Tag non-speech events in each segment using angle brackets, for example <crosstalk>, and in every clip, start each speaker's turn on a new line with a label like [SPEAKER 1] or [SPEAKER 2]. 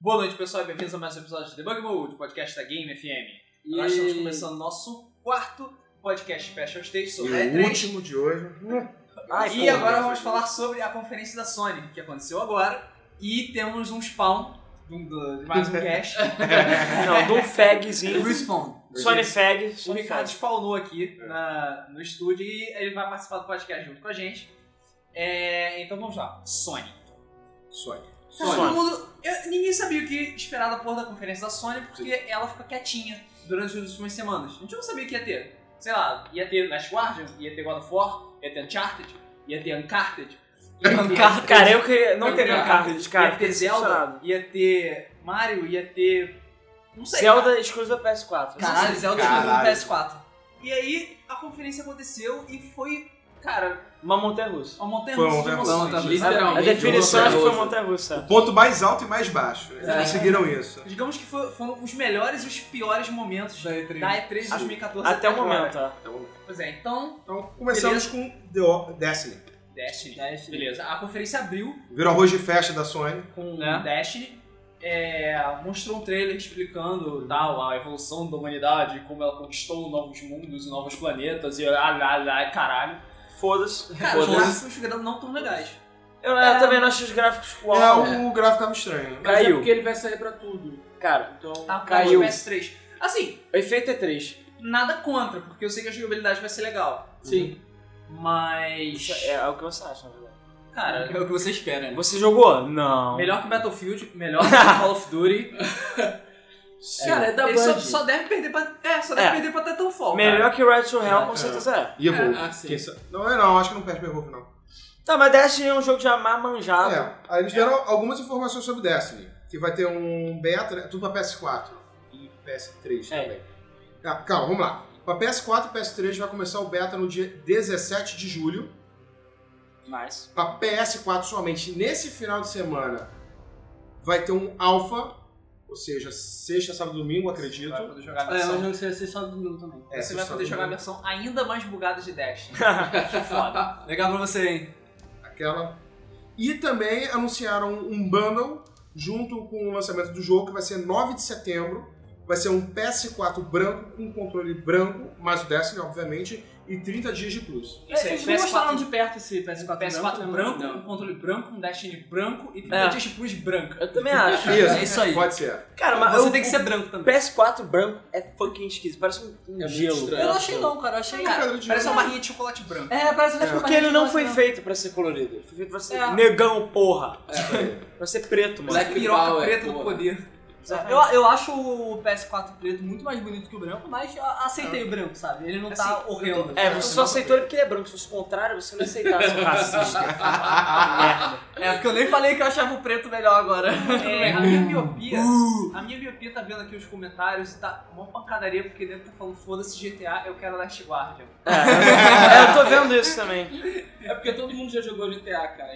[SPEAKER 1] Boa noite, pessoal, e bem-vindos a mais um episódio de Debug Mode, podcast da Game FM. Nós
[SPEAKER 2] E-
[SPEAKER 1] estamos começando nosso quarto podcast Special Stage
[SPEAKER 3] E
[SPEAKER 1] sobre a
[SPEAKER 3] o
[SPEAKER 1] E3.
[SPEAKER 3] último de hoje.
[SPEAKER 2] Ah,
[SPEAKER 1] e agora vamos falar sobre a conferência da Sony, que aconteceu agora. E temos um spawn de, um, do- de
[SPEAKER 3] <laughs>
[SPEAKER 1] mais um cast.
[SPEAKER 2] <laughs> Não, de um fagzinho.
[SPEAKER 1] Respawn.
[SPEAKER 2] Sony fag.
[SPEAKER 1] O
[SPEAKER 2] Sony
[SPEAKER 1] Ricardo
[SPEAKER 2] fag.
[SPEAKER 1] spawnou aqui
[SPEAKER 2] É.
[SPEAKER 1] na- no estúdio e ele vai participar do podcast junto com a gente. É, então vamos lá. Sony.
[SPEAKER 3] Sony.
[SPEAKER 1] Cara, todo
[SPEAKER 2] Sony.
[SPEAKER 1] mundo- eu- ninguém sabia o que esperar da porra da conferência da Sony, porque ela ficou quietinha durante as últimas semanas. A gente não sabia o que ia ter. Sei lá, ia ter Last Guardian, ia ter God of War, ia ter Uncharted, ia ter Uncharted.
[SPEAKER 2] <laughs>
[SPEAKER 1] ia ter-
[SPEAKER 2] Cara, cara, eu queria. Não
[SPEAKER 1] Eu
[SPEAKER 2] teve
[SPEAKER 1] queria-
[SPEAKER 2] um carro de cara.
[SPEAKER 1] ia ter
[SPEAKER 2] fiquei
[SPEAKER 1] Zelda,
[SPEAKER 2] decepcionado.
[SPEAKER 1] ia ter Mario, ia ter... Não sei.
[SPEAKER 2] Zelda exclusiva PS4.
[SPEAKER 1] Caralho, Zelda
[SPEAKER 3] Caralho.
[SPEAKER 1] é do PS4. E aí, a conferência aconteceu e foi, cara,
[SPEAKER 2] Uma montanha russa.
[SPEAKER 1] uma montanha
[SPEAKER 3] Foi uma
[SPEAKER 1] russa de
[SPEAKER 3] montanha-russa.
[SPEAKER 1] emoções.
[SPEAKER 2] A
[SPEAKER 1] é
[SPEAKER 4] Literalmente.
[SPEAKER 2] É definição acho que foi
[SPEAKER 4] montanha-russa.
[SPEAKER 2] montanha russa.
[SPEAKER 3] Ponto mais alto e mais baixo. Eles
[SPEAKER 1] É.
[SPEAKER 3] conseguiram isso.
[SPEAKER 1] Digamos que foi- foram os melhores e os piores momentos da E3, de 2014
[SPEAKER 2] Até o
[SPEAKER 1] agora.
[SPEAKER 2] momento, ó.
[SPEAKER 1] Pois é, então,
[SPEAKER 3] Então começamos com The O- Destiny.
[SPEAKER 1] Destiny. Beleza, a conferência abriu
[SPEAKER 3] Virou arroz de festa da Sony.
[SPEAKER 1] com
[SPEAKER 2] Né?
[SPEAKER 1] Destiny. É, mostrou um trailer explicando tal, a evolução da humanidade, como ela conquistou novos mundos e novos planetas e lá, lá, lá, caralho.
[SPEAKER 2] Foda-se.
[SPEAKER 1] Cara, É. os
[SPEAKER 2] Foda-se.
[SPEAKER 1] gráficos não tão legais.
[SPEAKER 2] Eu, eu também não achei os gráficos uau.
[SPEAKER 3] É, o gráfico tava estranho. né?
[SPEAKER 4] Mas
[SPEAKER 2] Caiu.
[SPEAKER 4] É porque ele vai sair pra tudo.
[SPEAKER 2] Cara,
[SPEAKER 4] Então,
[SPEAKER 1] Tá com
[SPEAKER 2] Caiu.
[SPEAKER 1] o PS3. Assim,
[SPEAKER 2] o efeito é 3.
[SPEAKER 1] nada contra, porque eu sei que a jogabilidade vai ser legal.
[SPEAKER 4] sim.
[SPEAKER 1] Mas.
[SPEAKER 2] Isso é, é o que você acha, na verdade.
[SPEAKER 1] Cara,
[SPEAKER 4] É o que você espera, né?
[SPEAKER 2] Você jogou? Não.
[SPEAKER 1] melhor que Battlefield, melhor que
[SPEAKER 4] <laughs>
[SPEAKER 1] Call of Duty.
[SPEAKER 4] Cara, é da
[SPEAKER 1] Ele só,
[SPEAKER 4] Band.
[SPEAKER 1] só deve perder pra. É, só deve
[SPEAKER 2] É.
[SPEAKER 1] perder pra Titanfall.
[SPEAKER 2] Melhor que Red to Hell, com
[SPEAKER 3] É.
[SPEAKER 2] certeza é.
[SPEAKER 3] E Evolve.
[SPEAKER 4] É, ah, sim.
[SPEAKER 3] Quem sabe? Não, é não, acho que não perde pra Evolve, não.
[SPEAKER 2] Tá, mas Destiny é um jogo já mais manjado.
[SPEAKER 3] É, aí eles deram algumas informações sobre Destiny. Que vai ter um beta, né? Tudo pra PS4 e PS3
[SPEAKER 2] É.
[SPEAKER 3] também. Ah, calma, vamos lá. Pra PS4 e PS3 vai começar o beta no dia 17 de julho.
[SPEAKER 2] Nice.
[SPEAKER 3] Pra PS4 somente nesse final de semana vai ter um Alpha, ou seja, sexta, sábado e domingo,
[SPEAKER 1] Eu
[SPEAKER 3] acredito.
[SPEAKER 1] vai poder jogar a
[SPEAKER 4] É,
[SPEAKER 1] versão.
[SPEAKER 4] mas não sei se só domingo também.
[SPEAKER 3] É,
[SPEAKER 1] você vai poder
[SPEAKER 3] sexta, sábado e
[SPEAKER 1] jogar a
[SPEAKER 3] domingo.
[SPEAKER 1] versão ainda mais bugada de Destiny.
[SPEAKER 4] É
[SPEAKER 1] que foda.
[SPEAKER 4] <laughs> Legal pra você, hein?
[SPEAKER 3] aquela. E também anunciaram um bundle junto com o lançamento do jogo que vai ser 9 de setembro. Vai ser um PS4 branco com um controle branco, mais o Destiny, obviamente, e 30 dias de plus.
[SPEAKER 1] Isso aí,
[SPEAKER 4] É, Eles não
[SPEAKER 1] PS4
[SPEAKER 4] mostraram de perto esse PS4
[SPEAKER 1] PS4 branco,
[SPEAKER 4] né?
[SPEAKER 1] um controle branco, um Destiny branco e
[SPEAKER 2] É.
[SPEAKER 1] 30 dias Plus branca.
[SPEAKER 2] Eu também acho.
[SPEAKER 4] É isso aí.
[SPEAKER 3] Pode ser.
[SPEAKER 2] Cara, mas
[SPEAKER 4] Você
[SPEAKER 2] eu-
[SPEAKER 4] tem que
[SPEAKER 2] o
[SPEAKER 4] ser branco também.
[SPEAKER 2] PS4 branco é fucking esquisito, parece um um
[SPEAKER 4] É muito
[SPEAKER 2] gelo.
[SPEAKER 4] estranho.
[SPEAKER 2] Eu
[SPEAKER 4] Eu
[SPEAKER 2] não
[SPEAKER 4] não
[SPEAKER 2] achei não.
[SPEAKER 4] cara. Eu achei.
[SPEAKER 1] Cara,
[SPEAKER 3] Cara, de-
[SPEAKER 1] parece uma barrinha de chocolate branco.
[SPEAKER 4] É, parece que
[SPEAKER 2] Porque ele não foi feito pra ser colorido, ele foi feito pra ser
[SPEAKER 4] É.
[SPEAKER 2] negão, porra.
[SPEAKER 4] <laughs>
[SPEAKER 3] É.
[SPEAKER 2] Pra ser preto, mano.
[SPEAKER 4] Black
[SPEAKER 1] Piroca
[SPEAKER 4] Power,
[SPEAKER 1] preta do
[SPEAKER 4] porra.
[SPEAKER 1] poder.
[SPEAKER 4] Eu, eu acho o PS4 preto muito mais bonito que o branco, mas eu aceitei o branco, sabe? Ele não tá
[SPEAKER 1] Assim, eu
[SPEAKER 4] horrendo.
[SPEAKER 1] tô-
[SPEAKER 2] É, você só aceitou ele porque ele é branco, se fosse o contrário, você não aceitava ser um racista. Merda.
[SPEAKER 4] É, porque eu nem falei que eu achava o preto melhor agora.
[SPEAKER 1] É, a minha miopia.
[SPEAKER 2] Uh!
[SPEAKER 1] A minha miopia tá vendo aqui os comentários e tá uma pancadaria porque dentro tá falando foda-se GTA, eu quero Last Guardian.
[SPEAKER 2] É, eu tô vendo isso também.
[SPEAKER 4] É porque todo mundo já jogou GTA, cara,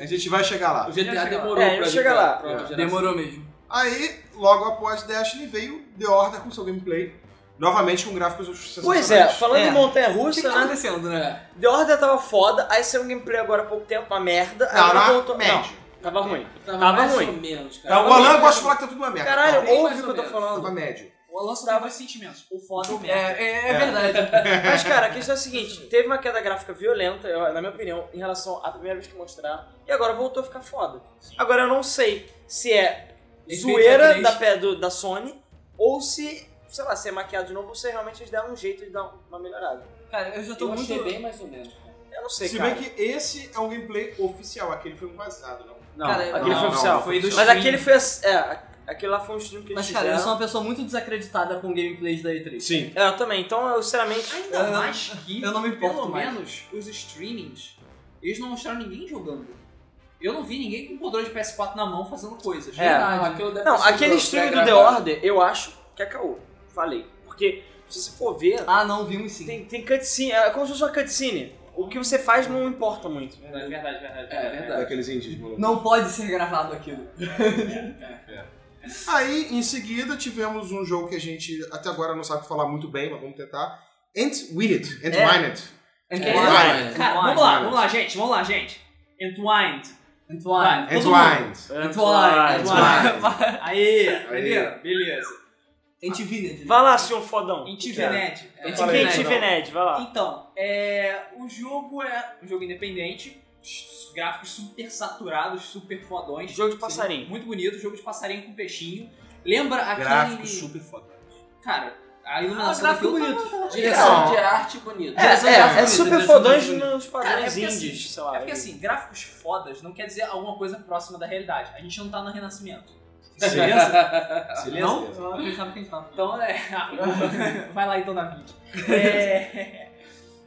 [SPEAKER 3] <laughs> A gente vai chegar lá.
[SPEAKER 4] O GTA demorou
[SPEAKER 2] É,
[SPEAKER 4] pra
[SPEAKER 2] chega lá.
[SPEAKER 4] Demorou mesmo.
[SPEAKER 3] Aí, logo após Destiny, veio The Order com seu gameplay. Novamente com gráficos sensacionais.
[SPEAKER 2] Pois é, falando
[SPEAKER 4] É.
[SPEAKER 2] em montanha
[SPEAKER 4] O que, que
[SPEAKER 2] russa,
[SPEAKER 4] tá
[SPEAKER 2] né?
[SPEAKER 4] acontecendo, né?
[SPEAKER 2] The Order tava foda, aí saiu um gameplay agora há pouco tempo, uma merda. aí
[SPEAKER 3] Não, não,
[SPEAKER 2] voltou-
[SPEAKER 3] médio.
[SPEAKER 2] Não, tava ruim.
[SPEAKER 4] Tava,
[SPEAKER 2] mais ou É
[SPEAKER 4] menos,
[SPEAKER 3] Tá, o Alan gosta de falar que tá tudo uma merda.
[SPEAKER 2] Caralho,
[SPEAKER 4] bem
[SPEAKER 2] ouve
[SPEAKER 4] mais
[SPEAKER 2] o que
[SPEAKER 4] ou
[SPEAKER 2] eu tô
[SPEAKER 4] menos.
[SPEAKER 3] Tava
[SPEAKER 2] falando.
[SPEAKER 3] médio.
[SPEAKER 1] O Alonso tem dois sentimentos, o foda e o merda.
[SPEAKER 4] é, é verdade.
[SPEAKER 2] Mas, cara, a questão é a seguinte: teve uma queda gráfica violenta, eu- na minha opinião, em relação à primeira vez que mostraram, e agora voltou a ficar foda. Agora eu não sei se é
[SPEAKER 4] Efeito
[SPEAKER 2] zoeira
[SPEAKER 4] A3.
[SPEAKER 2] da, pé do- da Sony ou se, sei lá, se é maquiado de novo ou se realmente eles deram um jeito de dar uma melhorada.
[SPEAKER 4] Cara, eu já tô muito...
[SPEAKER 1] mais ou menos. Cara.
[SPEAKER 2] Eu não sei,
[SPEAKER 3] Se
[SPEAKER 2] cara.
[SPEAKER 3] bem que esse é um gameplay oficial, aquele foi um vazado, não.
[SPEAKER 2] Não,
[SPEAKER 4] Cara,
[SPEAKER 2] aquele foi
[SPEAKER 4] não, não,
[SPEAKER 2] oficial.
[SPEAKER 1] foi do
[SPEAKER 2] Mas
[SPEAKER 1] stream.
[SPEAKER 2] aquele foi. ass- É, a- aquele lá foi um stream que eles
[SPEAKER 4] Mas, cara, eu
[SPEAKER 2] fizeram.
[SPEAKER 4] sou uma pessoa muito desacreditada com gameplays da E3.
[SPEAKER 3] Sim.
[SPEAKER 2] É, eu também, então eu sinceramente.
[SPEAKER 1] Ainda
[SPEAKER 4] Eu não-
[SPEAKER 1] mais que,
[SPEAKER 4] eu não me importo
[SPEAKER 1] pelo
[SPEAKER 4] mais.
[SPEAKER 1] menos, os streamings, eles não mostraram ninguém jogando. Eu não vi ninguém com controle de PS4 na mão fazendo coisas.
[SPEAKER 2] É. Não, aquele stream do The Order, eu acho que é caô. Falei. Porque, se você for ver,
[SPEAKER 4] Ah, não, vimos sim.
[SPEAKER 2] Tem, tem cutscene, é como se fosse uma cutscene. O que você faz não importa muito.
[SPEAKER 1] Verdade, verdade, verdade.
[SPEAKER 4] É, verdade.
[SPEAKER 3] Daqueles indies, maluco.
[SPEAKER 4] Não pode ser gravado aquilo.
[SPEAKER 3] Aí, em seguida, tivemos um jogo que a gente até agora não sabe falar muito bem, mas vamos tentar. Entwined. Entwined.
[SPEAKER 4] É,
[SPEAKER 1] Cara, vamos lá, vamos lá, gente, vamos lá, gente. Entwined.
[SPEAKER 4] Entwine. todo mundo.
[SPEAKER 3] Entwined.
[SPEAKER 4] Entwine.
[SPEAKER 3] Entwine.
[SPEAKER 4] Entwine.
[SPEAKER 1] Aí, beleza, beleza. né,
[SPEAKER 4] Antivined.
[SPEAKER 2] Vai lá, senhor fodão.
[SPEAKER 1] Intivenet.
[SPEAKER 4] É.
[SPEAKER 2] Te
[SPEAKER 4] Falei,
[SPEAKER 2] vem, te
[SPEAKER 4] não.
[SPEAKER 2] venede, vai lá.
[SPEAKER 1] Então, é, o jogo é um jogo independente, s- gráficos super saturados, super fodões.
[SPEAKER 2] Jogo de passarinho.
[SPEAKER 1] Muito bonito, jogo de passarinho com peixinho. Lembra aquele...
[SPEAKER 3] Gráfico super foda.
[SPEAKER 1] Cara, a
[SPEAKER 4] Ah,
[SPEAKER 1] iluminação
[SPEAKER 4] gráfico
[SPEAKER 1] daquilo tá-
[SPEAKER 4] bonito.
[SPEAKER 5] Direção
[SPEAKER 3] Não.
[SPEAKER 5] de arte bonita.
[SPEAKER 2] É,
[SPEAKER 1] <laughs>
[SPEAKER 4] Direção de arte
[SPEAKER 2] é, é
[SPEAKER 4] bonita,
[SPEAKER 2] super
[SPEAKER 4] direção
[SPEAKER 2] fodões
[SPEAKER 4] bonita.
[SPEAKER 2] nos
[SPEAKER 1] Cara, é
[SPEAKER 2] padrões
[SPEAKER 1] porque assim,
[SPEAKER 2] indies, sei lá.
[SPEAKER 1] É porque assim, gráficos fodas não quer dizer alguma coisa próxima da realidade. A gente não tá no Renascimento. <laughs> Beleza? Beleza?
[SPEAKER 4] Não? Eu pensava que a gente tava.
[SPEAKER 1] Então, é.
[SPEAKER 3] <laughs>
[SPEAKER 1] Vai lá então, David. É...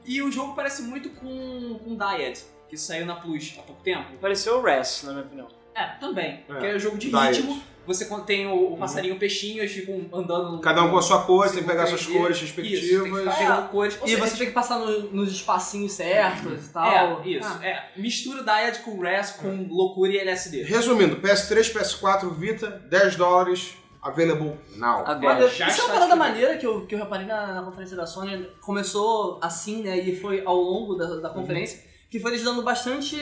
[SPEAKER 1] E o jogo parece muito com, com Diet, que saiu na Plus há pouco tempo.
[SPEAKER 2] Pareceu o Rest, na minha opinião.
[SPEAKER 1] É, também.
[SPEAKER 3] É,
[SPEAKER 1] Porque é um jogo de
[SPEAKER 3] Diet.
[SPEAKER 1] ritmo. Você tem o, o passarinho e o peixinho, eles ficam andando.
[SPEAKER 3] Cada um com a sua cor, você tem que pegar
[SPEAKER 1] Isso,
[SPEAKER 3] suas cores
[SPEAKER 1] Isso, tem que
[SPEAKER 3] respectivas.
[SPEAKER 1] ficar pegando cores. Ou
[SPEAKER 4] E
[SPEAKER 1] seja,
[SPEAKER 4] você tem que passar no- nos espacinhos certos e tal.
[SPEAKER 1] É, isso.
[SPEAKER 4] Ah,
[SPEAKER 1] É. Mistura Diet com Rest,
[SPEAKER 3] É.
[SPEAKER 1] com loucura e LSD.
[SPEAKER 3] Resumindo, PS3, PS4, Vita, 10 dólares, available now.
[SPEAKER 2] Ah,
[SPEAKER 4] Olha,
[SPEAKER 5] Agora,
[SPEAKER 1] já
[SPEAKER 4] isso é
[SPEAKER 1] está
[SPEAKER 4] uma parada
[SPEAKER 1] disponível.
[SPEAKER 4] maneira que eu, que eu reparei na, na conferência da Sony. Começou assim, né? E foi ao longo da, da conferência.
[SPEAKER 1] Uhum.
[SPEAKER 4] Que foi eles dando bastante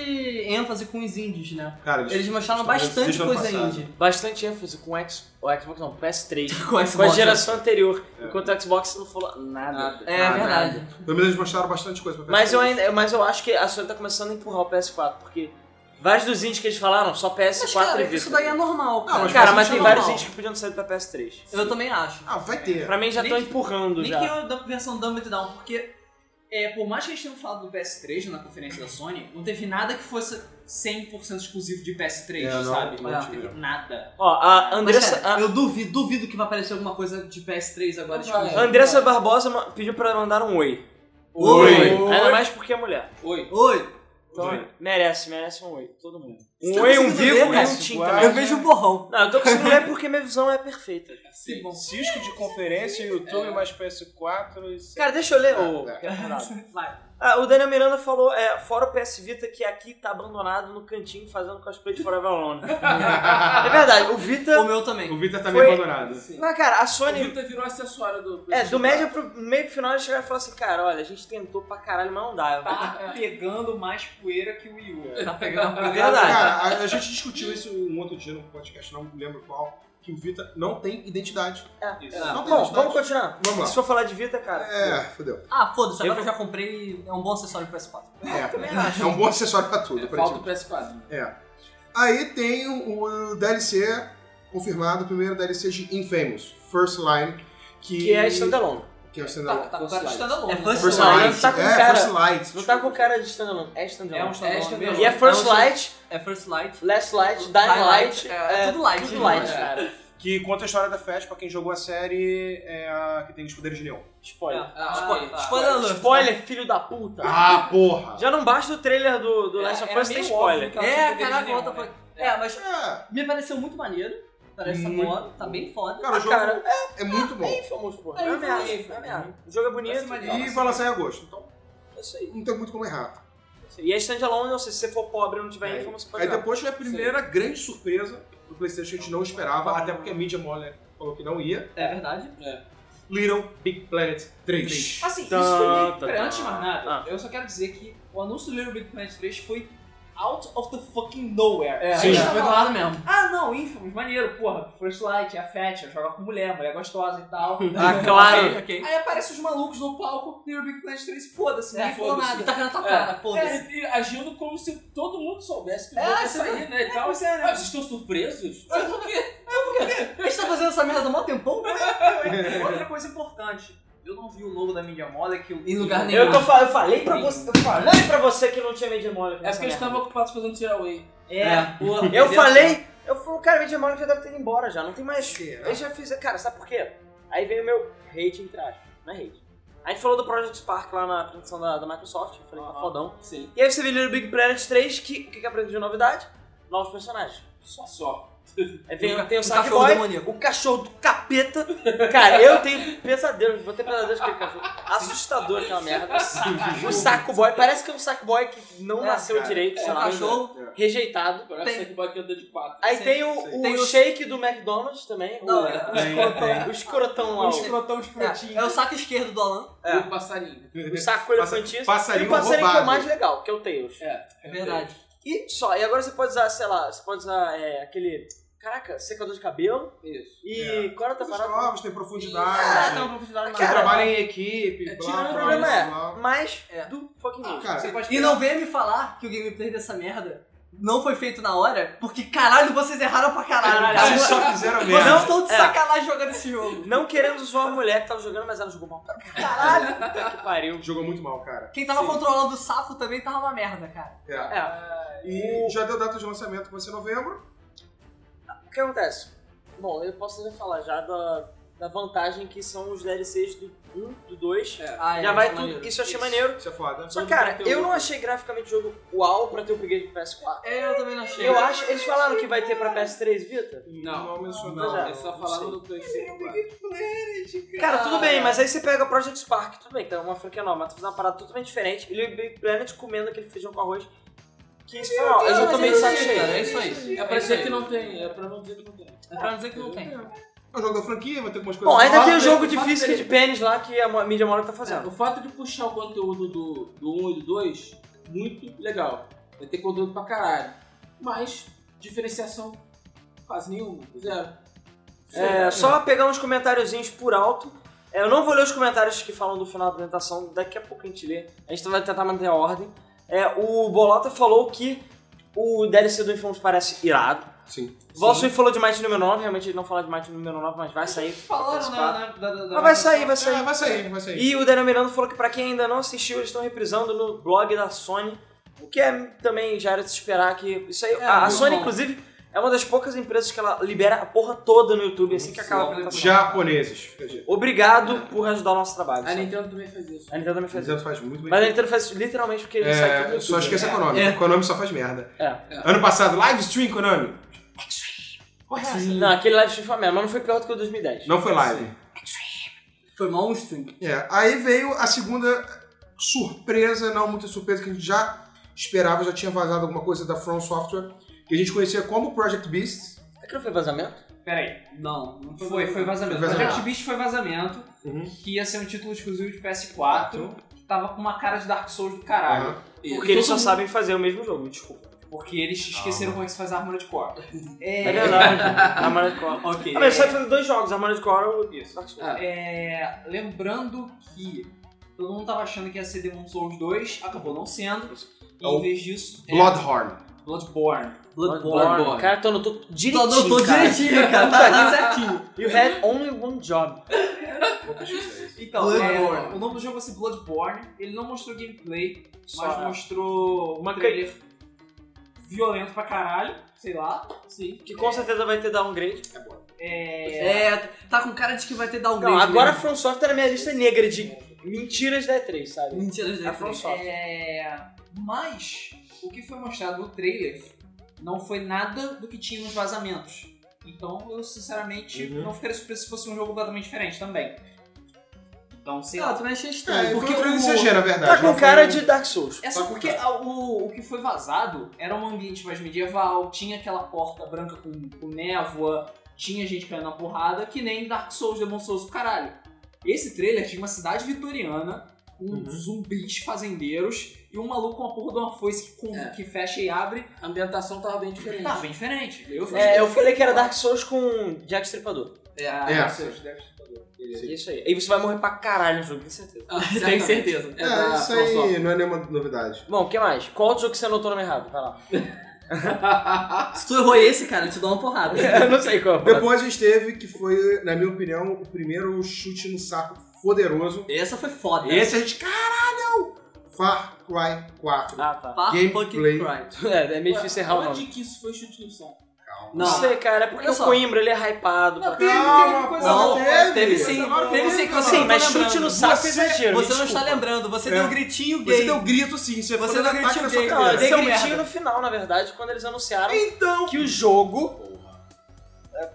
[SPEAKER 4] ênfase com os indies, né?
[SPEAKER 3] Cara,
[SPEAKER 4] Eles mostraram
[SPEAKER 3] Talvez
[SPEAKER 4] bastante
[SPEAKER 3] desde o ano
[SPEAKER 4] coisa
[SPEAKER 3] passado.
[SPEAKER 4] indie.
[SPEAKER 2] Bastante ênfase com o X- o Xbox, não, PS3.
[SPEAKER 4] Com a
[SPEAKER 2] Com a
[SPEAKER 4] Xbox, né?
[SPEAKER 2] geração anterior, enquanto o Xbox não falou nada.
[SPEAKER 5] nada.
[SPEAKER 4] É
[SPEAKER 3] Ah,
[SPEAKER 4] verdade.
[SPEAKER 3] Pelo menos eles mostraram bastante coisa pra PS3.
[SPEAKER 2] Mas eu, ainda, mas eu acho que a Sony tá começando a empurrar o PS4, porque vários dos indies que eles falaram, só PS4
[SPEAKER 4] Mas, cara,
[SPEAKER 2] e Vita.
[SPEAKER 4] isso daí é normal. Cara, é
[SPEAKER 3] mas
[SPEAKER 2] Cara,
[SPEAKER 3] faz
[SPEAKER 2] Ah, mas tem
[SPEAKER 3] sentido
[SPEAKER 2] vários
[SPEAKER 4] normal.
[SPEAKER 2] indies que podiam sair pra PS3.
[SPEAKER 4] Eu também acho.
[SPEAKER 3] Ah, vai ter.
[SPEAKER 2] Pra mim já
[SPEAKER 1] Nem
[SPEAKER 2] estão
[SPEAKER 1] que-
[SPEAKER 2] empurrando
[SPEAKER 1] Nem
[SPEAKER 2] já.
[SPEAKER 1] que eu da versão Dumb and Down, porque é, por mais que eles tenham falado do PS3 na conferência da Sony, não teve nada que fosse 100% exclusivo de PS3,
[SPEAKER 3] É, não,
[SPEAKER 1] sabe?
[SPEAKER 3] não
[SPEAKER 1] Não
[SPEAKER 3] tive.
[SPEAKER 1] teve nada.
[SPEAKER 2] Ó, a Andressa,
[SPEAKER 4] Mas, cara, eu duvido, duvido que vai aparecer alguma coisa de PS3 agora.
[SPEAKER 5] Não
[SPEAKER 4] tipo,
[SPEAKER 5] vai.
[SPEAKER 2] a Andressa Barbosa ma- pediu pra mandar um oi.
[SPEAKER 3] Oi.
[SPEAKER 2] Ainda mais porque é mulher.
[SPEAKER 5] Oi.
[SPEAKER 4] Oi!
[SPEAKER 2] Então,
[SPEAKER 3] Oi.
[SPEAKER 2] merece, merece um oi. Todo mundo.
[SPEAKER 4] Você
[SPEAKER 2] Um
[SPEAKER 4] tá
[SPEAKER 2] oi, um
[SPEAKER 4] conseguindo
[SPEAKER 2] vivo
[SPEAKER 4] ler,
[SPEAKER 2] e um
[SPEAKER 4] Cássio?
[SPEAKER 2] tinta.
[SPEAKER 3] Uau.
[SPEAKER 2] né?
[SPEAKER 4] Eu vejo o borrão.
[SPEAKER 2] Não, eu tô conseguindo ler porque minha visão é perfeita.
[SPEAKER 4] Que bom.
[SPEAKER 3] Cisco de conferência, YouTube, mais PS4 <laughs> e...
[SPEAKER 2] Cara, deixa eu ler o...
[SPEAKER 3] É,
[SPEAKER 4] Vai.
[SPEAKER 2] Ah, o Daniel Miranda falou, é, fora o PS Vita, que aqui tá abandonado no cantinho fazendo cosplay de Forever Alone. é verdade, o
[SPEAKER 4] O
[SPEAKER 2] Vita...
[SPEAKER 4] meu também.
[SPEAKER 3] O Vita tá
[SPEAKER 2] Foi-
[SPEAKER 3] meio abandonado.
[SPEAKER 2] Não, cara, a
[SPEAKER 5] O
[SPEAKER 2] Sony...
[SPEAKER 5] Vita virou acessório do.
[SPEAKER 2] É, do médio pro meio pro final eles chegaram e falaram assim, cara, olha, a gente tentou pra caralho, mas não dá.
[SPEAKER 1] Tá pegando mais poeira que o Wii U.
[SPEAKER 4] Tá pegando
[SPEAKER 2] É verdade.
[SPEAKER 3] Cara, a, a gente discutiu isso um outro dia no podcast, não lembro qual, que o Vita não tem identidade.
[SPEAKER 1] Isso.
[SPEAKER 4] É.
[SPEAKER 3] Não tem
[SPEAKER 2] Bom,
[SPEAKER 3] identidade.
[SPEAKER 2] vamos continuar.
[SPEAKER 3] Vamos lá.
[SPEAKER 2] Se for falar de Vita, cara...
[SPEAKER 3] É, fodeu.
[SPEAKER 4] Ah, foda-se, agora
[SPEAKER 2] Eu-
[SPEAKER 4] eu já comprei e é um bom acessório pro PS4.
[SPEAKER 3] É, é um bom acessório pra tudo,
[SPEAKER 5] Falta o
[SPEAKER 3] aparentemente.
[SPEAKER 5] PS4.
[SPEAKER 3] É. Aí tem o, o DLC confirmado, o primeiro DLC de Infamous, First Line, que...
[SPEAKER 2] Que é standalone.
[SPEAKER 3] Que é o standalone.
[SPEAKER 5] Tá, tá,
[SPEAKER 1] Tá
[SPEAKER 5] tá.
[SPEAKER 1] standalone.
[SPEAKER 4] É first
[SPEAKER 3] First
[SPEAKER 2] Não,
[SPEAKER 3] Light.
[SPEAKER 2] não tá com
[SPEAKER 3] é,
[SPEAKER 2] cara-
[SPEAKER 3] First Light.
[SPEAKER 2] Não tá com cara de standalone, é standalone.
[SPEAKER 1] É um
[SPEAKER 5] É
[SPEAKER 1] standalone
[SPEAKER 5] standalone.
[SPEAKER 1] mesmo.
[SPEAKER 2] E é First
[SPEAKER 4] É um-
[SPEAKER 2] Light,
[SPEAKER 4] É First Light.
[SPEAKER 2] Last Light, Dying
[SPEAKER 4] Dying
[SPEAKER 2] Light,
[SPEAKER 4] Light, é tudo light,
[SPEAKER 2] Tudo
[SPEAKER 4] tudo
[SPEAKER 2] light,
[SPEAKER 4] light.
[SPEAKER 2] cara.
[SPEAKER 3] Que conta a história da Fast, pra quem jogou a série, é a que tem os poderes de leão.
[SPEAKER 2] Spoiler.
[SPEAKER 5] Ah,
[SPEAKER 4] Spoiler,
[SPEAKER 5] tá.
[SPEAKER 4] spoiler alert.
[SPEAKER 2] Spoiler, né? filho da puta.
[SPEAKER 3] Ah, porra!
[SPEAKER 2] Já não basta o trailer do, do
[SPEAKER 1] É,
[SPEAKER 2] Last of
[SPEAKER 1] era
[SPEAKER 2] Us ter
[SPEAKER 1] meio
[SPEAKER 2] spoiler.
[SPEAKER 1] óbvio que ela tinha
[SPEAKER 4] É,
[SPEAKER 1] poder de
[SPEAKER 4] caraca,
[SPEAKER 1] leão,
[SPEAKER 4] what the
[SPEAKER 1] né?
[SPEAKER 4] fuck. É, mas
[SPEAKER 3] É,
[SPEAKER 4] me pareceu muito maneiro. Parece
[SPEAKER 3] Muito
[SPEAKER 4] foda, tá bem foda.
[SPEAKER 3] cara, o
[SPEAKER 2] Ah,
[SPEAKER 3] jogo
[SPEAKER 2] cara,
[SPEAKER 3] é muito bom.
[SPEAKER 2] é infamous, pô.
[SPEAKER 4] É
[SPEAKER 2] É
[SPEAKER 4] infamous,
[SPEAKER 2] ameaça,
[SPEAKER 4] é
[SPEAKER 2] é ameaça.
[SPEAKER 4] ameaça.
[SPEAKER 2] O jogo é
[SPEAKER 1] né? Vai ser
[SPEAKER 2] bonito.
[SPEAKER 1] maneiro.
[SPEAKER 3] E vai lançar em agosto, então
[SPEAKER 2] É isso aí.
[SPEAKER 3] não tem muito como errar.
[SPEAKER 2] é isso aí. E é standalone, não sei, se você for pobre e não tiver
[SPEAKER 3] É.
[SPEAKER 2] infamous, você pode
[SPEAKER 3] Aí
[SPEAKER 2] jogar.
[SPEAKER 3] depois foi a primeira grande surpresa do Playstation que a gente não esperava, até porque a mídia mole falou que não ia.
[SPEAKER 4] É verdade.
[SPEAKER 3] Little Big Planet 3.
[SPEAKER 1] Assim,
[SPEAKER 2] Tá,
[SPEAKER 1] isso foi meio...
[SPEAKER 2] tá,
[SPEAKER 1] Pera,
[SPEAKER 2] tá.
[SPEAKER 1] antes de mais nada,
[SPEAKER 2] Ah.
[SPEAKER 1] eu só quero dizer que o anúncio do Little Big Planet 3 foi out of the fucking nowhere.
[SPEAKER 4] É,
[SPEAKER 1] A
[SPEAKER 3] Sim.
[SPEAKER 1] gente
[SPEAKER 4] foi
[SPEAKER 1] tava
[SPEAKER 4] do
[SPEAKER 1] lá,
[SPEAKER 4] lado mesmo.
[SPEAKER 1] Ah, não, Infamous, maneiro, porra. First Light, é a Fetcher, joga com mulher, mulher gostosa e tal.
[SPEAKER 2] Ah, claro.
[SPEAKER 4] Ok, ok.
[SPEAKER 1] Aí aparecem os malucos no palco, Little Big Planet 3, foda-se,
[SPEAKER 4] É,
[SPEAKER 1] ninguém falou
[SPEAKER 4] foda-se.
[SPEAKER 1] nada.
[SPEAKER 4] Tá na tua
[SPEAKER 5] É.
[SPEAKER 4] cara, foda-se.
[SPEAKER 5] É, e agindo como se todo mundo soubesse que o
[SPEAKER 4] É,
[SPEAKER 5] jogo ia
[SPEAKER 4] você
[SPEAKER 5] sair, né? E tal.
[SPEAKER 1] Pois é,
[SPEAKER 5] Ah,
[SPEAKER 1] né?
[SPEAKER 5] vocês estão surpresos?
[SPEAKER 4] A gente tá fazendo essa merda há mó tempão? né?
[SPEAKER 1] Outra coisa importante, eu não vi o logo da Media Moda que eu...
[SPEAKER 4] Em lugar nenhum.
[SPEAKER 2] Eu, tô, fa- eu falei pra você, eu falei pra você que não tinha Media Molecule.
[SPEAKER 5] É porque eles estavam ocupados fazendo tearaway.
[SPEAKER 1] É,
[SPEAKER 4] É.
[SPEAKER 1] porra,
[SPEAKER 2] Eu
[SPEAKER 1] entendeu?
[SPEAKER 2] falei, eu falei, cara, Media Molecule já deve ter ido embora já, não tem mais...
[SPEAKER 3] Será?
[SPEAKER 2] Eu já fiz. Cara, sabe por quê? Aí veio o meu hate entre aspas. Não é hate. A gente falou do Project Spark lá na apresentação da, da Microsoft, eu falei que tá
[SPEAKER 5] Aham.
[SPEAKER 2] fodão.
[SPEAKER 5] Sim.
[SPEAKER 2] E aí você vê Little Big Planet 3, que que, que apresentou de novidade? Novos personagens.
[SPEAKER 5] Só só.
[SPEAKER 2] Aí vem,
[SPEAKER 4] Um ca-
[SPEAKER 2] tem o
[SPEAKER 4] um cachorro
[SPEAKER 2] Sackboy,
[SPEAKER 4] demoníaco.
[SPEAKER 2] o cachorro do capeta. Cara, eu tenho pesadelos, vou ter pesadelos com aquele cachorro. Assustador aquela merda. O Sackboy, parece que é um Sackboy que não
[SPEAKER 4] É,
[SPEAKER 2] nasceu
[SPEAKER 3] cara.
[SPEAKER 2] direito, sei
[SPEAKER 4] Um
[SPEAKER 2] lá.
[SPEAKER 4] cachorro.
[SPEAKER 2] É. Rejeitado.
[SPEAKER 5] Parece
[SPEAKER 4] Tem-
[SPEAKER 5] que vai que anda de quatro.
[SPEAKER 2] Aí
[SPEAKER 4] Sim,
[SPEAKER 2] tem o,
[SPEAKER 3] sim.
[SPEAKER 2] o
[SPEAKER 4] Tem o-
[SPEAKER 2] shake do McDonald's também.
[SPEAKER 4] Não,
[SPEAKER 2] o,
[SPEAKER 4] é.
[SPEAKER 2] o escrotão. O escrotão lá.
[SPEAKER 1] Um
[SPEAKER 2] o-
[SPEAKER 1] escrotão
[SPEAKER 4] É,
[SPEAKER 1] escrotinho.
[SPEAKER 4] é o saco esquerdo do Alan.
[SPEAKER 2] É.
[SPEAKER 5] E o passarinho.
[SPEAKER 2] O saco elefantício.
[SPEAKER 3] Passarinho
[SPEAKER 2] e o passarinho que é o
[SPEAKER 3] roubado.
[SPEAKER 2] mais legal, que é o Tails.
[SPEAKER 5] É.
[SPEAKER 4] É verdade.
[SPEAKER 2] E só, e agora você pode usar, sei lá, você pode usar é, aquele. Caraca, secador de cabelo
[SPEAKER 5] Isso.
[SPEAKER 2] e
[SPEAKER 3] É.
[SPEAKER 2] qual era outra
[SPEAKER 3] Coisas
[SPEAKER 2] parada?
[SPEAKER 3] novas,
[SPEAKER 2] Ah,
[SPEAKER 3] É, tem
[SPEAKER 2] tem
[SPEAKER 3] profundidade.
[SPEAKER 2] uma profundidade
[SPEAKER 3] Você
[SPEAKER 2] maior.
[SPEAKER 3] trabalha em equipe,
[SPEAKER 5] É,
[SPEAKER 3] blá,
[SPEAKER 5] tirando o
[SPEAKER 3] blá,
[SPEAKER 2] problema
[SPEAKER 3] blá,
[SPEAKER 2] é-
[SPEAKER 3] blá.
[SPEAKER 2] Mas
[SPEAKER 4] É.
[SPEAKER 2] do fucking
[SPEAKER 5] Ah,
[SPEAKER 2] ah,
[SPEAKER 3] cara,
[SPEAKER 5] você pode
[SPEAKER 4] E não venha me falar que o gameplay dessa merda não foi feito na hora, porque caralho, vocês erraram pra caralho.
[SPEAKER 2] Caralho,
[SPEAKER 4] Vocês-
[SPEAKER 2] só
[SPEAKER 3] fizeram
[SPEAKER 4] vocês
[SPEAKER 2] merda.
[SPEAKER 4] estão de
[SPEAKER 2] É.
[SPEAKER 4] sacanagem jogando esse jogo.
[SPEAKER 2] Não querendo zoar a mulher que tava jogando, mas ela jogou mal pra caralho. Puta que pariu.
[SPEAKER 3] Jogou muito mal, cara.
[SPEAKER 4] Quem tava
[SPEAKER 2] Sim.
[SPEAKER 4] controlando o sapo também tava uma merda, cara.
[SPEAKER 3] É.
[SPEAKER 2] É,
[SPEAKER 3] E já deu data de lançamento, que vai ser novembro.
[SPEAKER 2] o que acontece? Bom, eu posso já falar já da, da vantagem que são os DLCs do 1, do 2.
[SPEAKER 4] Ah, é,
[SPEAKER 2] já vai
[SPEAKER 4] isso é
[SPEAKER 2] tudo.
[SPEAKER 4] maneiro.
[SPEAKER 2] Isso eu achei maneiro.
[SPEAKER 3] Isso é foda.
[SPEAKER 2] Só que, cara, eu não achei graficamente o jogo uau pra ter upgrade pro PS4.
[SPEAKER 4] Eu também não achei.
[SPEAKER 2] Eu acho. Eles falaram que vai ter pra PS3 Vita?
[SPEAKER 5] Não.
[SPEAKER 3] Não mencionou.
[SPEAKER 5] Não,
[SPEAKER 2] Pois é,
[SPEAKER 5] é só
[SPEAKER 2] não
[SPEAKER 5] falar
[SPEAKER 2] sei.
[SPEAKER 5] do PlayStation 4.
[SPEAKER 2] Cara, tudo
[SPEAKER 4] Ah.
[SPEAKER 2] bem, mas aí você pega Project Spark, tudo bem, então é uma franquia nova, mas tá fazendo uma parada totalmente diferente. E Little Big Planet comendo aquele feijão com arroz. Que isso foi mal. Eu já
[SPEAKER 4] Deus,
[SPEAKER 2] tomei
[SPEAKER 4] mas
[SPEAKER 2] de
[SPEAKER 4] eu
[SPEAKER 2] saco
[SPEAKER 4] sei,
[SPEAKER 2] cheio.
[SPEAKER 4] cara, é isso aí.
[SPEAKER 5] É pra dizer que não tem, é pra não dizer que não tem.
[SPEAKER 4] É pra não dizer que não tem.
[SPEAKER 3] É o jogo da franquia, vai ter algumas coisas.
[SPEAKER 2] Bom, ainda
[SPEAKER 3] novas.
[SPEAKER 2] tem o jogo
[SPEAKER 5] dele,
[SPEAKER 2] de
[SPEAKER 5] fato
[SPEAKER 2] física
[SPEAKER 5] dele.
[SPEAKER 2] de pênis lá que a mo- mídia mora tá
[SPEAKER 5] É, o
[SPEAKER 2] fazendo.
[SPEAKER 5] fato de puxar o conteúdo do, do 1 e do 2, muito legal. Vai ter conteúdo pra caralho. Mas, diferenciação quase nenhuma, zero.
[SPEAKER 2] É, só pegar uns comentáriozinhos por alto. É, Eu não vou ler os comentários que falam do final da apresentação, daqui a pouco a gente lê. A gente vai tentar manter a ordem. É, o Bolota falou que o DLC do Infamous parece irado.
[SPEAKER 3] Sim.
[SPEAKER 2] O Valsui falou de Might número 9, realmente ele não fala de Might número 9, mas vai sair.
[SPEAKER 1] né,
[SPEAKER 4] Falaram na. na- da- da- da-
[SPEAKER 2] Mas vai sair, vai
[SPEAKER 3] É,
[SPEAKER 2] sair.
[SPEAKER 3] vai sair, vai sair.
[SPEAKER 2] E o Daniel Miranda falou que pra quem ainda não assistiu, eles estão reprisando no blog da Sony. O que é também já era de se esperar que. Isso aí. a a
[SPEAKER 4] muito
[SPEAKER 2] Sony,
[SPEAKER 4] bom.
[SPEAKER 2] inclusive, é uma das poucas empresas que ela libera a porra toda no YouTube assim que acaba a apresentação.
[SPEAKER 3] Japoneses, fica dito.
[SPEAKER 2] Obrigado por ajudar o nosso trabalho.
[SPEAKER 5] A
[SPEAKER 2] sabe?
[SPEAKER 5] Nintendo também faz isso.
[SPEAKER 2] A Nintendo também faz isso.
[SPEAKER 3] Nintendo faz muito bem.
[SPEAKER 2] Mas a Nintendo faz isso literalmente porque ele sai tudo no
[SPEAKER 3] É,
[SPEAKER 2] YouTube.
[SPEAKER 3] só esqueça a
[SPEAKER 2] né?
[SPEAKER 3] Konami.
[SPEAKER 4] É.
[SPEAKER 3] Konami só faz merda.
[SPEAKER 2] É.
[SPEAKER 3] Ano passado, live stream Konami. Porra, sim.
[SPEAKER 2] Não, aquele live stream foi a merda, mas não foi pior do que o 2010.
[SPEAKER 3] Não foi live.
[SPEAKER 4] Foi mal um
[SPEAKER 1] então.
[SPEAKER 4] stream.
[SPEAKER 3] É, aí veio a segunda surpresa, não muito surpresa, que a gente já esperava, já tinha vazado alguma coisa da From Software, que a gente conhecia como Project Beast.
[SPEAKER 2] Aquilo É foi vazamento?
[SPEAKER 1] Pera aí. Não, não
[SPEAKER 5] foi
[SPEAKER 1] foi, foi vazamento.
[SPEAKER 3] Foi
[SPEAKER 1] O
[SPEAKER 3] vazamento.
[SPEAKER 1] Project Beast foi vazamento,
[SPEAKER 3] Uhum.
[SPEAKER 1] que ia ser um título exclusivo de PS4, que tava com uma cara de Dark Souls do
[SPEAKER 3] Uhum.
[SPEAKER 1] caralho.
[SPEAKER 2] Porque eles só sabem fazer o mesmo jogo, <laughs> desculpa.
[SPEAKER 1] Porque eles esqueceram como é que se faz Armored Core. É,
[SPEAKER 2] É verdade. Armored Core.
[SPEAKER 1] Ok.
[SPEAKER 2] Ah, mas só fazer dois jogos, Armored Core e o Dark Souls.
[SPEAKER 5] Ah.
[SPEAKER 1] É, lembrando que todo mundo tava achando que ia ser Demon Souls 2, acabou não sendo. E
[SPEAKER 3] É o
[SPEAKER 1] em vez disso, é
[SPEAKER 3] Bloodhorn.
[SPEAKER 1] Bloodborne.
[SPEAKER 2] Bloodborne. Cara, tô no tô
[SPEAKER 4] Tô,
[SPEAKER 2] direitinho,
[SPEAKER 4] tô, tô
[SPEAKER 2] cara.
[SPEAKER 4] direitinho, cara. Tá aqui certinho.
[SPEAKER 2] You had only one job.
[SPEAKER 1] Então,
[SPEAKER 4] Bloodborne.
[SPEAKER 1] é, o nome do jogo vai ser Bloodborne. Ele não mostrou gameplay, mas
[SPEAKER 2] Só
[SPEAKER 1] mostrou
[SPEAKER 2] Uma
[SPEAKER 1] um trailer violento pra caralho, sei lá. Sim.
[SPEAKER 2] que com certeza vai ter um downgrade.
[SPEAKER 1] É,
[SPEAKER 4] É, tá com cara de que vai ter downgrade.
[SPEAKER 2] Não, agora a
[SPEAKER 4] mesmo.
[SPEAKER 2] From Software é minha lista negra de mentiras da E3, sabe?
[SPEAKER 4] Mentira, gente.
[SPEAKER 2] A From Software.
[SPEAKER 1] é, mas o que foi mostrado no trailer não foi nada do que tinha nos vazamentos. Então eu sinceramente
[SPEAKER 3] Uhum.
[SPEAKER 1] não ficaria surpreso se fosse um jogo completamente diferente também. Então, sei
[SPEAKER 4] Ah, eu
[SPEAKER 1] lá.
[SPEAKER 4] também achei
[SPEAKER 3] É,
[SPEAKER 4] estranho.
[SPEAKER 3] porque
[SPEAKER 1] porque
[SPEAKER 3] foi um trailer
[SPEAKER 1] o-
[SPEAKER 3] CG, na verdade.
[SPEAKER 2] Tá
[SPEAKER 3] não
[SPEAKER 2] com
[SPEAKER 3] foi
[SPEAKER 2] cara
[SPEAKER 3] um-
[SPEAKER 2] de Dark Souls.
[SPEAKER 1] É só porque a- o, o que foi vazado era um ambiente mais medieval, tinha aquela porta branca com, com névoa, tinha gente caindo na porrada, que nem Dark Souls, Demon Souls, do caralho. Esse trailer tinha uma cidade vitoriana, com
[SPEAKER 3] Uhum.
[SPEAKER 1] zumbis fazendeiros e um maluco com a porra de uma foice que, com-
[SPEAKER 5] É.
[SPEAKER 1] que fecha e abre.
[SPEAKER 5] A ambientação tava bem diferente.
[SPEAKER 1] Tá bem diferente. Eu fiz-
[SPEAKER 2] É, eu falei que era Dark Souls com Jack Stripador. É
[SPEAKER 1] É,
[SPEAKER 3] É.
[SPEAKER 1] Dark Souls, Dark Souls.
[SPEAKER 3] Sim.
[SPEAKER 2] Isso aí. E você vai morrer pra caralho no jogo, tenho certeza.
[SPEAKER 5] <laughs> Ah,
[SPEAKER 4] Tenho certeza.
[SPEAKER 5] É, da
[SPEAKER 3] É, isso
[SPEAKER 5] From Software.
[SPEAKER 3] aí não é nenhuma novidade.
[SPEAKER 2] Bom, o que mais? Qual outro jogo que você anotou o nome errado? Vai lá.
[SPEAKER 4] Se tu errou esse, cara, eu te dou
[SPEAKER 2] <laughs>
[SPEAKER 4] uma
[SPEAKER 2] <laughs>
[SPEAKER 4] porrada.
[SPEAKER 2] Eu não sei qual.
[SPEAKER 3] Depois a gente teve, que foi, na minha opinião, o primeiro chute no saco poderoso.
[SPEAKER 4] Essa foi foda.
[SPEAKER 3] Esse a gente, caralho! Far Cry 4.
[SPEAKER 2] Ah, tá.
[SPEAKER 4] Far
[SPEAKER 3] Gameplay.
[SPEAKER 4] fucking Cry.
[SPEAKER 2] É, é meio difícil errar o nome.
[SPEAKER 5] Onde que isso foi chute no saco?
[SPEAKER 2] Não
[SPEAKER 4] Não.
[SPEAKER 2] sei, cara, é porque
[SPEAKER 4] Olha
[SPEAKER 2] o
[SPEAKER 4] só.
[SPEAKER 2] Coimbra ele é hypado. pra
[SPEAKER 3] teve,
[SPEAKER 1] Calma,
[SPEAKER 3] coisa
[SPEAKER 1] pô.
[SPEAKER 3] boa.
[SPEAKER 4] Não,
[SPEAKER 3] Teve,
[SPEAKER 4] teve sim,
[SPEAKER 3] agora
[SPEAKER 4] teve
[SPEAKER 3] teve,
[SPEAKER 4] sim.
[SPEAKER 3] cara.
[SPEAKER 4] você
[SPEAKER 2] Sim,
[SPEAKER 4] não
[SPEAKER 2] mas
[SPEAKER 4] tá
[SPEAKER 2] chute
[SPEAKER 4] lembrando.
[SPEAKER 2] no saco
[SPEAKER 3] Você-
[SPEAKER 2] é exagero.
[SPEAKER 4] Você não
[SPEAKER 2] me
[SPEAKER 4] está
[SPEAKER 2] desculpa.
[SPEAKER 4] lembrando, você
[SPEAKER 3] É.
[SPEAKER 4] deu um gritinho gay.
[SPEAKER 3] Você deu grito sim, você,
[SPEAKER 4] Você
[SPEAKER 3] foi
[SPEAKER 4] deu
[SPEAKER 3] dando ataque
[SPEAKER 4] gritinho
[SPEAKER 3] na sua
[SPEAKER 4] gay.
[SPEAKER 2] Não, eu
[SPEAKER 3] cabeça.
[SPEAKER 2] dei
[SPEAKER 4] Seu
[SPEAKER 2] gritinho
[SPEAKER 4] merda.
[SPEAKER 2] no final, na verdade, quando eles anunciaram
[SPEAKER 3] Então,
[SPEAKER 2] que o jogo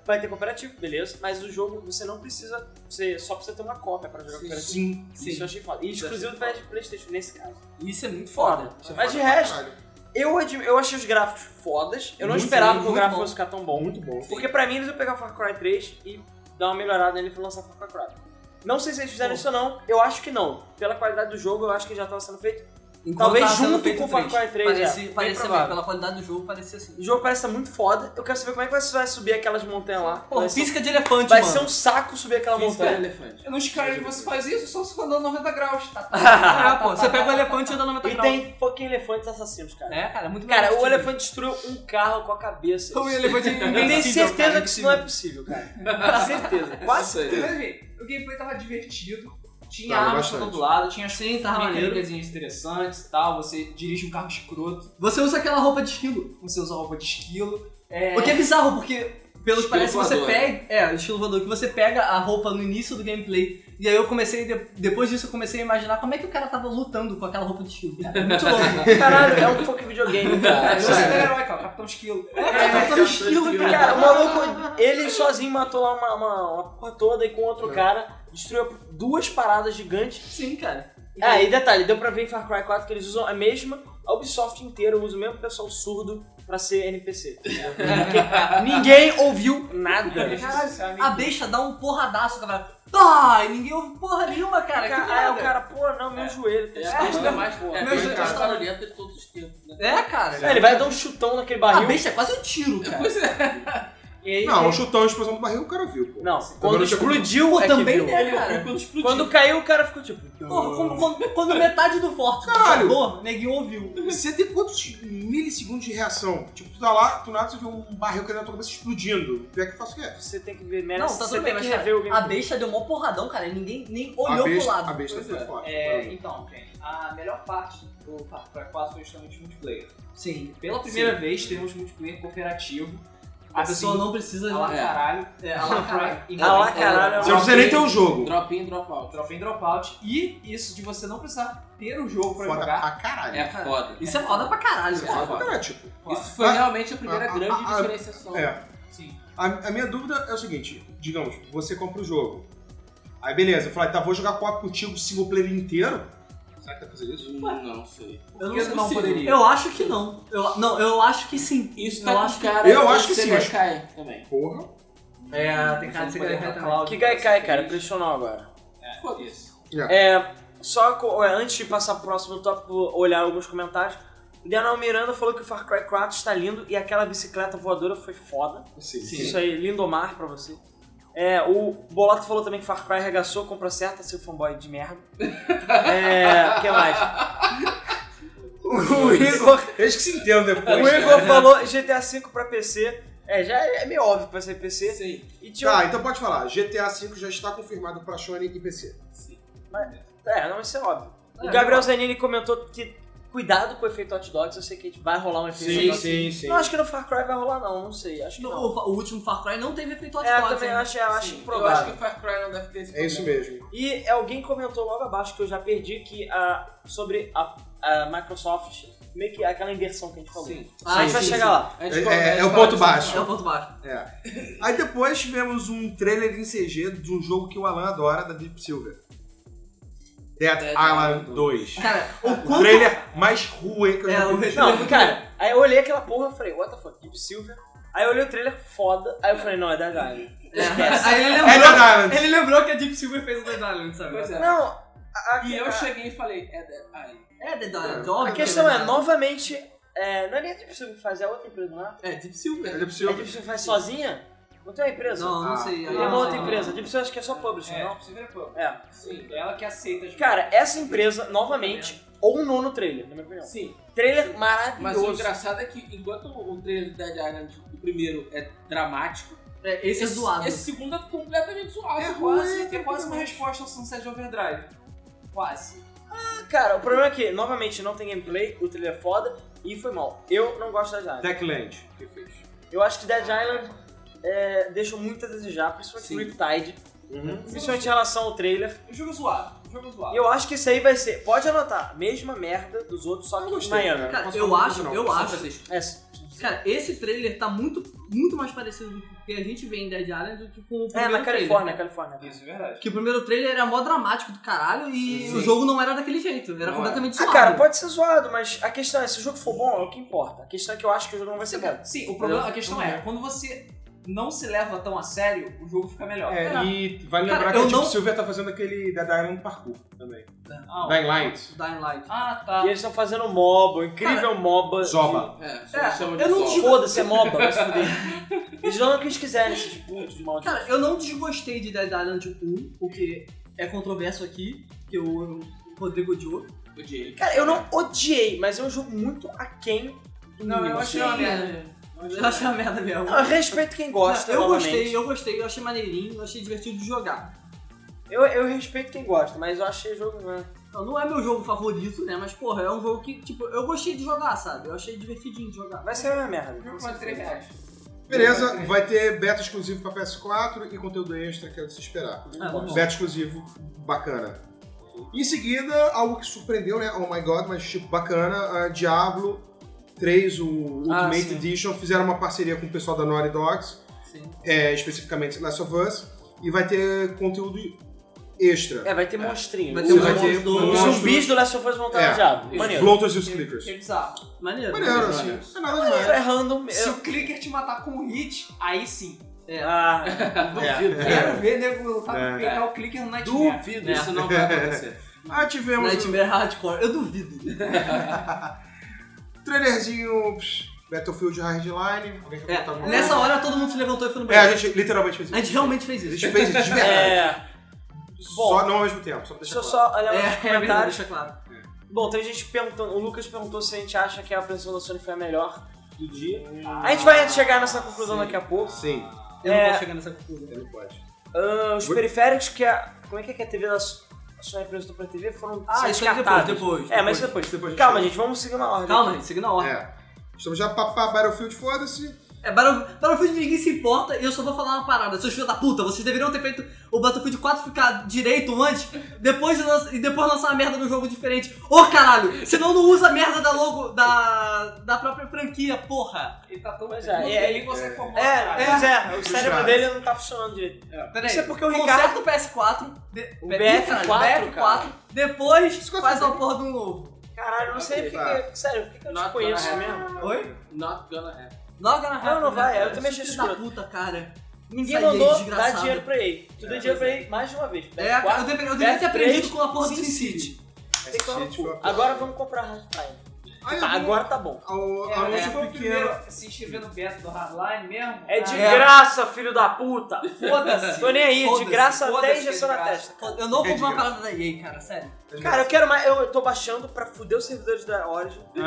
[SPEAKER 2] vai ter cooperativo, beleza? Mas o jogo você não precisa, você só precisa ter uma cópia pra jogar cooperativo.
[SPEAKER 3] sim.
[SPEAKER 2] Isso eu achei foda. E exclusivo do PS- Playstation nesse caso.
[SPEAKER 4] Isso é muito
[SPEAKER 2] Foda.
[SPEAKER 4] foda.
[SPEAKER 2] Mas de resto, eu, admi- eu achei os gráficos fodas. Eu não
[SPEAKER 4] Muito
[SPEAKER 2] esperava
[SPEAKER 4] bom,
[SPEAKER 2] que o
[SPEAKER 4] muito
[SPEAKER 2] gráfico
[SPEAKER 4] bom.
[SPEAKER 2] fosse ficar tão bom.
[SPEAKER 3] Muito bom.
[SPEAKER 2] Porque pra mim eles iam pegar Far Cry 3 e dar uma melhorada nele e lançar Far Cry 4. Não sei se eles fizeram isso ou não, eu acho que não. Pela qualidade do jogo, eu acho que já estava sendo feito.
[SPEAKER 4] Enquanto
[SPEAKER 2] Talvez
[SPEAKER 4] tava sendo
[SPEAKER 2] junto
[SPEAKER 4] feito
[SPEAKER 2] com o
[SPEAKER 4] o
[SPEAKER 2] Far Cry 3, é,
[SPEAKER 4] Parecia,
[SPEAKER 2] bem
[SPEAKER 4] parecia mesmo,
[SPEAKER 2] provável.
[SPEAKER 4] pela qualidade do jogo, parecia assim.
[SPEAKER 2] O jogo parece estar muito foda. Eu quero saber como é que vai- vai subir aquelas montanhas lá.
[SPEAKER 4] Pô,
[SPEAKER 2] vai ser,
[SPEAKER 4] física de elefante,
[SPEAKER 2] vai
[SPEAKER 4] mano.
[SPEAKER 2] ser um saco subir aquela
[SPEAKER 5] Física de
[SPEAKER 2] montanha.
[SPEAKER 5] é elefante.
[SPEAKER 1] No Skyrim você faz isso só se for andando 90 graus. Tá,
[SPEAKER 4] É, pô, você pega o elefante e anda 90
[SPEAKER 2] E
[SPEAKER 4] graus.
[SPEAKER 2] tem fucking elefantes assassinos, cara.
[SPEAKER 1] né,
[SPEAKER 4] É, cara, é muito
[SPEAKER 2] é. Cara, o
[SPEAKER 4] divertido.
[SPEAKER 2] elefante destruiu um carro com a cabeça.
[SPEAKER 4] <laughs>
[SPEAKER 2] é
[SPEAKER 4] O elefante
[SPEAKER 2] Eu tenho certeza que isso não é possível, cara.
[SPEAKER 1] Tá
[SPEAKER 2] certeza. Quase.
[SPEAKER 5] Quase.
[SPEAKER 1] Mas enfim, né, o gameplay tava divertido. Tinha
[SPEAKER 3] Tava
[SPEAKER 1] armas pra
[SPEAKER 3] bastante.
[SPEAKER 4] tá
[SPEAKER 1] todo lado, tinha
[SPEAKER 4] Sim, tava Tá maneiro.
[SPEAKER 1] mecânicas interessantes e tal. Você dirige um carro escroto,
[SPEAKER 4] Você usa aquela roupa de esquilo.
[SPEAKER 1] você usa roupa de esquilo. É,
[SPEAKER 4] O que é bizarro, porque pelo que
[SPEAKER 5] Estilo
[SPEAKER 4] parece você
[SPEAKER 5] voador.
[SPEAKER 4] pega. É, o estilo voador, que você pega a roupa no início do gameplay. E aí eu comecei, de- depois disso, eu comecei a imaginar como é que o cara tava lutando com aquela roupa de estilo. Cara. É Muito
[SPEAKER 2] <laughs>
[SPEAKER 4] louco.
[SPEAKER 2] Caralho, <laughs> é um fucking videogame, cara.
[SPEAKER 1] Você é herói, cara, Capitão Esquilo.
[SPEAKER 4] É, todo estilo, cara.
[SPEAKER 2] Cara, o maluco, ele sozinho matou lá uma, uma, uma porra toda e com outro cara destruiu duas paradas gigantes.
[SPEAKER 4] Sim, cara.
[SPEAKER 2] Ah, e detalhe, deu pra ver em Far Cry 4 que eles usam a mesma, a Ubisoft inteira usa o mesmo pessoal surdo pra ser NPC. Porque ninguém ouviu nada.
[SPEAKER 1] Caralho, seu amigo.
[SPEAKER 4] A besta dá um porradaço, cara. Ah, e ninguém ouve porra nenhuma, cara. Que
[SPEAKER 2] Aí o
[SPEAKER 4] merda.
[SPEAKER 2] cara, pô, não, meu joelho. tá
[SPEAKER 5] É a
[SPEAKER 2] esquerdo.
[SPEAKER 5] besta mais boa. É a
[SPEAKER 4] Meu Deus,
[SPEAKER 5] besta
[SPEAKER 4] cara.
[SPEAKER 5] mais barulhenta de todos os tempos, né?
[SPEAKER 4] É, cara.
[SPEAKER 2] É, ele vai dar um chutão naquele
[SPEAKER 4] A
[SPEAKER 2] barril.
[SPEAKER 4] besta é quase um tiro, cara.
[SPEAKER 5] Pois é.
[SPEAKER 1] E aí,
[SPEAKER 3] Não, um chutão, a explosão do barril, o cara viu, pô.
[SPEAKER 2] Não,
[SPEAKER 3] Agora
[SPEAKER 2] quando
[SPEAKER 3] eu tinha-
[SPEAKER 2] explodiu, é que
[SPEAKER 4] também
[SPEAKER 2] viu.
[SPEAKER 4] né, cara.
[SPEAKER 5] Quando explodiu.
[SPEAKER 2] Quando caiu, o cara ficou tipo.
[SPEAKER 4] Porra, quando, quando- quando metade do forte
[SPEAKER 3] Caralho.
[SPEAKER 4] acabou, neguinho ouviu.
[SPEAKER 3] Você tem quantos milissegundos de reação? Tipo, tu tá lá, tu nada, você vê um barril caindo na tua cabeça explodindo. E aí que faz o quê?
[SPEAKER 2] Você tem que ver, merece.
[SPEAKER 4] Não, tá
[SPEAKER 2] você
[SPEAKER 4] tudo
[SPEAKER 2] tem
[SPEAKER 4] bem, mas
[SPEAKER 2] que
[SPEAKER 4] cara,
[SPEAKER 2] rever o game.
[SPEAKER 4] a besta deu mó porradão, cara, e ninguém nem
[SPEAKER 3] A
[SPEAKER 4] olhou pro
[SPEAKER 3] besta,
[SPEAKER 4] lado.
[SPEAKER 3] a besta foi forte.
[SPEAKER 1] É, então, gente, a melhor parte do Far Cry 4 foi justamente o multiplayer.
[SPEAKER 4] Sim. Assim?
[SPEAKER 1] Pela primeira vez temos multiplayer cooperativo.
[SPEAKER 4] A pessoa não precisa
[SPEAKER 1] A lá
[SPEAKER 5] É.
[SPEAKER 1] caralho. É, a lá caralho.
[SPEAKER 2] A lá caralho é
[SPEAKER 3] Você não precisa nem ter o jogo.
[SPEAKER 5] Drop in, drop out.
[SPEAKER 1] Drop in, drop out. E isso de você não precisar ter o jogo pra
[SPEAKER 3] Foda
[SPEAKER 1] jogar.
[SPEAKER 3] pra caralho.
[SPEAKER 5] É foda.
[SPEAKER 4] Isso é foda pra caralho,
[SPEAKER 3] Isso é
[SPEAKER 4] cara.
[SPEAKER 3] foda pra caralho, tipo.
[SPEAKER 5] Isso foi
[SPEAKER 3] Ah,
[SPEAKER 5] realmente a primeira
[SPEAKER 3] ah,
[SPEAKER 5] grande
[SPEAKER 3] ah, ah,
[SPEAKER 5] diferenciação.
[SPEAKER 3] É.
[SPEAKER 1] Sim.
[SPEAKER 3] A, a minha dúvida é o seguinte, digamos, você compra o jogo. Aí beleza, eu falei, tá, vou jogar co-op contigo single player inteiro. Será que tá fazendo isso?
[SPEAKER 5] Hum, Não sei.
[SPEAKER 1] Eu não,
[SPEAKER 5] Porque
[SPEAKER 1] sei
[SPEAKER 5] não
[SPEAKER 1] se
[SPEAKER 5] poderia.
[SPEAKER 4] Eu acho que não. Eu, não, eu acho que sim.
[SPEAKER 5] Isso
[SPEAKER 4] eu
[SPEAKER 5] tá
[SPEAKER 4] acho
[SPEAKER 5] com
[SPEAKER 4] que
[SPEAKER 5] cara
[SPEAKER 3] Eu
[SPEAKER 5] de
[SPEAKER 3] acho que
[SPEAKER 5] ser
[SPEAKER 3] sim,
[SPEAKER 5] mais
[SPEAKER 3] acho-
[SPEAKER 5] Kai também.
[SPEAKER 3] Porra.
[SPEAKER 1] É, tem cara de ser
[SPEAKER 4] Não poderia
[SPEAKER 1] Gaikai também.
[SPEAKER 2] Que gai
[SPEAKER 4] é
[SPEAKER 2] cai, cara, pressionou agora.
[SPEAKER 5] Foda-se.
[SPEAKER 2] É, só co- é, antes de passar pro próximo tópico, olhar alguns comentários. O Daniel Miranda falou que o Far Cry 4 está lindo e aquela bicicleta voadora foi foda.
[SPEAKER 3] Sim.
[SPEAKER 2] Isso aí, lindomar pra você. É, o Bolato falou também que Far Cry arregaçou, compra certa, seu fanboy de merda. <laughs> É, o que mais? O Igor
[SPEAKER 3] Eles que se entendam
[SPEAKER 2] O
[SPEAKER 3] depois. né?
[SPEAKER 2] Igor falou GTA V pra PC. É, já é meio óbvio que vai ser PC.
[SPEAKER 5] Sim.
[SPEAKER 2] E tinha um-
[SPEAKER 3] Tá, então pode falar. GTA V já está confirmado pra Sony e PC. Tá.
[SPEAKER 2] É, não, isso é óbvio. O Gabriel Zanini comentou que cuidado com o efeito hot dogs, eu sei que a gente vai rolar um efeito hot dogs.
[SPEAKER 3] sim.
[SPEAKER 2] Não, acho que no Far Cry vai rolar não, não sei, acho que
[SPEAKER 4] No-
[SPEAKER 2] não.
[SPEAKER 4] o, o último Far Cry não teve efeito né? hot
[SPEAKER 2] É, eu
[SPEAKER 4] dogs,
[SPEAKER 2] também
[SPEAKER 4] hein?
[SPEAKER 2] acho, eu acho
[SPEAKER 5] Sim. Eu acho
[SPEAKER 2] improvável.
[SPEAKER 5] que o Far Cry não deve ter esse
[SPEAKER 3] É isso
[SPEAKER 5] problema.
[SPEAKER 3] mesmo.
[SPEAKER 2] E alguém comentou logo abaixo que eu já perdi que a, sobre a, a Microsoft, meio que aquela inversão que a gente falou.
[SPEAKER 5] Sim.
[SPEAKER 2] Ah, a gente
[SPEAKER 4] Sim,
[SPEAKER 2] vai
[SPEAKER 4] sim,
[SPEAKER 2] chegar
[SPEAKER 4] sim.
[SPEAKER 2] lá.
[SPEAKER 5] A gente né,
[SPEAKER 3] É-
[SPEAKER 5] fala-
[SPEAKER 3] é-
[SPEAKER 5] a gente
[SPEAKER 3] é o
[SPEAKER 5] fala
[SPEAKER 3] ponto
[SPEAKER 5] disso
[SPEAKER 3] baixo.
[SPEAKER 5] no
[SPEAKER 4] É o
[SPEAKER 5] final.
[SPEAKER 2] <laughs>
[SPEAKER 4] ponto baixo.
[SPEAKER 3] Aí depois tivemos um trailer em CG de um jogo que o Alan adora, da Deep Silver. Dead,
[SPEAKER 5] Dead
[SPEAKER 3] Island
[SPEAKER 5] Island
[SPEAKER 3] 2.
[SPEAKER 4] Cara, o
[SPEAKER 3] O
[SPEAKER 4] quanto...
[SPEAKER 3] trailer mais ruim que eu
[SPEAKER 4] É,
[SPEAKER 3] já
[SPEAKER 4] o
[SPEAKER 3] vi.
[SPEAKER 2] Não, cara, aí eu olhei aquela porra e falei, what the fuck, Deep Silver. Aí eu olhei o trailer, foda, aí eu falei, não, é da Gaia. Esquece.
[SPEAKER 4] Aí ele
[SPEAKER 3] É
[SPEAKER 4] lembrou,
[SPEAKER 3] Dead Island.
[SPEAKER 4] ele lembrou que a Deep Silver fez o Dead Island, sabe?
[SPEAKER 5] Pois é.
[SPEAKER 2] Não, a- a-
[SPEAKER 5] E eu
[SPEAKER 2] a-
[SPEAKER 5] cheguei e falei, é Dead Island.
[SPEAKER 4] É Dead Island, óbvio.
[SPEAKER 2] A
[SPEAKER 4] que
[SPEAKER 2] questão
[SPEAKER 4] Dead
[SPEAKER 2] é,
[SPEAKER 5] né?
[SPEAKER 4] Island.
[SPEAKER 2] novamente, é, não é nem a Deep Silver que faz, é outra empresa, não é?
[SPEAKER 5] É Deep Silver.
[SPEAKER 3] É Deep
[SPEAKER 2] A
[SPEAKER 3] Silver.
[SPEAKER 2] Deep Silver faz sozinha? Não tem uma empresa?
[SPEAKER 4] Não, não
[SPEAKER 3] Ah,
[SPEAKER 4] sei.
[SPEAKER 3] é
[SPEAKER 2] é uma
[SPEAKER 4] não
[SPEAKER 2] outra
[SPEAKER 4] sei.
[SPEAKER 2] empresa. A Deep Silver acho que é só publisher,
[SPEAKER 1] É,
[SPEAKER 2] não?
[SPEAKER 1] tipo, você vira pô.
[SPEAKER 2] É.
[SPEAKER 5] Sim.
[SPEAKER 1] Ela que aceita as
[SPEAKER 2] Cara, essa empresa, novamente, ou um nono trailer, na minha opinião.
[SPEAKER 5] Sim.
[SPEAKER 2] Trailer
[SPEAKER 5] Mas o
[SPEAKER 2] maravilhoso.
[SPEAKER 5] engraçado é que enquanto o trailer do Dead Island, o primeiro, é dramático,
[SPEAKER 4] É, esse é zoado.
[SPEAKER 5] Esse segundo é completamente zoado. Tipo, assim,
[SPEAKER 1] É
[SPEAKER 5] quase,
[SPEAKER 1] quase, é quase uma resposta ao Sunset Overdrive. Quase.
[SPEAKER 2] Cara, o problema é que, novamente, não tem gameplay, o trailer é foda e foi mal. Eu não gosto da Dead Island.
[SPEAKER 3] Techland.
[SPEAKER 2] Eu acho que Dead Island é, deixa muito a desejar, principalmente
[SPEAKER 5] Sim.
[SPEAKER 2] Riptide,
[SPEAKER 3] Uhum.
[SPEAKER 2] principalmente em relação ao trailer.
[SPEAKER 1] O jogo é zoado. O jogo é
[SPEAKER 2] E
[SPEAKER 1] zoado.
[SPEAKER 2] eu acho que isso aí vai ser, pode anotar, mesma merda dos outros, só
[SPEAKER 3] Eu
[SPEAKER 2] que
[SPEAKER 3] gostei,
[SPEAKER 2] Miami.
[SPEAKER 3] cara.
[SPEAKER 4] Cara,
[SPEAKER 3] Posso
[SPEAKER 4] eu
[SPEAKER 3] falar
[SPEAKER 4] acho,
[SPEAKER 3] não,
[SPEAKER 4] eu
[SPEAKER 3] só
[SPEAKER 4] acho.
[SPEAKER 2] É,
[SPEAKER 4] Cara, esse trailer tá muito, muito mais parecido do que a gente vê em Dead Island do que com o
[SPEAKER 2] é
[SPEAKER 4] primeiro
[SPEAKER 2] na
[SPEAKER 4] trailer.
[SPEAKER 2] Califórnia, Califórnia.
[SPEAKER 1] Isso é verdade.
[SPEAKER 4] Que o primeiro trailer era mó dramático do caralho e
[SPEAKER 5] Sim.
[SPEAKER 4] o jogo não era daquele jeito. Era
[SPEAKER 5] Não
[SPEAKER 4] completamente
[SPEAKER 2] Ah,
[SPEAKER 4] zoado.
[SPEAKER 2] cara, pode ser zoado, mas a questão é, se o jogo for bom, é o que importa. A questão é que eu acho que o jogo não vai ser bom.
[SPEAKER 1] Sim, o problema, a questão é, quando você não se leva tão a sério, o jogo fica melhor.
[SPEAKER 3] É, e vale lembrar
[SPEAKER 4] Cara,
[SPEAKER 3] que
[SPEAKER 4] eu
[SPEAKER 3] o Tim
[SPEAKER 4] não-
[SPEAKER 3] Silver tá fazendo aquele Dead Island Parkour também.
[SPEAKER 1] Ah,
[SPEAKER 3] Dying Light.
[SPEAKER 4] Dying Light.
[SPEAKER 1] ah, tá.
[SPEAKER 2] E eles estão fazendo MOBA, um incrível MOBA. de-
[SPEAKER 3] Zoba.
[SPEAKER 5] É, só
[SPEAKER 4] É,
[SPEAKER 5] chama de
[SPEAKER 4] eu não
[SPEAKER 5] só.
[SPEAKER 4] digo-
[SPEAKER 2] Foda-se, é MOBA, vai se fuder. Eles dão o que eles quiserem nesses putos de maldito.
[SPEAKER 4] Cara, eu não desgostei de Dead Island 1, porque é controverso aqui, que o Rodrigo odiou.
[SPEAKER 5] Odiei.
[SPEAKER 2] Cara, eu não odiei, mas é um jogo muito aquém do
[SPEAKER 1] Não,
[SPEAKER 2] mínimo.
[SPEAKER 1] eu achei
[SPEAKER 5] assim.
[SPEAKER 1] uma merda.
[SPEAKER 4] Eu achei uma merda mesmo.
[SPEAKER 2] Não, eu respeito quem gosta,
[SPEAKER 4] eu
[SPEAKER 2] Ah, novamente.
[SPEAKER 4] gostei, eu gostei, eu achei maneirinho, eu achei divertido de jogar.
[SPEAKER 2] Eu, eu respeito quem gosta, mas eu achei o jogo. né?
[SPEAKER 4] Então, não é meu jogo favorito, né? Mas, porra, é um jogo que, tipo, eu gostei de jogar, sabe? Eu achei divertidinho de jogar.
[SPEAKER 2] Vai ser uma merda.
[SPEAKER 1] Jogo vale 3 reais.
[SPEAKER 3] Beleza, vai ter beta exclusivo pra PS4 e conteúdo extra que é de se esperar.
[SPEAKER 4] Ah, vamos lá.
[SPEAKER 3] Beta exclusivo, bacana. Em seguida, algo que surpreendeu, né? Oh my god, mas tipo, bacana. a Diablo 3, o
[SPEAKER 2] Ah,
[SPEAKER 3] Ultimate
[SPEAKER 2] sim.
[SPEAKER 3] Edition, fizeram uma parceria com o pessoal da Naughty Dogs,
[SPEAKER 4] Sim.
[SPEAKER 3] é, especificamente Last of Us, e vai ter conteúdo extra.
[SPEAKER 2] É, vai ter monstrinho.
[SPEAKER 4] Vai
[SPEAKER 3] Você
[SPEAKER 4] ter
[SPEAKER 2] Os-
[SPEAKER 4] um
[SPEAKER 3] vai
[SPEAKER 4] monstro
[SPEAKER 3] ter
[SPEAKER 4] do-
[SPEAKER 2] Os
[SPEAKER 4] monstro.
[SPEAKER 2] zumbis do Last of Us vão estar
[SPEAKER 3] É.
[SPEAKER 2] no diabo.
[SPEAKER 1] Isso.
[SPEAKER 2] Maneiro.
[SPEAKER 3] Bloaters e os
[SPEAKER 1] Que, que
[SPEAKER 3] Clickers.
[SPEAKER 1] bizarro.
[SPEAKER 4] Maneiro. né?
[SPEAKER 3] Maneiro, assim.
[SPEAKER 5] maneiro.
[SPEAKER 3] É nada demais.
[SPEAKER 2] É random.
[SPEAKER 1] Se
[SPEAKER 2] eu-
[SPEAKER 1] o clicker te matar com um hit, aí sim.
[SPEAKER 2] Ah, duvido.
[SPEAKER 3] É.
[SPEAKER 1] Quero ver nego lutar
[SPEAKER 3] É.
[SPEAKER 1] com pegar o clicker no Nightmare.
[SPEAKER 5] Duvido,
[SPEAKER 4] É.
[SPEAKER 5] isso não vai acontecer.
[SPEAKER 3] Ah, tivemos um
[SPEAKER 4] Nightmare Hardcore, eu duvido.
[SPEAKER 3] trailerzinho psh, Battlefield Hardline. Alguém quer
[SPEAKER 4] É,
[SPEAKER 3] contar alguma
[SPEAKER 4] nessa
[SPEAKER 3] coisa?
[SPEAKER 4] hora todo mundo se levantou e foi no
[SPEAKER 3] tá É,
[SPEAKER 4] banheiro.
[SPEAKER 3] a gente literalmente fez
[SPEAKER 4] a
[SPEAKER 3] isso.
[SPEAKER 4] gente realmente fez
[SPEAKER 3] A
[SPEAKER 4] isso.
[SPEAKER 3] gente fez isso de
[SPEAKER 4] <laughs>
[SPEAKER 3] verdade.
[SPEAKER 2] É,
[SPEAKER 3] Só não ao mesmo tempo, só pra
[SPEAKER 2] deixa eu
[SPEAKER 3] deixar
[SPEAKER 2] só olhar
[SPEAKER 4] É,
[SPEAKER 2] os
[SPEAKER 4] é verdade,
[SPEAKER 2] comentários.
[SPEAKER 4] deixa claro.
[SPEAKER 2] Bom, tem gente perguntando. O Lucas perguntou se a gente acha que a apresentação da Sony foi a melhor do dia. A gente vai chegar nessa conclusão daqui a pouco.
[SPEAKER 3] claro. Sim,
[SPEAKER 4] Eu
[SPEAKER 2] É.
[SPEAKER 4] não vou chegar nessa conclusão.
[SPEAKER 3] ele pode.
[SPEAKER 2] Ah, os
[SPEAKER 3] Oi?
[SPEAKER 2] periféricos que a. Como é que é que a TV da S- a Sony apresentou pra TV foram
[SPEAKER 4] Ah, isso é depois,
[SPEAKER 2] descartadas.
[SPEAKER 4] depois.
[SPEAKER 2] É, mas isso
[SPEAKER 4] depois.
[SPEAKER 2] depois.
[SPEAKER 3] Depois a gente
[SPEAKER 2] Calma,
[SPEAKER 3] chega.
[SPEAKER 2] gente, vamos seguir uma ordem.
[SPEAKER 4] Calma, gente, siga na ordem.
[SPEAKER 3] É. Estamos já papá Battlefield, foda-se.
[SPEAKER 4] É, Battle- Battlefield ninguém se importa e eu só vou falar uma parada. Seus filhos da puta, vocês deveriam ter feito o Battlefield 4 ficar direito antes depois de lan- e depois lançar uma merda no jogo diferente. Ô caralho, senão não usa a merda da logo da, da própria franquia, porra.
[SPEAKER 1] Ele tá tão
[SPEAKER 2] Pois
[SPEAKER 1] mas
[SPEAKER 2] é, é,
[SPEAKER 1] ele consegue formar uma
[SPEAKER 2] É,
[SPEAKER 1] frase.
[SPEAKER 2] pois é, o cérebro
[SPEAKER 3] Frustrado.
[SPEAKER 2] dele não tá funcionando direito.
[SPEAKER 1] Peraí.
[SPEAKER 2] Isso é porque o
[SPEAKER 4] Conserta
[SPEAKER 2] Ricardo.
[SPEAKER 4] o PS4, de-
[SPEAKER 2] O
[SPEAKER 4] Ih,
[SPEAKER 2] BF4,
[SPEAKER 4] caralho,
[SPEAKER 2] cara.
[SPEAKER 4] depois
[SPEAKER 3] Isso que eu
[SPEAKER 4] faz
[SPEAKER 3] tô
[SPEAKER 4] uma porra de um novo.
[SPEAKER 2] Caralho, eu não sei porque.
[SPEAKER 3] Tá.
[SPEAKER 2] que- Sério, por que que eu não
[SPEAKER 5] Not
[SPEAKER 2] te conheço
[SPEAKER 5] gonna
[SPEAKER 2] mesmo?
[SPEAKER 4] Oi?
[SPEAKER 5] Not gonna happen.
[SPEAKER 4] Logo na
[SPEAKER 2] Não, não vai, eu também achei
[SPEAKER 4] Filho da
[SPEAKER 2] escroto.
[SPEAKER 4] puta, cara.
[SPEAKER 2] Ninguém
[SPEAKER 4] Essa EA
[SPEAKER 2] mandou dar
[SPEAKER 4] desgraçada.
[SPEAKER 2] dinheiro pra ele. Tu deu dinheiro pra ele mais de uma vez.
[SPEAKER 4] É, cara, eu deveria, eu deveria ter
[SPEAKER 2] BF três,
[SPEAKER 4] aprendido com a porra do
[SPEAKER 2] Sin
[SPEAKER 4] Sin
[SPEAKER 2] City. <laughs>
[SPEAKER 4] City.
[SPEAKER 2] Tem que tomar no
[SPEAKER 3] Esse foi
[SPEAKER 2] cu.
[SPEAKER 3] uma coisa.
[SPEAKER 2] Agora vamos comprar a Raspberry.
[SPEAKER 3] Aí,
[SPEAKER 2] Tá,
[SPEAKER 3] algum-
[SPEAKER 2] agora tá bom.
[SPEAKER 3] ao-
[SPEAKER 1] É,
[SPEAKER 3] Anúncio
[SPEAKER 1] é, foi o
[SPEAKER 3] pequeno.
[SPEAKER 1] primeiro se inscrever no beta do Hardline mesmo.
[SPEAKER 2] É de
[SPEAKER 1] Ah,
[SPEAKER 2] graça, filho da puta!
[SPEAKER 1] Foda-se.
[SPEAKER 2] Tô nem aí, de
[SPEAKER 4] Foda-se,
[SPEAKER 2] graça
[SPEAKER 1] foda-se
[SPEAKER 2] até
[SPEAKER 1] que é
[SPEAKER 2] injeção
[SPEAKER 1] de
[SPEAKER 2] na
[SPEAKER 1] graça.
[SPEAKER 2] testa.
[SPEAKER 4] Eu não
[SPEAKER 3] É
[SPEAKER 4] compro uma
[SPEAKER 3] desgraça.
[SPEAKER 4] parada da EA, cara, sério.
[SPEAKER 2] Cara, eu quero mais. Eu, eu tô baixando pra fuder os servidores da Origin.
[SPEAKER 3] <laughs> É, é,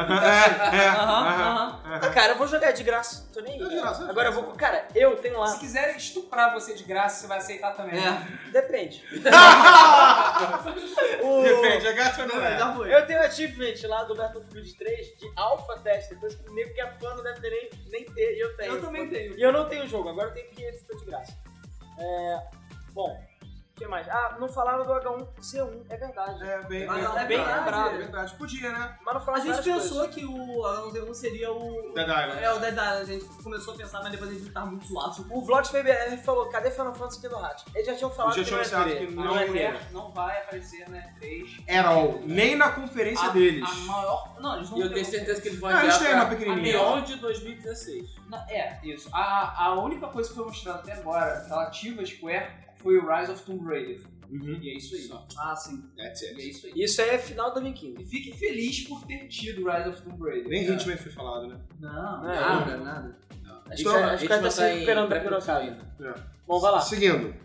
[SPEAKER 4] Aham,
[SPEAKER 3] aham.
[SPEAKER 4] aham.
[SPEAKER 2] Ah, cara, eu vou jogar de graça. Tô nem aí.
[SPEAKER 3] É de graça, é de
[SPEAKER 2] Agora eu vou. Cara, eu tenho
[SPEAKER 1] Se
[SPEAKER 2] lá.
[SPEAKER 1] quiserem estuprar você de graça, você vai aceitar também.
[SPEAKER 4] É,
[SPEAKER 3] <laughs>
[SPEAKER 2] Depende. <laughs> O-
[SPEAKER 3] Depende, é gato ou não é?
[SPEAKER 4] já foi.
[SPEAKER 2] Eu tenho achievement lá do Battlefield 3 de Alpha Test, coisa que o nego que é fã não deve ter nem, nem ter, e eu tenho.
[SPEAKER 4] Eu também tenho.
[SPEAKER 2] E eu não tenho o jogo, agora eu tenho que esse foi de graça. É. Bom, o que mais? Ah, não falaram do H1C1, é verdade.
[SPEAKER 3] É bem,
[SPEAKER 4] Mas
[SPEAKER 2] é bem lembrado.
[SPEAKER 3] É verdade, podia, né?
[SPEAKER 2] Mas não
[SPEAKER 4] A
[SPEAKER 2] falaram
[SPEAKER 4] gente
[SPEAKER 2] várias
[SPEAKER 4] pensou que o H1Z1 seria o.
[SPEAKER 3] Dead Island.
[SPEAKER 4] É, o Dead Island. A gente começou a pensar, mas depois a gente tava muito zoado.
[SPEAKER 2] coisas. O Vlogs PBR falou: cadê Final Fantasy Kingdom Hearts? Eles já tinham falado
[SPEAKER 3] Já
[SPEAKER 2] que
[SPEAKER 3] tinham
[SPEAKER 2] não é
[SPEAKER 3] anunciado
[SPEAKER 2] ia ter.
[SPEAKER 3] que
[SPEAKER 1] A
[SPEAKER 3] não ia ter.
[SPEAKER 1] mulher não vai aparecer né? na E3.
[SPEAKER 3] At all. Nem na conferência
[SPEAKER 1] A-
[SPEAKER 3] deles.
[SPEAKER 1] A maior. Não, eles não
[SPEAKER 5] E eu
[SPEAKER 1] pegam-
[SPEAKER 5] tenho certeza que eles vão
[SPEAKER 3] Ah, eles
[SPEAKER 5] adiar
[SPEAKER 3] têm
[SPEAKER 5] pra
[SPEAKER 3] uma pequenininha.
[SPEAKER 5] Ameão de 2016.
[SPEAKER 1] Não, É, isso. A, a única coisa que foi mostrada até agora relativa a Square foi o Rise of Tomb Raider.
[SPEAKER 3] Uhum.
[SPEAKER 1] E é isso aí.
[SPEAKER 4] Ah, sim.
[SPEAKER 3] That's
[SPEAKER 1] E é
[SPEAKER 3] it.
[SPEAKER 1] isso aí.
[SPEAKER 2] Isso aí é final de 2015.
[SPEAKER 1] E fique feliz por ter tido Rise of Tomb Raider.
[SPEAKER 3] Nem Hitman foi falado, né?
[SPEAKER 4] Não, Ah,
[SPEAKER 2] É,
[SPEAKER 4] nada, nada.
[SPEAKER 2] Acho
[SPEAKER 4] É,
[SPEAKER 2] que a- acho que a gente
[SPEAKER 5] assim
[SPEAKER 2] tá se recuperando da
[SPEAKER 5] procurar
[SPEAKER 2] pirocada.
[SPEAKER 5] ainda.
[SPEAKER 3] É.
[SPEAKER 2] Bom, vai lá.
[SPEAKER 3] Seguindo.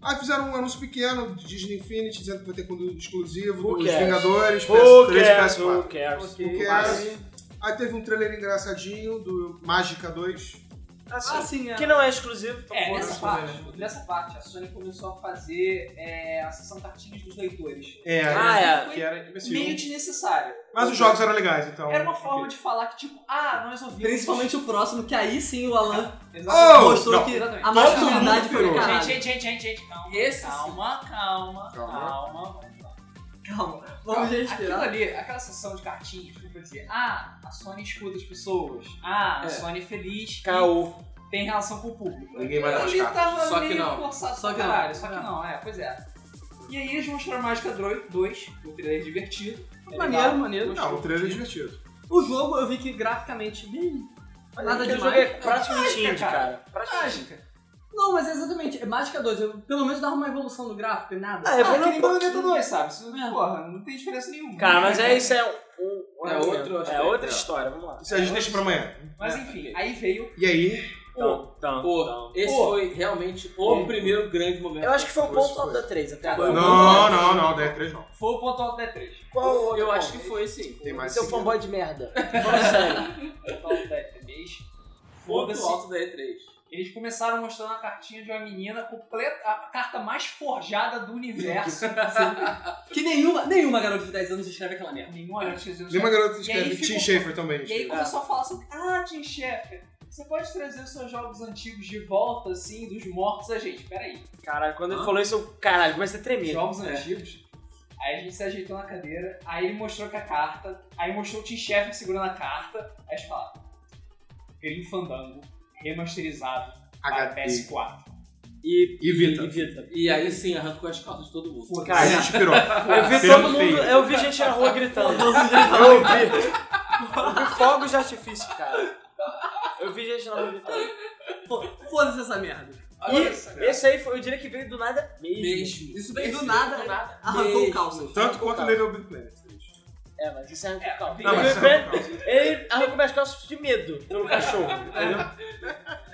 [SPEAKER 3] Aí fizeram um anúncio pequeno de Disney Infinity, dizendo que vai ter conteúdo exclusivo
[SPEAKER 2] Who
[SPEAKER 3] dos
[SPEAKER 2] cares?
[SPEAKER 3] Vingadores,
[SPEAKER 2] Who
[SPEAKER 3] PS3 e
[SPEAKER 2] cares?
[SPEAKER 3] PS4.
[SPEAKER 2] Who cares?
[SPEAKER 3] Who cares? Aí teve um trailer engraçadinho do Mágica 2.
[SPEAKER 4] Ah, sim, é.
[SPEAKER 2] Que não é exclusivo, então
[SPEAKER 1] É,
[SPEAKER 2] foda-se.
[SPEAKER 1] nessa parte, nessa parte, a Sony começou a fazer é, a sessão cartinhas dos leitores.
[SPEAKER 3] É,
[SPEAKER 2] Ah, é.
[SPEAKER 3] que era imbecil.
[SPEAKER 1] Meio desnecessária.
[SPEAKER 3] Mas os jogos eram legais, então.
[SPEAKER 1] Era uma forma de falar que, tipo, ah, nós ouvimos.
[SPEAKER 4] Principalmente o próximo, que aí sim o Alan
[SPEAKER 3] Oh,
[SPEAKER 4] mostrou
[SPEAKER 3] não.
[SPEAKER 4] que
[SPEAKER 1] Exatamente.
[SPEAKER 4] a
[SPEAKER 1] Todo
[SPEAKER 4] masculinidade
[SPEAKER 3] mundo
[SPEAKER 4] foi do
[SPEAKER 3] pirou.
[SPEAKER 4] caralho.
[SPEAKER 1] Gente, gente, gente, gente, gente, calma.
[SPEAKER 5] Esse
[SPEAKER 1] calma, calma,
[SPEAKER 3] Calma.
[SPEAKER 1] calma,
[SPEAKER 4] Calma, vamos
[SPEAKER 1] Aquilo
[SPEAKER 2] tá
[SPEAKER 4] respirar.
[SPEAKER 1] ali, aquela sessão de cartinhas, tipo dizer, ah, a Sony escuta as pessoas, ah, a
[SPEAKER 5] É.
[SPEAKER 1] Sony é feliz,
[SPEAKER 2] Caô.
[SPEAKER 1] e tem relação com o público.
[SPEAKER 3] Ninguém vai dar as
[SPEAKER 1] Ele
[SPEAKER 3] cartas.
[SPEAKER 1] tava
[SPEAKER 5] Só que
[SPEAKER 1] meio
[SPEAKER 5] não.
[SPEAKER 1] forçado
[SPEAKER 4] Só
[SPEAKER 1] pra
[SPEAKER 4] que não.
[SPEAKER 1] caralho, só que
[SPEAKER 4] É.
[SPEAKER 1] não, é, pois é. E aí eles mostraram Mágica Droid 2, o trailer divertido. é legal.
[SPEAKER 4] Maneiro, maneiro.
[SPEAKER 3] Não, o trailer é divertido.
[SPEAKER 4] O jogo eu vi que graficamente bem.
[SPEAKER 2] Nada
[SPEAKER 4] Nada
[SPEAKER 2] de
[SPEAKER 4] demais.
[SPEAKER 2] jogo é praticamente
[SPEAKER 1] mágica,
[SPEAKER 2] indie, cara. Praticamente.
[SPEAKER 1] Mágica.
[SPEAKER 4] Não, mas é exatamente. É Mágica 2. Eu, pelo menos dava uma evolução no gráfico e nada.
[SPEAKER 2] Ah, é
[SPEAKER 1] Ah,
[SPEAKER 2] bom
[SPEAKER 1] que nem
[SPEAKER 2] um
[SPEAKER 1] Bayonetta
[SPEAKER 2] pouquinho.
[SPEAKER 1] 2, sabe? Isso, porra, não tem diferença nenhuma.
[SPEAKER 2] Cara, mas é isso, é um... um-
[SPEAKER 5] É outro
[SPEAKER 2] É
[SPEAKER 5] aspecto,
[SPEAKER 2] outra
[SPEAKER 5] é.
[SPEAKER 2] história, vamos lá.
[SPEAKER 3] Isso a gente deixa pra amanhã.
[SPEAKER 1] Mas enfim, aí veio
[SPEAKER 3] E aí,
[SPEAKER 2] Então, então,
[SPEAKER 5] Pô,
[SPEAKER 2] então.
[SPEAKER 5] esse
[SPEAKER 1] Pô.
[SPEAKER 5] foi realmente o primeiro grande momento.
[SPEAKER 2] Eu acho que foi um ponto
[SPEAKER 3] Isso
[SPEAKER 2] alto
[SPEAKER 3] foi.
[SPEAKER 2] da 3 até
[SPEAKER 5] Não,
[SPEAKER 2] agora.
[SPEAKER 3] Não, não, não, da E3 não.
[SPEAKER 1] foi o ponto alto da E3.
[SPEAKER 5] Qual- eu acho que foi sim.
[SPEAKER 3] Tem mais
[SPEAKER 2] Seu
[SPEAKER 3] seguido.
[SPEAKER 2] fanboy de merda. <laughs> Fala sério.
[SPEAKER 1] Ponto alto da E3.
[SPEAKER 5] Ponto
[SPEAKER 1] Foda-se.
[SPEAKER 5] alto da E3.
[SPEAKER 1] Eles começaram mostrando a cartinha de uma menina completa, a carta mais forjada do universo.
[SPEAKER 4] Que nenhuma, nenhuma garota de 10 anos escreve aquela merda.
[SPEAKER 1] <laughs> Nenhuma garota tinha sido
[SPEAKER 3] Lembra a garota que
[SPEAKER 1] E aí
[SPEAKER 3] escreve?
[SPEAKER 1] ficou-
[SPEAKER 3] Tim Schafer também.
[SPEAKER 1] E aí começou a falar sobre, ah, Tim Schafer, você pode trazer os seus jogos antigos de volta, assim, dos mortos a gente. Peraí,
[SPEAKER 2] Caralho, quando ele falou isso, eu, caralho, comecei a tremer.
[SPEAKER 1] jogos antigos? Aí a gente se ajeitou na cadeira, aí ele mostrou com a carta, aí mostrou o Tim Schafer segurando a carta, aí eles falaram, Grim Fandango, remasterizado para
[SPEAKER 3] HD
[SPEAKER 1] PS4.
[SPEAKER 2] E,
[SPEAKER 3] e Vita.
[SPEAKER 2] e Vita.
[SPEAKER 5] E aí sim, arrancou as calças de todo mundo.
[SPEAKER 1] Foda-se.
[SPEAKER 3] A <laughs>
[SPEAKER 2] Cara,
[SPEAKER 3] gente pirou.
[SPEAKER 2] eu vi
[SPEAKER 3] Seria
[SPEAKER 2] todo
[SPEAKER 3] feio.
[SPEAKER 2] mundo, eu vi gente na rua gritando. Eu vi. Eu vi fogos de artifício, cara. Eu vi gente na rua gritando.
[SPEAKER 4] <laughs> Fo- Foda-se essa merda.
[SPEAKER 2] E esse aí, foi, eu diria que veio do nada mesmo.
[SPEAKER 5] Mesmo.
[SPEAKER 4] Isso veio
[SPEAKER 5] Esse
[SPEAKER 4] do nada,
[SPEAKER 5] veio nada.
[SPEAKER 4] arrancou o
[SPEAKER 5] Mesmo.
[SPEAKER 4] calças.
[SPEAKER 3] Tanto quanto o Little Big Planet.
[SPEAKER 2] É, mas isso é um
[SPEAKER 1] É,
[SPEAKER 2] calma.
[SPEAKER 1] não,
[SPEAKER 3] Não,
[SPEAKER 2] Ele-
[SPEAKER 3] mas
[SPEAKER 2] Ele arrancou minhas calças de medo pelo cachorro, entendeu?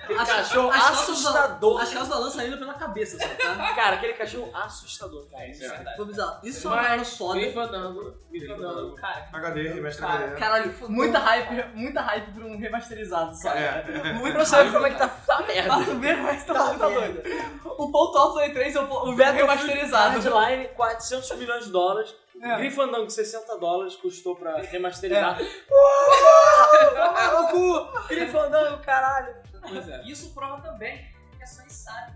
[SPEAKER 2] Aquele
[SPEAKER 4] As-
[SPEAKER 2] cachorro
[SPEAKER 4] as calças da-
[SPEAKER 2] assustador.
[SPEAKER 4] As calças da lança ainda pela cabeça, só,
[SPEAKER 2] <laughs>
[SPEAKER 4] tá?
[SPEAKER 2] Cara, aquele cachorro assustador, cara.
[SPEAKER 1] É, isso é verdade.
[SPEAKER 4] Foi bizarro. Isso é uma parada foda.
[SPEAKER 5] Grim Fandango. Grim Fandango.
[SPEAKER 1] Cara,
[SPEAKER 3] HD, remaster
[SPEAKER 1] Cara,
[SPEAKER 3] HD.
[SPEAKER 4] Caralho, foi muita hype, muita hype pra um remasterizado, sabe?
[SPEAKER 3] É.
[SPEAKER 2] Muito pra saber como é que tá tá merda.
[SPEAKER 4] Mas o mesmo mas tá
[SPEAKER 2] Tá
[SPEAKER 4] muito doido.
[SPEAKER 2] merda.
[SPEAKER 4] O ponto alto da E3 é o, po- o
[SPEAKER 2] Battlefield
[SPEAKER 4] remasterizado.
[SPEAKER 2] Hardline, 400 milhões de dólares.
[SPEAKER 1] É.
[SPEAKER 2] Grifandango, 60 dólares, custou pra remasterizar. Uau! Maluco! Grifandango, caralho.
[SPEAKER 5] Pois é.
[SPEAKER 1] isso prova também que a Sony sabe.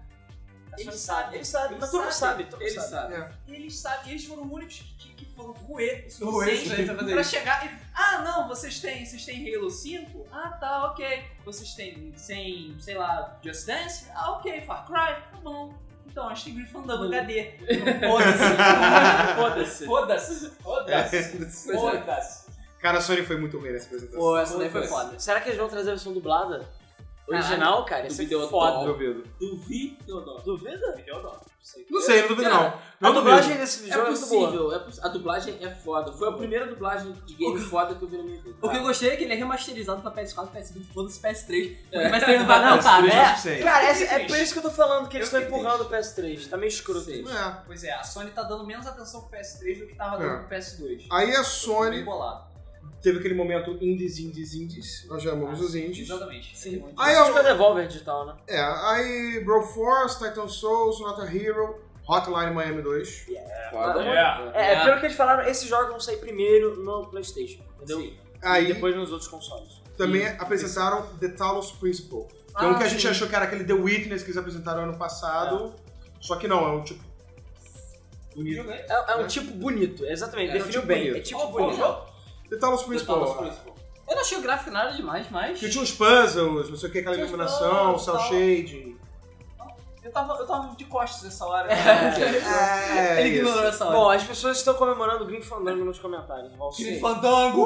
[SPEAKER 2] Ele sabe, ele sabe. Mas todo mundo sabe, todo mundo
[SPEAKER 5] Ele
[SPEAKER 2] sabe.
[SPEAKER 5] sabe.
[SPEAKER 3] É.
[SPEAKER 1] Eles sabem, eles foram os únicos que, que foram roer o
[SPEAKER 4] Roer,
[SPEAKER 1] suficiente
[SPEAKER 4] né, pra fazer
[SPEAKER 1] pra
[SPEAKER 4] isso.
[SPEAKER 1] chegar e. Ah, não, vocês têm, vocês têm Halo 5? Ah, tá, ok. Vocês têm, sem, sei lá, Just Dance? Ah, ok. Far Cry? Tá bom. Então, a gente tem Gryffindor
[SPEAKER 4] Hum.
[SPEAKER 1] HD.
[SPEAKER 5] Foda-se.
[SPEAKER 1] Foda-se. Foda-se.
[SPEAKER 5] Pois é.
[SPEAKER 1] Foda-se.
[SPEAKER 3] <laughs> Cara, a Sony foi muito ruim nessa apresentação.
[SPEAKER 2] Pô, essa daí foi
[SPEAKER 5] Foda-se.
[SPEAKER 2] foda. Será que eles vão trazer a versão dublada?
[SPEAKER 4] Caralho.
[SPEAKER 2] Original, cara? Isso
[SPEAKER 5] Duvidou
[SPEAKER 2] é foda.
[SPEAKER 5] total.
[SPEAKER 3] Duvido.
[SPEAKER 5] Duvido, não.
[SPEAKER 2] Duvida?
[SPEAKER 3] Não sei, não duvido não.
[SPEAKER 2] A
[SPEAKER 3] Não duvido.
[SPEAKER 2] dublagem desse
[SPEAKER 5] É
[SPEAKER 2] jogo é muito boa.
[SPEAKER 5] possível, é poss- a dublagem é foda. Foi a primeira dublagem de game foda que eu vi na minha vida.
[SPEAKER 4] O que eu
[SPEAKER 2] Tá.
[SPEAKER 5] Cara,
[SPEAKER 4] gostei é que ele é remasterizado pra PS4, PS5, foda-se PS3. Porque o PS3 não vai não,
[SPEAKER 3] Três
[SPEAKER 4] cara.
[SPEAKER 3] não
[SPEAKER 4] É.
[SPEAKER 3] sei.
[SPEAKER 2] É. Cara, essa-
[SPEAKER 1] fiquei
[SPEAKER 2] é por isso que eu tô falando que eles
[SPEAKER 1] Eu
[SPEAKER 2] estão
[SPEAKER 1] fiquei
[SPEAKER 2] empurrando o PS3. Tá meio escroto isso.
[SPEAKER 3] É.
[SPEAKER 1] Pois é, a Sony tá dando menos atenção pro PS3 do que tava
[SPEAKER 3] É.
[SPEAKER 1] dando pro PS2.
[SPEAKER 3] Aí a
[SPEAKER 1] Bem
[SPEAKER 3] Sony
[SPEAKER 1] bolado.
[SPEAKER 3] teve aquele momento indies, indies, indies. Nós chamamos os indies.
[SPEAKER 1] Exatamente.
[SPEAKER 4] Sim.
[SPEAKER 3] Aí
[SPEAKER 2] Isso
[SPEAKER 3] eu...
[SPEAKER 2] é Devolver digital, né?
[SPEAKER 3] É, aí Broforce, Titan Souls, Not a Hero, Hotline Miami 2.
[SPEAKER 1] Tá
[SPEAKER 5] foda. né?
[SPEAKER 2] É, é, pelo que eles falaram, esses jogos vão sair primeiro no PlayStation, entendeu? E
[SPEAKER 3] Aí
[SPEAKER 2] depois nos outros consoles.
[SPEAKER 3] também apresentaram The Talos Principle. Que é um
[SPEAKER 4] Ah,
[SPEAKER 3] que a gente
[SPEAKER 4] sim.
[SPEAKER 3] achou que era aquele The Witness que eles apresentaram ano passado. Só que não, é um tipo... Bonito.
[SPEAKER 2] É, é um tipo bonito, exatamente,
[SPEAKER 5] É, é um
[SPEAKER 2] definiu
[SPEAKER 3] tipo
[SPEAKER 2] bem.
[SPEAKER 3] bonito.
[SPEAKER 2] É tipo
[SPEAKER 1] Qual- qual
[SPEAKER 2] bonito.
[SPEAKER 1] jogo?
[SPEAKER 3] The Talos Principle.
[SPEAKER 5] Fala, Principal.
[SPEAKER 4] Eu não achei o gráfico nada demais, mas.
[SPEAKER 2] É
[SPEAKER 3] Que tinha uns puzzles, não sei o que, aquela
[SPEAKER 4] Tinha uns
[SPEAKER 3] iluminação,
[SPEAKER 4] puzzles,
[SPEAKER 3] cel
[SPEAKER 4] tal.
[SPEAKER 3] shade.
[SPEAKER 1] Eu tava, eu tava de costas nessa
[SPEAKER 5] <laughs>
[SPEAKER 1] hora.
[SPEAKER 3] É,
[SPEAKER 4] ele ignorou essa hora.
[SPEAKER 2] Bom, as pessoas estão comemorando o Green Fandango nos comentários. Bom,
[SPEAKER 5] Sim.
[SPEAKER 1] Fandango!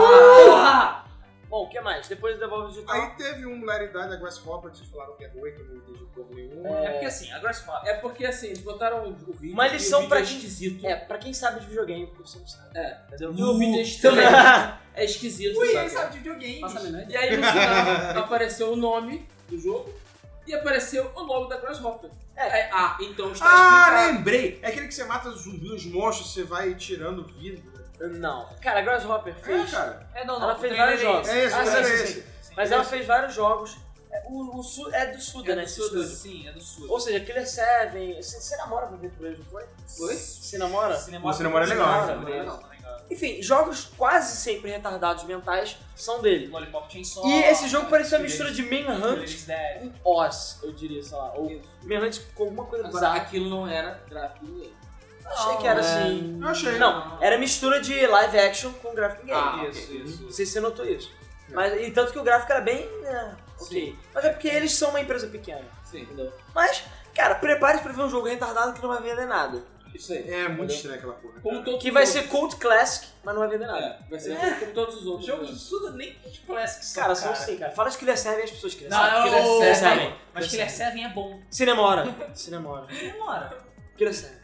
[SPEAKER 4] Porra!
[SPEAKER 2] Bom, o que mais? Depois do Devolver digital.
[SPEAKER 3] Aí teve um Laridade da Grasshopper que vocês falaram que é ruim, que eu não entendi porra nenhuma.
[SPEAKER 1] É porque assim, agora se fala.
[SPEAKER 5] É porque assim, eles botaram o vídeo.
[SPEAKER 2] Uma lição
[SPEAKER 5] e o vídeo
[SPEAKER 2] pra
[SPEAKER 5] é
[SPEAKER 2] quem-
[SPEAKER 5] esquisito.
[SPEAKER 2] É, pra quem sabe de videogame, porque você não sabe.
[SPEAKER 5] É.
[SPEAKER 2] Entendeu?
[SPEAKER 5] E
[SPEAKER 2] <laughs>
[SPEAKER 5] o vídeo é estranho.
[SPEAKER 2] também.
[SPEAKER 5] É esquisito,
[SPEAKER 1] Ui, ele
[SPEAKER 5] sabe?
[SPEAKER 1] sabe de videogame.
[SPEAKER 4] Faça a menor ideia.
[SPEAKER 5] E aí no final apareceu o nome do jogo e apareceu o logo da Grasshopper. É. Ah, então está
[SPEAKER 3] Ah,
[SPEAKER 5] explicado.
[SPEAKER 3] lembrei! É aquele que você mata os zumbis, os monstros, você vai tirando vida.
[SPEAKER 2] Não. Cara, a Grasshopper
[SPEAKER 3] É,
[SPEAKER 2] fez.
[SPEAKER 3] cara.
[SPEAKER 1] É, não, não.
[SPEAKER 2] Ela
[SPEAKER 1] o
[SPEAKER 2] fez
[SPEAKER 1] trailer
[SPEAKER 2] vários
[SPEAKER 1] é
[SPEAKER 2] jogos.
[SPEAKER 1] esse.
[SPEAKER 3] É esse,
[SPEAKER 2] Ah,
[SPEAKER 3] o
[SPEAKER 2] sim,
[SPEAKER 3] trailer é
[SPEAKER 2] sim,
[SPEAKER 3] esse.
[SPEAKER 2] sim. Mas ela fez vários jogos. É, O, o Su- é do Suda,
[SPEAKER 5] É do
[SPEAKER 2] né? esse
[SPEAKER 5] Suda.
[SPEAKER 2] estúdio.
[SPEAKER 1] Sim, é do sul.
[SPEAKER 2] Ou seja, Killer Seven. Você se namora com o Ventreiro, não foi?
[SPEAKER 5] Foi?
[SPEAKER 2] Se namora?
[SPEAKER 1] Cinema-
[SPEAKER 3] O cinema era legal,
[SPEAKER 1] Cinema
[SPEAKER 2] né?
[SPEAKER 1] era legal.
[SPEAKER 2] Enfim, jogos quase sempre retardados mentais são dele.
[SPEAKER 1] Lollipop Chainsaw.
[SPEAKER 2] E é esse jogo parecia uma mistura de Manhunt
[SPEAKER 1] Feliz Dead.
[SPEAKER 2] com Oz, eu diria, sei lá. Ou Manhunt com alguma coisa
[SPEAKER 5] Agora,
[SPEAKER 2] bizarra.
[SPEAKER 5] aquilo não era gráfico ninguém.
[SPEAKER 2] Achei que era assim.
[SPEAKER 3] Eu achei.
[SPEAKER 2] Não, era mistura de live action com graphic game.
[SPEAKER 5] Ah,
[SPEAKER 1] Isso,
[SPEAKER 5] ok.
[SPEAKER 1] isso.
[SPEAKER 2] Não sei se você notou isso. Mas, e tanto que o gráfico era bem. né, ok. Mas é porque eles são uma empresa pequena,
[SPEAKER 5] Sim.
[SPEAKER 2] entendeu? Mas, cara, prepare-se pra ver um jogo retardado que não vai vender nada.
[SPEAKER 5] Isso aí.
[SPEAKER 3] É muito
[SPEAKER 5] Entendeu?
[SPEAKER 3] estranha aquela porra.
[SPEAKER 5] Como todo
[SPEAKER 2] Que vai ser Cold Classic, mas não vai vender nada.
[SPEAKER 5] É, vai ser
[SPEAKER 1] É.
[SPEAKER 5] como todos os
[SPEAKER 1] Os
[SPEAKER 5] outros.
[SPEAKER 1] jogos
[SPEAKER 5] né?
[SPEAKER 1] de tudo nem os classics são,
[SPEAKER 2] Cara, só não sei, cara. Fala de Killer Seven e as pessoas que
[SPEAKER 1] Não, não,
[SPEAKER 5] Killer
[SPEAKER 1] não,
[SPEAKER 5] Seven.
[SPEAKER 1] Seven. Mas
[SPEAKER 2] Killer
[SPEAKER 1] Killer Seven é bom.
[SPEAKER 2] Cinemora. Cinemora.
[SPEAKER 1] Demora.
[SPEAKER 2] Killer Seven.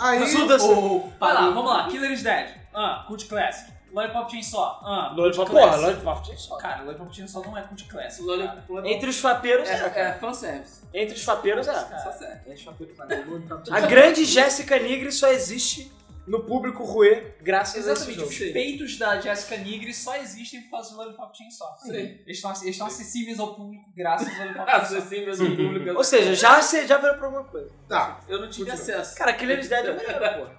[SPEAKER 3] Aí,
[SPEAKER 2] Resulta assim.
[SPEAKER 1] Vai lá, vamos lá. Killer is Dead. Ah, Cult Classic. Lollipop Chainsaw. Ah,
[SPEAKER 2] Lollipop,
[SPEAKER 1] Cult
[SPEAKER 2] porra,
[SPEAKER 1] Classic.
[SPEAKER 2] Lollipop tinha só.
[SPEAKER 1] Cara, Lollipop Chainsaw não é Cult Classic. cara.
[SPEAKER 5] Lollipop-
[SPEAKER 2] Entre os fapeiros, é,
[SPEAKER 5] É,
[SPEAKER 2] cara.
[SPEAKER 5] é fanservice.
[SPEAKER 2] Entre os fapeiros, é.
[SPEAKER 5] Só serve.
[SPEAKER 4] É chapeiro pra caralho.
[SPEAKER 2] A grande Jéssica Nigri só existe no público ruê graças
[SPEAKER 1] Exatamente,
[SPEAKER 2] a
[SPEAKER 1] os
[SPEAKER 2] esse jogo.
[SPEAKER 1] peitos da Jessica Nigri só existem por causa do Lollipop Chainsaw.
[SPEAKER 5] Sim.
[SPEAKER 1] Eles estão, eles estão acessíveis ao público graças ao Lollipop
[SPEAKER 5] Ah,
[SPEAKER 1] Chainsaw.
[SPEAKER 5] assim mesmo público.
[SPEAKER 2] Ou seja, já, se- já virou pra alguma coisa.
[SPEAKER 3] tá,
[SPEAKER 5] eu não tive
[SPEAKER 3] Continua.
[SPEAKER 5] acesso.
[SPEAKER 2] Cara, Killer Dead é melhor, porra.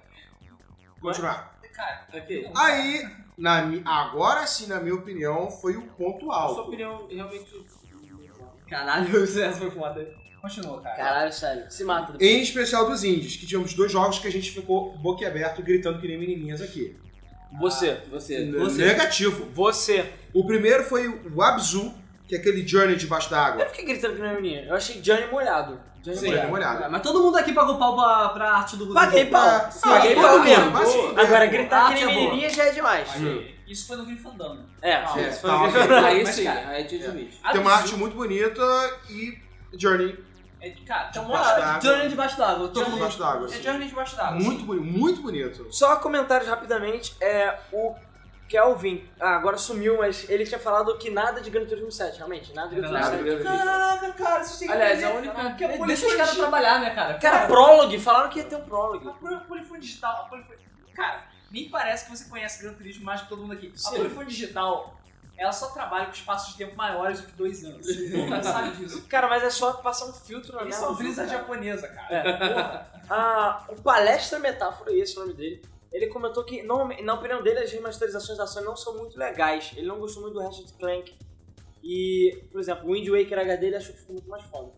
[SPEAKER 3] continuar.
[SPEAKER 1] Cara,
[SPEAKER 5] Ok. A
[SPEAKER 3] Aí, na mi- agora sim, na minha opinião, foi o ponto
[SPEAKER 5] sua
[SPEAKER 3] alto.
[SPEAKER 5] opinião realmente.
[SPEAKER 4] Caralho, essa foi foda.
[SPEAKER 1] continua, cara.
[SPEAKER 2] Caralho, sério. Se mata. depois.
[SPEAKER 3] Em especial dos indies, que tínhamos dois jogos que a gente ficou boquiaberto gritando que nem menininhas aqui.
[SPEAKER 2] Você.
[SPEAKER 5] Você.
[SPEAKER 4] Você.
[SPEAKER 3] Negativo.
[SPEAKER 2] Você.
[SPEAKER 3] O primeiro foi o Abzu, que é aquele Journey debaixo da
[SPEAKER 2] Eu
[SPEAKER 3] água.
[SPEAKER 2] fiquei gritando que não é menino. Eu achei Johnny molhado. Johnny
[SPEAKER 3] Sim, dá
[SPEAKER 2] molhado.
[SPEAKER 3] uma olhada.
[SPEAKER 4] Ah, Mas todo mundo aqui pagou pau pra, pra arte do
[SPEAKER 2] Paguei pau.
[SPEAKER 3] Ah,
[SPEAKER 2] Paguei
[SPEAKER 3] todo
[SPEAKER 2] pau
[SPEAKER 3] mundo,
[SPEAKER 2] mesmo.
[SPEAKER 3] vai se fuder,
[SPEAKER 2] Agora,
[SPEAKER 3] pô.
[SPEAKER 2] gritar
[SPEAKER 4] Ah,
[SPEAKER 2] que nem
[SPEAKER 4] tinha boa.
[SPEAKER 2] menininha já é demais.
[SPEAKER 1] Aí, Isso foi no Grifandango.
[SPEAKER 2] É,
[SPEAKER 1] Calma.
[SPEAKER 2] sim,
[SPEAKER 3] É,
[SPEAKER 2] isso foi
[SPEAKER 3] calma.
[SPEAKER 2] um grifo.
[SPEAKER 5] Aí
[SPEAKER 1] Mas,
[SPEAKER 5] sim,
[SPEAKER 1] cara,
[SPEAKER 5] aí te admite.
[SPEAKER 3] Tem uma arte muito bonita e Journey
[SPEAKER 1] É, cara, tem uma
[SPEAKER 3] Debaixo
[SPEAKER 1] arte-
[SPEAKER 3] d'água.
[SPEAKER 4] Johnny debaixo d'água. Todo mundo.
[SPEAKER 3] debaixo da água.
[SPEAKER 1] É
[SPEAKER 3] assim.
[SPEAKER 1] Journey debaixo d'água.
[SPEAKER 3] Muito bonito, muito bonito.
[SPEAKER 2] Só comentários rapidamente, é o Kelvin, ah, agora sumiu, mas ele tinha falado que nada de Gran Turismo 7, realmente, nada de Gran Turismo
[SPEAKER 5] Nada
[SPEAKER 2] 7.
[SPEAKER 5] de Gran Turismo.
[SPEAKER 1] Caraca, cara, vocês têm que
[SPEAKER 5] Aliás,
[SPEAKER 1] entender,
[SPEAKER 5] a única-
[SPEAKER 1] cara, que é a
[SPEAKER 4] Deixa os caras
[SPEAKER 1] polifonia-
[SPEAKER 4] trabalhar, né, cara?
[SPEAKER 2] Cara, prólogo, falaram que ia ter um prólogo.
[SPEAKER 1] A pro- Polifone digital, a polifone... Cara, nem parece que você conhece Gran Turismo mais que todo mundo aqui. A
[SPEAKER 5] Sim.
[SPEAKER 1] polifone digital, ela só trabalha com espaços de tempo maiores do que dois anos. Todo mundo sabe disso.
[SPEAKER 2] Cara, mas é só passar um filtro na
[SPEAKER 1] Isso é uma brisa
[SPEAKER 2] cara.
[SPEAKER 1] japonesa, cara.
[SPEAKER 2] É, porra. Ah, o Palestra Metáfora, esse é o nome dele, ele comentou que, normalmente- na opinião dele, as remasterizações da Sony não são muito legais. Ele não gostou muito do Ratchet Clank. E, por exemplo, o Wind Waker HD ele achou que ficou muito mais foda.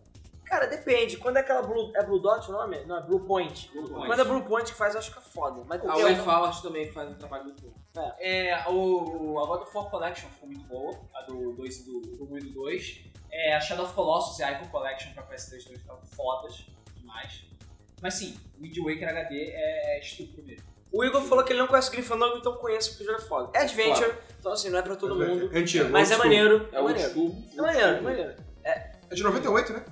[SPEAKER 2] Cara, depende. Quando é aquela Blue... É Blue Dot o nome? Não, é Blue Point. Quando é Blue Point que faz, eu acho que é foda. Mas
[SPEAKER 5] A
[SPEAKER 2] eu-
[SPEAKER 5] UEFA acho também faz um trabalho muito bom.
[SPEAKER 1] É, o, a God of War Collection ficou muito boa, a do 2 e do, do 1 e do 2. É, a Shadow of Colossus e a Icon Collection pra PS3 também ficaram fodas demais. Mas sim, Wind Waker HD é estupro mesmo.
[SPEAKER 2] O Igor falou que ele não conhece o Gryffindor, então conhece porque o jogo é foda. É Adventure, então assim, não é pra todo mundo.
[SPEAKER 3] É antigo.
[SPEAKER 2] Mas é
[SPEAKER 3] old school.
[SPEAKER 2] maneiro. É
[SPEAKER 5] É o
[SPEAKER 2] maneiro.
[SPEAKER 5] Chubo.
[SPEAKER 2] É maneiro, é maneiro.
[SPEAKER 3] É de 98, né?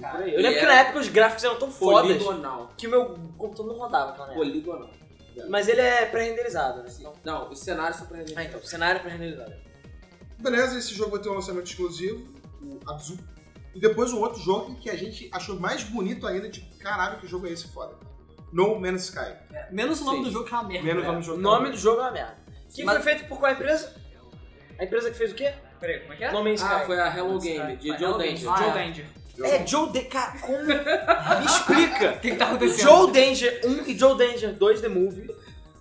[SPEAKER 1] Cara,
[SPEAKER 2] Eu lembro que na época os gráficos eram tão fodas
[SPEAKER 5] Poligonal.
[SPEAKER 2] que o meu computador não rodava naquela época.
[SPEAKER 5] Poligonal.
[SPEAKER 2] Mas ele é pré-renderizado, né? Então-
[SPEAKER 5] Não, os cenários são pra ele.
[SPEAKER 2] Ah, então, o cenário é pré-renderizado.
[SPEAKER 3] Beleza, esse jogo vai ter um lançamento exclusivo, o Abzu. E depois um outro jogo que a gente achou mais bonito ainda, tipo, caralho, que jogo é esse foda. No Man's Sky.
[SPEAKER 4] Menos o nome
[SPEAKER 5] Sim.
[SPEAKER 4] do jogo que é uma merda.
[SPEAKER 3] Menos
[SPEAKER 4] cara.
[SPEAKER 3] vamos
[SPEAKER 2] O
[SPEAKER 3] jogar.
[SPEAKER 2] nome do jogo é uma merda. Que
[SPEAKER 5] Mas-
[SPEAKER 2] foi feito por qual empresa? A empresa que fez o quê?
[SPEAKER 1] Peraí, como é que é?
[SPEAKER 2] No Man's Sky.
[SPEAKER 5] Ah, foi a Hello Game, de John Danger.
[SPEAKER 4] Ah,
[SPEAKER 1] Joe Tipo,
[SPEAKER 4] é.
[SPEAKER 1] Danger.
[SPEAKER 3] do
[SPEAKER 2] É, Joe Danger. Cara, <laughs> como? Me explica.
[SPEAKER 4] O que que tá acontecendo?
[SPEAKER 2] Joe Danger 1 e Joe Danger 2 The Movie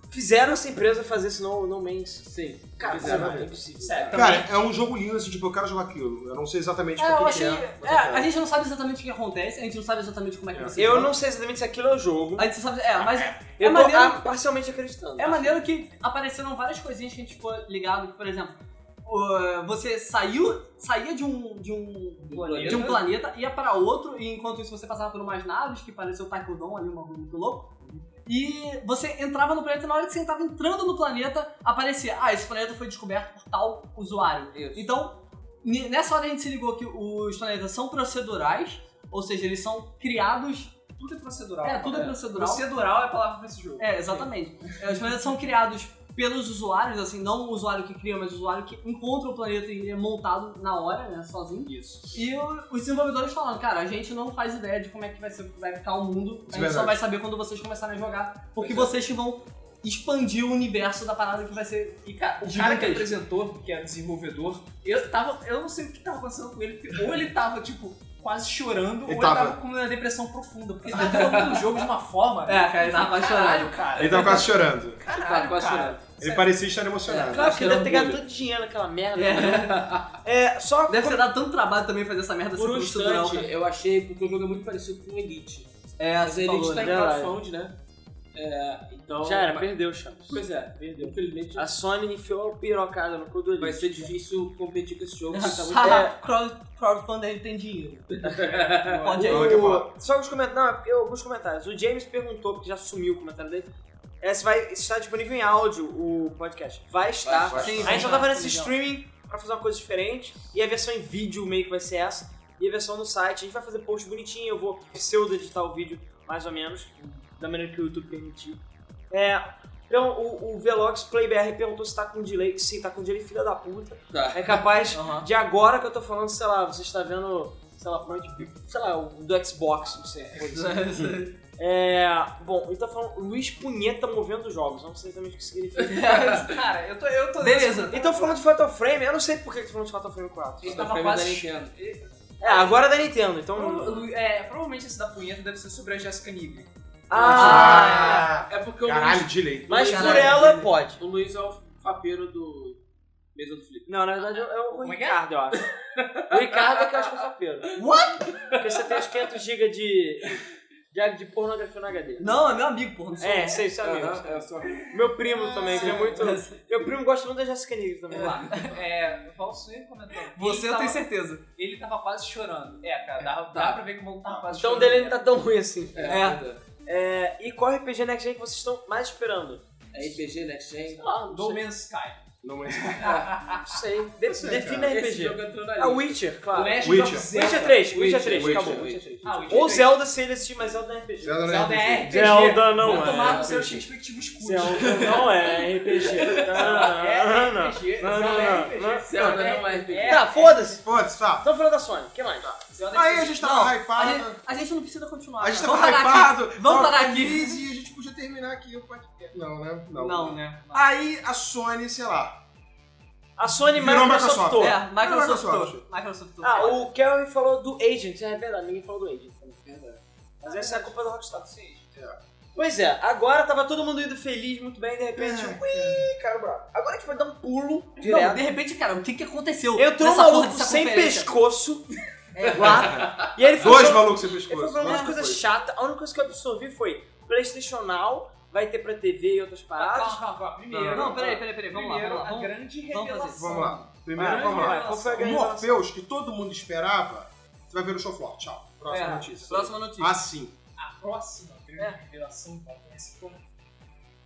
[SPEAKER 2] fizeram essa empresa fazer esse No, no Man's.
[SPEAKER 5] Sim.
[SPEAKER 2] Cara,
[SPEAKER 5] fizeram.
[SPEAKER 2] não é impossível.
[SPEAKER 1] Sério,
[SPEAKER 3] Cara, é um jogo lindo, assim, tipo, eu quero jogar aquilo. Eu não sei exatamente
[SPEAKER 4] É,
[SPEAKER 3] pra
[SPEAKER 4] eu
[SPEAKER 3] que que
[SPEAKER 4] achei.
[SPEAKER 3] é.
[SPEAKER 4] É, a gente não sabe exatamente o que acontece, a gente não sabe exatamente como é que
[SPEAKER 3] É.
[SPEAKER 4] vai ser.
[SPEAKER 2] Eu não sei exatamente se aquilo é o jogo.
[SPEAKER 4] A gente só sabe. É, mas é
[SPEAKER 2] Eu tô
[SPEAKER 4] maneiro.
[SPEAKER 2] ah, parcialmente acreditando.
[SPEAKER 4] É maneiro que
[SPEAKER 2] né?
[SPEAKER 4] apareceram várias coisinhas que a gente ficou ligado, por exemplo, o- você saiu, saía de um, de um,
[SPEAKER 5] De um planeta.
[SPEAKER 4] de um planeta, ia para outro, e enquanto isso você passava por umas naves, que parecia o Taekwondo ali, uma coisa muito louco. E você entrava no planeta, e na hora que você estava entrando no planeta, aparecia, ah, esse planeta foi descoberto por tal usuário.
[SPEAKER 5] Isso.
[SPEAKER 4] Então, ne- nessa hora a gente se ligou que os planetas são procedurais, ou seja, eles são criados,
[SPEAKER 1] tudo é procedural.
[SPEAKER 4] é, tudo é
[SPEAKER 1] procedural.
[SPEAKER 4] procedural.
[SPEAKER 1] Procedural é a palavra pra esse jogo.
[SPEAKER 4] É, exatamente. É, Os planetas são criados pelos usuários, assim, não o usuário que cria, mas o usuário que encontra o planeta e ele é montado na hora, né, sozinho.
[SPEAKER 1] Isso.
[SPEAKER 4] E o- os desenvolvedores falando, cara, a gente não faz ideia de como é que vai, ser- vai ficar o mundo, a gente
[SPEAKER 3] verdade.
[SPEAKER 4] só vai saber quando vocês começarem a jogar, porque vocês que vão expandir o universo da parada que vai ser...
[SPEAKER 1] E cara, o cara que
[SPEAKER 4] Gigantesco.
[SPEAKER 1] apresentou, que é desenvolvedor, eu tava. Eu não sei o que tava acontecendo com ele, porque ou ele tava, tipo, quase chorando,
[SPEAKER 4] é
[SPEAKER 3] Ele
[SPEAKER 1] ou
[SPEAKER 3] tava.
[SPEAKER 1] ele tava com uma depressão profunda, porque <laughs> ele tava falando do jogo de uma forma.
[SPEAKER 4] É, cara, ele tava
[SPEAKER 1] Caralho, cara.
[SPEAKER 3] Ele tava quase chorando.
[SPEAKER 1] Caralho,
[SPEAKER 5] Tá, quase
[SPEAKER 1] cara.
[SPEAKER 5] chorando.
[SPEAKER 3] Ele parecia estar emocionado.
[SPEAKER 2] Claro, porque ele deve ter
[SPEAKER 5] Cheirando
[SPEAKER 2] gastado todo dinheiro naquela merda.
[SPEAKER 4] É.
[SPEAKER 2] É, só
[SPEAKER 4] Deve ter dado tanto trabalho também fazer essa merda
[SPEAKER 5] Por
[SPEAKER 4] ser
[SPEAKER 5] um
[SPEAKER 4] procedural.
[SPEAKER 5] instante, eu achei, porque o jogo é muito parecido com o Elite.
[SPEAKER 4] É,
[SPEAKER 5] Mas o
[SPEAKER 4] você
[SPEAKER 5] Elite
[SPEAKER 4] falou,
[SPEAKER 5] tá em
[SPEAKER 4] né,
[SPEAKER 5] crowdfund, né? É, então.
[SPEAKER 2] Já era, perdeu, Ah, Chaves.
[SPEAKER 5] Pois é, perdeu. Infelizmente
[SPEAKER 2] A Sony enfiou a pirocada no cu do
[SPEAKER 5] vai
[SPEAKER 2] Elite.
[SPEAKER 5] ser difícil competir com esse jogo. porque tá muito...
[SPEAKER 4] Ah, <laughs> crowd- crowdfunding tem <laughs> dinheiro. Pode
[SPEAKER 3] Não,
[SPEAKER 4] aí.
[SPEAKER 3] eu quero falar.
[SPEAKER 2] O- Só alguns comentários. Não, é porque alguns comentários. O James perguntou, porque já sumiu o comentário dele. É, se vai, se está disponível em áudio o podcast. Vai estar.
[SPEAKER 3] vai
[SPEAKER 4] Sim,
[SPEAKER 2] A
[SPEAKER 4] vai
[SPEAKER 2] gente só tá
[SPEAKER 4] estar,
[SPEAKER 2] fazendo esse
[SPEAKER 4] legal.
[SPEAKER 2] streaming pra fazer uma coisa diferente. E a versão em vídeo meio que vai ser essa. E a versão no site. A gente vai fazer post bonitinho. Eu vou pseudo-editar o vídeo, mais ou menos. Da maneira que o YouTube permitiu. É, então, o, o Velox PlayBR perguntou se tá com delay. Sim, tá com delay, filha da puta.
[SPEAKER 5] Tá.
[SPEAKER 2] É
[SPEAKER 3] <laughs>
[SPEAKER 2] capaz
[SPEAKER 4] <laughs> Aham.
[SPEAKER 2] de agora que eu tô falando, sei lá, você está vendo, sei lá, Point View, sei lá, o do Xbox, não sei.
[SPEAKER 4] <laughs>
[SPEAKER 2] foda-se. é, bom, ele tá falando Luiz Punheta movendo os jogos, não sei exatamente o que significa.
[SPEAKER 4] <laughs>
[SPEAKER 1] Cara, eu tô, eu tô
[SPEAKER 4] Beleza.
[SPEAKER 2] Então falando de Fatal Frame, eu não sei por que tu falando de Fatal Frame 4. <laughs>
[SPEAKER 1] Ele
[SPEAKER 5] Tá
[SPEAKER 1] tava
[SPEAKER 5] prêmio da
[SPEAKER 1] quase.
[SPEAKER 5] Nintendo.
[SPEAKER 2] É, agora é da Nintendo,
[SPEAKER 1] Prova-
[SPEAKER 2] então.
[SPEAKER 1] Lu- É, provavelmente esse da punheta deve ser sobre a Jessica Nigri.
[SPEAKER 2] Ah!
[SPEAKER 5] É porque o
[SPEAKER 3] Caralho, delay.
[SPEAKER 2] Mas por
[SPEAKER 4] Caralho.
[SPEAKER 2] ela pode.
[SPEAKER 5] Luiz, o Luiz é o fapeiro do Mesa do Felipe.
[SPEAKER 2] Não, na verdade é o
[SPEAKER 1] Como é que é?
[SPEAKER 2] Ricardo, eu acho. O Ricardo é que eu acho que é o fapeiro. What? Porque você tem os 500 GB de, de, de pornografia no HD.
[SPEAKER 4] Não, é meu amigo, porra. não sou
[SPEAKER 2] É,
[SPEAKER 4] eu.
[SPEAKER 2] sei, seu amigo.
[SPEAKER 5] Aham, é o seu amigo.
[SPEAKER 2] Meu primo também, que é muito. Meu primo gosta muito da Jessica Nigri também.
[SPEAKER 1] Vamos lá. <laughs> É, eu posso ir comentando.
[SPEAKER 4] Você
[SPEAKER 1] ele
[SPEAKER 4] eu tenho
[SPEAKER 1] tava,
[SPEAKER 4] certeza.
[SPEAKER 1] ele tava quase chorando. É, Ah, cara, dá, dá pra ver como ele tava quase
[SPEAKER 2] Então o
[SPEAKER 1] chorando.
[SPEAKER 2] dele ele não tá tão ruim assim.
[SPEAKER 5] É,
[SPEAKER 4] É.
[SPEAKER 5] verdade.
[SPEAKER 2] É, e qual RPG Next Gen que vocês estão mais esperando?
[SPEAKER 5] É RPG Next Gen.
[SPEAKER 2] Ah,
[SPEAKER 1] No Man's Sky.
[SPEAKER 3] Não, mas...
[SPEAKER 2] Não sei. De- Defina
[SPEAKER 5] Esse
[SPEAKER 2] RPG.
[SPEAKER 5] jogo entrou na
[SPEAKER 2] Ah,
[SPEAKER 5] lista.
[SPEAKER 2] Witcher, claro.
[SPEAKER 1] Last
[SPEAKER 3] Witcher.
[SPEAKER 1] of Zelda.
[SPEAKER 2] Witcher 3, Witcher
[SPEAKER 5] Witcher,
[SPEAKER 2] 3,
[SPEAKER 3] Witcher,
[SPEAKER 2] acabou.
[SPEAKER 5] Witcher.
[SPEAKER 1] Ah, Witcher
[SPEAKER 2] Ou
[SPEAKER 1] 3.
[SPEAKER 2] Zelda se ele assistir, mas Zelda não é RPG.
[SPEAKER 3] Zelda não é
[SPEAKER 1] Zelda é
[SPEAKER 3] RPG.
[SPEAKER 1] RPG.
[SPEAKER 2] Zelda não
[SPEAKER 1] Vou
[SPEAKER 2] é.
[SPEAKER 1] tomar nos seus
[SPEAKER 5] RPG.
[SPEAKER 1] respectivos cus.
[SPEAKER 2] Zelda não é RPG. Não,
[SPEAKER 1] É
[SPEAKER 2] não, não.
[SPEAKER 1] RPG.
[SPEAKER 2] Não,
[SPEAKER 1] Zelda
[SPEAKER 2] não,
[SPEAKER 1] é
[SPEAKER 2] não,
[SPEAKER 1] RPG.
[SPEAKER 2] não.
[SPEAKER 5] Zelda não é RPG.
[SPEAKER 2] Tá, foda-se.
[SPEAKER 3] Foda-se, tá.
[SPEAKER 2] Estamos falando da Sony, o que mais?
[SPEAKER 1] Zelda é
[SPEAKER 3] Aí a
[SPEAKER 1] RPG.
[SPEAKER 3] gente
[SPEAKER 4] Não,
[SPEAKER 3] tava
[SPEAKER 4] A
[SPEAKER 3] hypado.
[SPEAKER 4] gente, a gente tá não precisa continuar.
[SPEAKER 3] A gente
[SPEAKER 4] cara.
[SPEAKER 3] tava hypado.
[SPEAKER 4] Vamos
[SPEAKER 3] tava
[SPEAKER 4] parar aqui.
[SPEAKER 3] feliz E a gente podia terminar aqui o podcast. Não, né? Não.
[SPEAKER 4] Não, né?
[SPEAKER 3] Aí a Sony, sei lá.
[SPEAKER 2] A Sony
[SPEAKER 3] Virou
[SPEAKER 2] Microsoft.
[SPEAKER 3] Microsoft.
[SPEAKER 2] Microsoft.
[SPEAKER 4] É, Microsoft.
[SPEAKER 3] Microsoft.
[SPEAKER 4] Microsoft.
[SPEAKER 2] Ah, o Kelvin falou do Agent, é verdade, ninguém falou do Agent.
[SPEAKER 5] Verdade.
[SPEAKER 2] Mas essa é a culpa da Rockstar.
[SPEAKER 1] Sim.
[SPEAKER 2] Pois é, agora tava todo mundo indo feliz, muito bem, de repente, tipo,
[SPEAKER 3] É.
[SPEAKER 2] ui, cara, bravo. Agora a gente vai dar um pulo
[SPEAKER 4] Não,
[SPEAKER 2] direto.
[SPEAKER 4] de repente, cara, o que que aconteceu?
[SPEAKER 2] Entrou um
[SPEAKER 4] nessa porra
[SPEAKER 2] maluco
[SPEAKER 4] dessa
[SPEAKER 2] sem
[SPEAKER 4] conferência?
[SPEAKER 2] pescoço
[SPEAKER 4] É, claro.
[SPEAKER 2] lá, e ele falou.
[SPEAKER 3] Dois malucos sem
[SPEAKER 2] Ele falou
[SPEAKER 3] pescoço.
[SPEAKER 2] pra mim uma
[SPEAKER 3] Nossa,
[SPEAKER 2] coisa
[SPEAKER 3] foi.
[SPEAKER 2] chata. A única coisa que eu absorvi foi PlayStation Now, vai ter pra TV e
[SPEAKER 4] Ah,
[SPEAKER 2] outras
[SPEAKER 1] Calma,
[SPEAKER 2] paradas.
[SPEAKER 1] calma, calma. Primeiro.
[SPEAKER 4] Não, peraí, peraí, peraí. Vamos lá,
[SPEAKER 1] Primeiro,
[SPEAKER 4] vamos lá.
[SPEAKER 1] a
[SPEAKER 4] Vamos...
[SPEAKER 1] grande
[SPEAKER 4] vamos fazer.
[SPEAKER 1] revelação.
[SPEAKER 3] Vamos lá. Primeiro,
[SPEAKER 2] Vai,
[SPEAKER 3] vamos
[SPEAKER 1] vai,
[SPEAKER 3] lá.
[SPEAKER 1] vai.
[SPEAKER 2] Qual foi a
[SPEAKER 3] O
[SPEAKER 2] grande relação?
[SPEAKER 3] Morpheus, que todo mundo esperava, você vai ver no show floor. Tchau. Próxima
[SPEAKER 1] É.
[SPEAKER 3] notícia.
[SPEAKER 4] Próxima notícia.
[SPEAKER 3] Assim.
[SPEAKER 1] A próxima grande
[SPEAKER 4] É.
[SPEAKER 1] revelação vai conhecer como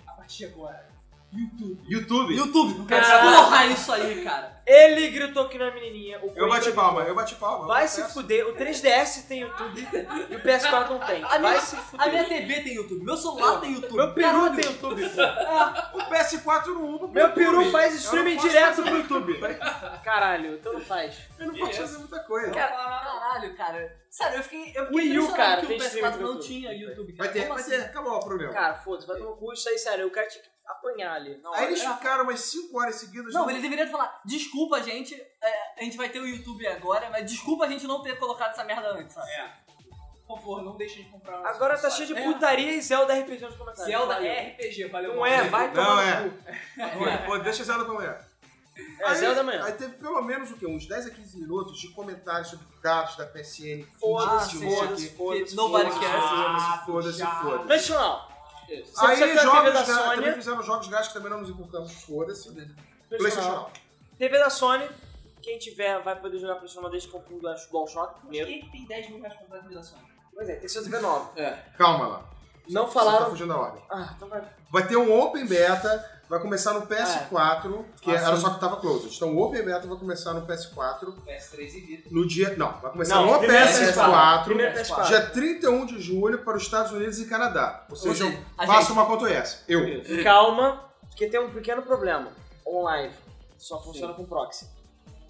[SPEAKER 1] a partir de agora. YouTube.
[SPEAKER 3] YouTube.
[SPEAKER 4] YouTube.
[SPEAKER 2] Caralho.
[SPEAKER 4] Porra, isso aí, cara.
[SPEAKER 2] Ele gritou que não é menininha. O
[SPEAKER 3] Eu
[SPEAKER 2] Coringa
[SPEAKER 3] bati palma, eu bati palma.
[SPEAKER 2] Vai
[SPEAKER 3] eu
[SPEAKER 2] se
[SPEAKER 3] confesso.
[SPEAKER 2] fuder.
[SPEAKER 4] <laughs>
[SPEAKER 2] O 3DS tem YouTube e o PS4 não tem.
[SPEAKER 4] A
[SPEAKER 2] Vai
[SPEAKER 4] minha,
[SPEAKER 2] se
[SPEAKER 4] a minha
[SPEAKER 2] fuder.
[SPEAKER 4] TV tem YouTube, meu celular tem YouTube.
[SPEAKER 2] Meu peru tem YouTube.
[SPEAKER 3] O PS4 não usa.
[SPEAKER 2] Meu peru faz
[SPEAKER 3] Eu não
[SPEAKER 2] streaming
[SPEAKER 3] posso
[SPEAKER 2] direto
[SPEAKER 3] fazer
[SPEAKER 2] pro
[SPEAKER 3] muita <laughs>
[SPEAKER 2] YouTube. Caralho, então não faz.
[SPEAKER 3] Eu não posso fazer muita coisa.
[SPEAKER 4] Caralho, cara. Sério, eu fiquei. Eu fiquei
[SPEAKER 2] Wii U,
[SPEAKER 4] impressionado
[SPEAKER 2] cara,
[SPEAKER 4] que
[SPEAKER 2] tem
[SPEAKER 4] o
[SPEAKER 2] streaming
[SPEAKER 4] PS4
[SPEAKER 2] no
[SPEAKER 4] não
[SPEAKER 2] YouTube.
[SPEAKER 4] tinha YouTube.
[SPEAKER 3] Vai
[SPEAKER 4] cara.
[SPEAKER 3] ter,
[SPEAKER 4] Como
[SPEAKER 3] vai
[SPEAKER 4] assim?
[SPEAKER 3] ter. Acabou o problema.
[SPEAKER 2] Cara, foda-se, vai tomar no cu, isso aí, sério, eu quero te apanhar ali. Não,
[SPEAKER 3] Aí eles
[SPEAKER 2] é.
[SPEAKER 3] ficaram umas 5 horas seguidas.
[SPEAKER 4] Não,
[SPEAKER 3] no-
[SPEAKER 4] ele deveria falar, desculpa, gente, é, a gente vai ter o YouTube agora, mas desculpa a gente não ter colocado essa merda antes. sabe?
[SPEAKER 1] É. Por favor, não deixem de comprar. nosso
[SPEAKER 2] Agora tá
[SPEAKER 1] site.
[SPEAKER 2] cheio de
[SPEAKER 1] É.
[SPEAKER 2] putaria e Zelda RPG nos comentários.
[SPEAKER 1] Zelda
[SPEAKER 2] Valeu.
[SPEAKER 1] é RPG, valeu.
[SPEAKER 2] Não é, vai
[SPEAKER 3] Não
[SPEAKER 2] tomar
[SPEAKER 3] é.
[SPEAKER 2] no cu.
[SPEAKER 3] Foi, foi, deixa Zelda pra amanhã.
[SPEAKER 2] É, Zelda amanhã.
[SPEAKER 3] Aí teve pelo menos o quê? Uns 10 a 15 minutos de comentários sobre dados da PSN.
[SPEAKER 2] Foda-se,
[SPEAKER 3] Foda-se,
[SPEAKER 2] foda-se, foda-se.
[SPEAKER 4] Nobody
[SPEAKER 2] foda-se.
[SPEAKER 4] cares.
[SPEAKER 3] foda-se, foda-se, foda-se.
[SPEAKER 2] National.
[SPEAKER 5] Isso.
[SPEAKER 2] Você precisa
[SPEAKER 3] Aí
[SPEAKER 2] ter a TV
[SPEAKER 3] jogos
[SPEAKER 2] da
[SPEAKER 3] grátis, também
[SPEAKER 2] Sony.
[SPEAKER 3] fizeram jogos grátis que também não nos importamos, foda-se. PlayStation Now.
[SPEAKER 2] TV da Sony. Quem tiver vai poder jogar PlayStation Now desde que eu pulo do DualShock
[SPEAKER 1] Por
[SPEAKER 2] primeiro.
[SPEAKER 1] que que tem 10 mil reais pra comprar atualizações?
[SPEAKER 2] Pois é, tem sua TV nova.
[SPEAKER 5] É.
[SPEAKER 3] Calma lá.
[SPEAKER 2] Não
[SPEAKER 3] Você tá
[SPEAKER 2] falaram...
[SPEAKER 3] fugindo da ordem.
[SPEAKER 2] Ah, então vai.
[SPEAKER 3] Vai ter um Open Beta, vai começar no PS4, que
[SPEAKER 2] Ah,
[SPEAKER 3] era
[SPEAKER 2] sim.
[SPEAKER 3] só que tava closed. Então o Open Beta vai começar no PS4
[SPEAKER 1] PS3 e Vita.
[SPEAKER 3] no dia. Não, vai começar
[SPEAKER 2] Não,
[SPEAKER 3] no
[SPEAKER 2] primeiro é PS4.
[SPEAKER 3] PS4,
[SPEAKER 2] Primeiro é PS4.
[SPEAKER 3] dia 31 de julho para os Estados Unidos e Canadá. Ou seja,
[SPEAKER 4] Ou seja, a
[SPEAKER 3] faça
[SPEAKER 4] gente-
[SPEAKER 3] uma conta essa. Eu.
[SPEAKER 5] É.
[SPEAKER 2] Calma, porque tem um pequeno problema. Online só funciona com proxy.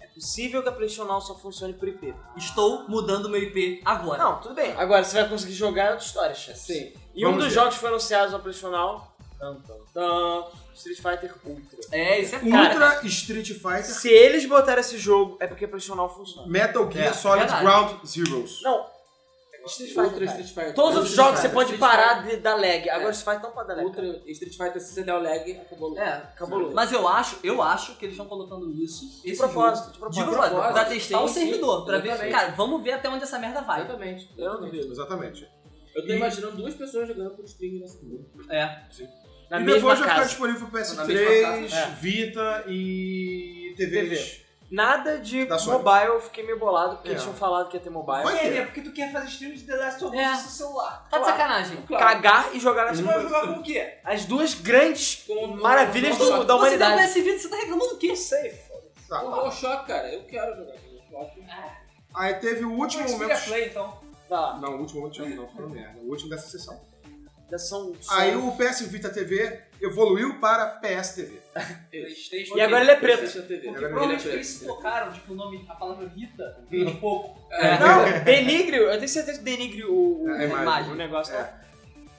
[SPEAKER 2] É possível que a PlayStation Now só funcione por IP.
[SPEAKER 4] Estou mudando meu IP agora.
[SPEAKER 2] Não, tudo bem. Agora você vai conseguir jogar outras histórias.
[SPEAKER 5] Sim.
[SPEAKER 2] E
[SPEAKER 3] Vamos
[SPEAKER 2] um dos
[SPEAKER 3] ver.
[SPEAKER 2] jogos que foi anunciado no PlayStation Now, tan, tan, tan, Street Fighter Ultra.
[SPEAKER 4] É, isso é
[SPEAKER 2] Cara,
[SPEAKER 3] Ultra Street Fighter
[SPEAKER 2] Se eles botarem esse jogo, é porque o PlayStation Now funciona.
[SPEAKER 3] Metal Gear
[SPEAKER 4] É,
[SPEAKER 3] Solid
[SPEAKER 4] verdade.
[SPEAKER 3] Ground Zeroes.
[SPEAKER 2] Não. Street Fighter.
[SPEAKER 5] Ultra
[SPEAKER 2] cara.
[SPEAKER 5] Street Fighter.
[SPEAKER 2] Todos os
[SPEAKER 5] Ultra
[SPEAKER 2] jogos você
[SPEAKER 5] Street
[SPEAKER 2] pode
[SPEAKER 5] Fighter.
[SPEAKER 2] parar de dar lag. Agora
[SPEAKER 5] É.
[SPEAKER 2] Street Fighter não pode dar lag. cara.
[SPEAKER 5] Ultra Street Fighter, se você der o lag, acabou.
[SPEAKER 4] É,
[SPEAKER 2] acabou logo.
[SPEAKER 4] Mas eu acho, eu acho que eles estão colocando isso.
[SPEAKER 2] De
[SPEAKER 4] esse
[SPEAKER 2] propósito, de
[SPEAKER 4] jogo, De
[SPEAKER 2] propósito.
[SPEAKER 4] propósito, pra
[SPEAKER 5] propósito.
[SPEAKER 4] testar o
[SPEAKER 5] Sim, sim.
[SPEAKER 4] servidor. Pra ver,
[SPEAKER 5] Exatamente.
[SPEAKER 4] cara, vamos ver até onde essa merda vai.
[SPEAKER 5] Exatamente.
[SPEAKER 2] Eu não duvido.
[SPEAKER 3] Exatamente.
[SPEAKER 5] Eu tô imaginando duas pessoas jogando por stream nessa porra.
[SPEAKER 1] É.
[SPEAKER 2] Na
[SPEAKER 3] e
[SPEAKER 2] mesma
[SPEAKER 3] depois
[SPEAKER 2] casa.
[SPEAKER 3] vai ficar disponível pro
[SPEAKER 1] Na mesma
[SPEAKER 3] PS3,
[SPEAKER 1] casa, é.
[SPEAKER 3] Vita e TVs.
[SPEAKER 2] Nada de
[SPEAKER 3] Da Sony.
[SPEAKER 2] mobile, eu fiquei meio bolado, porque
[SPEAKER 3] É.
[SPEAKER 2] eles tinham falado que ia ter mobile.
[SPEAKER 3] Vai ter.
[SPEAKER 1] É, porque tu quer fazer stream de The Last of Us
[SPEAKER 4] É.
[SPEAKER 1] no seu celular.
[SPEAKER 4] Tá de
[SPEAKER 1] Claro. Uhum.
[SPEAKER 4] sacanagem.
[SPEAKER 2] Então, Cagar e jogar nas
[SPEAKER 1] Você vai jogar com o quê?
[SPEAKER 2] As duas grandes
[SPEAKER 5] Com
[SPEAKER 2] maravilhas do- da
[SPEAKER 4] Você deu
[SPEAKER 2] humanidade.
[SPEAKER 4] esse vídeo, você tá reclamando do quê?
[SPEAKER 2] safe.
[SPEAKER 3] Tá.
[SPEAKER 5] O DualShock, cara, eu quero jogar com o DualShock.
[SPEAKER 3] Aí teve o último
[SPEAKER 1] Como é que
[SPEAKER 3] momento.
[SPEAKER 1] explica Play, então.
[SPEAKER 2] Tá,
[SPEAKER 3] Não, o último momento não,
[SPEAKER 2] É.
[SPEAKER 3] foi uma merda. O último dessa sessão.
[SPEAKER 2] já são...
[SPEAKER 3] Aí o PS Vita TV evoluiu para PS TV.
[SPEAKER 1] PlayStation.
[SPEAKER 2] E agora ele é preto.
[SPEAKER 5] PlayStation TV.
[SPEAKER 1] Porque
[SPEAKER 3] Agora ele
[SPEAKER 1] provavelmente
[SPEAKER 5] é
[SPEAKER 1] eles se tocaram, tipo, o nome, a palavra Rita, um pouco.
[SPEAKER 2] É.
[SPEAKER 4] <laughs>
[SPEAKER 2] Não, denigre, eu tenho certeza que denigre o, o,
[SPEAKER 3] É, a
[SPEAKER 2] a
[SPEAKER 3] imagem.
[SPEAKER 2] imagem, o negócio
[SPEAKER 3] É.
[SPEAKER 2] tá.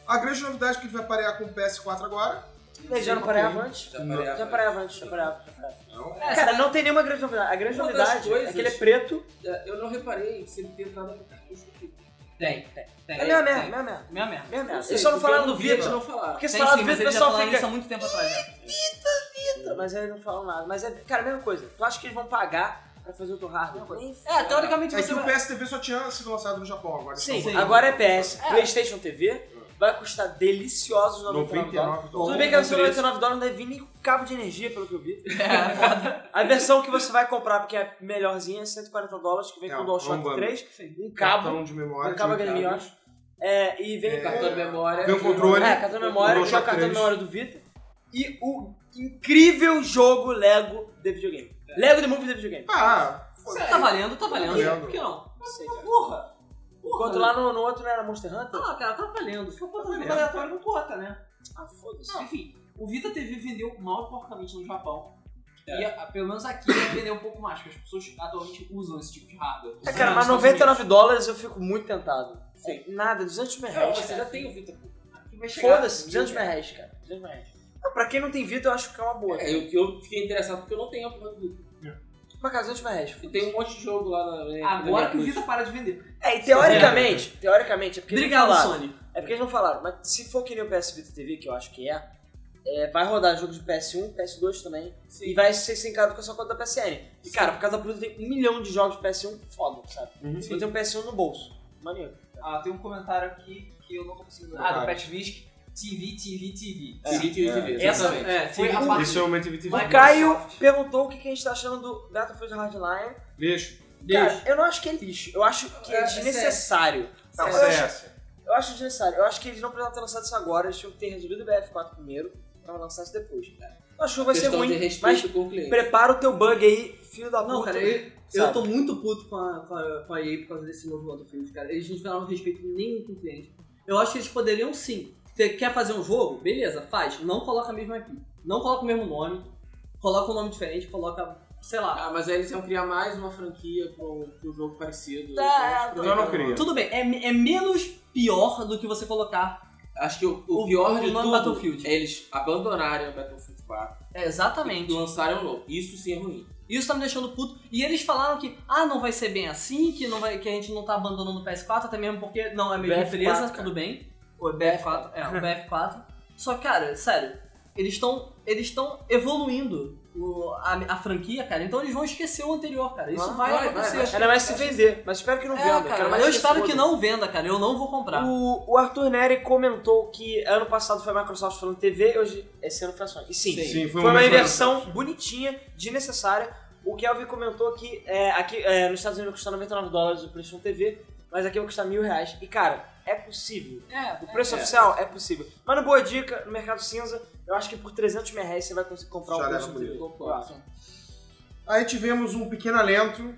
[SPEAKER 3] A grande novidade é que ele vai parear com o PS4 agora.
[SPEAKER 2] Ele já não parei avante.
[SPEAKER 5] Já parei
[SPEAKER 2] Já
[SPEAKER 5] avante.
[SPEAKER 2] parei avante, já parei avante.
[SPEAKER 4] É,
[SPEAKER 3] Não.
[SPEAKER 2] Cara, não tem nenhuma grande novidade. A grande
[SPEAKER 5] Uma das
[SPEAKER 2] novidade é
[SPEAKER 5] coisas-
[SPEAKER 2] que ele é preto.
[SPEAKER 5] É, Eu não reparei se ele tem entrada no cartucho do Vita.
[SPEAKER 1] Tem, tem, tem.
[SPEAKER 2] É minha merda, minha merda.
[SPEAKER 4] é
[SPEAKER 1] Minha merda.
[SPEAKER 2] Minha merda.
[SPEAKER 5] sei,
[SPEAKER 2] Eles só não
[SPEAKER 5] porque
[SPEAKER 2] falaram
[SPEAKER 5] eu
[SPEAKER 2] do
[SPEAKER 5] vi, eles
[SPEAKER 2] Vita.
[SPEAKER 5] Não falaram.
[SPEAKER 2] Porque se
[SPEAKER 4] Tem
[SPEAKER 2] falar
[SPEAKER 4] sim,
[SPEAKER 2] do
[SPEAKER 4] mas
[SPEAKER 2] Vita, o
[SPEAKER 4] eles já
[SPEAKER 2] pessoal
[SPEAKER 4] falaram
[SPEAKER 2] fica...
[SPEAKER 4] isso há muito tempo atrás. né?
[SPEAKER 2] Mas eles não falam nada. Mas, é, cara, a mesma coisa. Tu acha que eles vão pagar pra fazer outro hardware? Nem
[SPEAKER 4] É, teoricamente
[SPEAKER 3] É
[SPEAKER 4] você
[SPEAKER 3] que o
[SPEAKER 4] vai...
[SPEAKER 3] PS TV só tinha sido lançado no Japão agora.
[SPEAKER 2] Sim,
[SPEAKER 3] Então,
[SPEAKER 2] agora é PS. PlayStation TV vai custar deliciosos 99 dólares.
[SPEAKER 3] 99
[SPEAKER 2] Tudo
[SPEAKER 3] dólares.
[SPEAKER 2] bem que a versão 99 dólares não deve vir nem com cabo de energia, pelo que eu
[SPEAKER 5] <laughs>
[SPEAKER 2] vi.
[SPEAKER 5] É,
[SPEAKER 2] a versão que você vai comprar, porque é melhorzinha, é 140 dólares, que vem
[SPEAKER 3] É,
[SPEAKER 2] com o
[SPEAKER 3] é um
[SPEAKER 2] DualShock
[SPEAKER 3] bando.
[SPEAKER 2] 3, um cabo,
[SPEAKER 3] Cartão de memória.
[SPEAKER 2] um cabo
[SPEAKER 3] de
[SPEAKER 2] HDMI, eu acho. É, e vem
[SPEAKER 3] É,
[SPEAKER 5] Cartão de memória.
[SPEAKER 3] Vem o controle.
[SPEAKER 2] É, cartão de memória,
[SPEAKER 3] O
[SPEAKER 2] que é o
[SPEAKER 3] DualShock
[SPEAKER 2] cartão de
[SPEAKER 3] 3.
[SPEAKER 2] memória do Vita. E o incrível jogo Lego de videogame.
[SPEAKER 5] É.
[SPEAKER 2] Lego de Movie de videogame.
[SPEAKER 3] Ah, foda-se.
[SPEAKER 4] Tá valendo, tá valendo.
[SPEAKER 3] valendo.
[SPEAKER 4] Por que não?
[SPEAKER 2] Não sei, cara.
[SPEAKER 1] Porra!
[SPEAKER 2] Enquanto lá no, no outro não era Monster Hunter?
[SPEAKER 4] Ah, cara, tá valendo. Só pra
[SPEAKER 1] O aleatório não conta, né?
[SPEAKER 2] Ah, foda-se.
[SPEAKER 1] Não, Enfim, o Vita TV vendeu mal porcamente no Japão.
[SPEAKER 4] É.
[SPEAKER 1] E a- pelo menos aqui vai vender um pouco mais, porque as pessoas atualmente usam esse tipo de hardware.
[SPEAKER 2] É, cara, mas
[SPEAKER 1] Nos Estados
[SPEAKER 2] 99 dólares eu fico muito tentado.
[SPEAKER 5] Sim.
[SPEAKER 2] Nada, 200 mil
[SPEAKER 5] Não,
[SPEAKER 2] reais.
[SPEAKER 5] você
[SPEAKER 2] cara.
[SPEAKER 5] já tem o Vita.
[SPEAKER 1] Unidos, que vai chegar-
[SPEAKER 2] Foda-se, 200 mil reais, cara. 200 mil reais. Ah, Pra quem não tem Vita, eu acho que é uma boa.
[SPEAKER 5] É, eu, eu fiquei interessado porque eu não tenho a porra do Vita.
[SPEAKER 2] Pra casa, 200 mil reais.
[SPEAKER 5] E tem um monte de jogo lá na. na- na
[SPEAKER 1] Agora
[SPEAKER 5] minha
[SPEAKER 1] que o
[SPEAKER 5] coisa.
[SPEAKER 1] Vita para de vender.
[SPEAKER 2] É, e teoricamente, teoricamente, é porque
[SPEAKER 4] Obrigado,
[SPEAKER 2] eles não falaram.
[SPEAKER 1] assim,
[SPEAKER 4] Sony.
[SPEAKER 2] É porque eles não falaram, mas se for que nem o PS Vita TV, que eu acho que é, é, vai rodar jogo de PS1, PS2 também, e vai ser sincado com a sua conta da PSN. E cara, por causa da Pluto tem um milhão de jogos de PS1 foda, sabe?
[SPEAKER 3] Uhum.
[SPEAKER 2] Eu tenho um PS1 no bolso. Maneiro.
[SPEAKER 1] Ah, tem um comentário aqui que eu não consigo ler. Ah,
[SPEAKER 3] Comentário.
[SPEAKER 1] do Pet Visk. TV, TV, TV.
[SPEAKER 5] É, Sim, tive, tive,
[SPEAKER 1] Essa
[SPEAKER 5] exatamente.
[SPEAKER 1] é, foi a
[SPEAKER 4] TV.
[SPEAKER 1] parte.
[SPEAKER 3] Isso é o momento Vita
[SPEAKER 1] Vai
[SPEAKER 2] O
[SPEAKER 3] TV.
[SPEAKER 1] cair.
[SPEAKER 2] Caio perguntou o que que a gente tá achando do Battlefield Hardline.
[SPEAKER 3] Lixo.
[SPEAKER 2] Cara, eu não acho que é lixo. Eu acho que é,
[SPEAKER 5] É,
[SPEAKER 2] desnecessário.
[SPEAKER 3] Tá,
[SPEAKER 2] Eu
[SPEAKER 3] mas é
[SPEAKER 2] acho-
[SPEAKER 3] essa.
[SPEAKER 2] Eu acho desnecessário. Eu acho que eles não precisavam ter lançado isso agora. Eles tinham que ter resolvido o BF4 primeiro pra lançar isso depois. Eu acho que vai ser
[SPEAKER 5] Questão de
[SPEAKER 2] ruim, mas
[SPEAKER 5] respeito com o cliente.
[SPEAKER 2] prepara o teu bug aí, filho da puta.
[SPEAKER 4] Não, cara, eu,
[SPEAKER 2] Sabe?
[SPEAKER 4] eu tô muito puto com a, com, a, com a EA por causa desse novo Battlefield, cara. Eles não tiveram um respeito nenhum com o cliente. Eu acho que eles poderiam sim. Você quer fazer um jogo? Beleza, faz. Não coloca a mesma IP. Não coloca o mesmo nome. Coloca um nome diferente, coloca, sei lá.
[SPEAKER 5] Ah, mas aí eles iam criar mais uma franquia com, com um jogo parecido.
[SPEAKER 4] Tá,
[SPEAKER 5] Então,
[SPEAKER 3] Eu não queria.
[SPEAKER 4] Tudo bem, é, é menos pior do que você colocar.
[SPEAKER 5] Acho que o, o
[SPEAKER 4] O-
[SPEAKER 5] pior
[SPEAKER 4] o
[SPEAKER 5] de
[SPEAKER 4] nome
[SPEAKER 5] tudo
[SPEAKER 4] Battlefild.
[SPEAKER 5] é eles abandonarem o Battlefield 4
[SPEAKER 4] É,
[SPEAKER 5] e
[SPEAKER 4] exatamente.
[SPEAKER 5] lançarem um novo. Isso sim é ruim.
[SPEAKER 4] Isso tá me deixando puto. E eles falaram que, ah, não vai ser bem assim, que, não vai, que a gente não tá abandonando o PS4, até mesmo porque não é meio
[SPEAKER 2] BF4,
[SPEAKER 4] empresa,
[SPEAKER 2] cara.
[SPEAKER 4] tudo bem. O BF4, é, o BF4. Só que, cara, sério, eles estão eles tão evoluindo o- a, a franquia, cara, então eles vão esquecer o anterior, cara. Isso
[SPEAKER 2] Ah,
[SPEAKER 4] vai,
[SPEAKER 5] vai, vai,
[SPEAKER 4] acontecer.
[SPEAKER 5] vai.
[SPEAKER 2] Era mais se vender, mas espero que não venda.
[SPEAKER 4] É, cara,
[SPEAKER 2] Quero mais
[SPEAKER 4] eu
[SPEAKER 2] se
[SPEAKER 4] espero que
[SPEAKER 2] foda.
[SPEAKER 4] não venda, cara. Eu não vou comprar.
[SPEAKER 2] O, o Arthur Neri comentou que ano passado foi a Microsoft falando TV, hoje esse ano foi a Sony. E sim,
[SPEAKER 3] Sim,
[SPEAKER 2] foi,
[SPEAKER 3] um
[SPEAKER 2] uma
[SPEAKER 3] momento-
[SPEAKER 2] inversão bonitinha, desnecessária. O Kelvin comentou que é, aqui é, nos Estados Unidos custa 99 dólares o PlayStation TV, mas aqui vai custar mil reais. E cara, é possível.
[SPEAKER 4] É,
[SPEAKER 2] O preço
[SPEAKER 5] é.
[SPEAKER 2] oficial é possível. Mas no Boa Dica, no Mercado Cinza, eu acho que por 300 mil reais você vai conseguir comprar
[SPEAKER 3] Já
[SPEAKER 2] um
[SPEAKER 3] leva
[SPEAKER 2] PlayStation
[SPEAKER 3] pro
[SPEAKER 2] TV. Eu acho.
[SPEAKER 3] Aí tivemos um pequeno alento,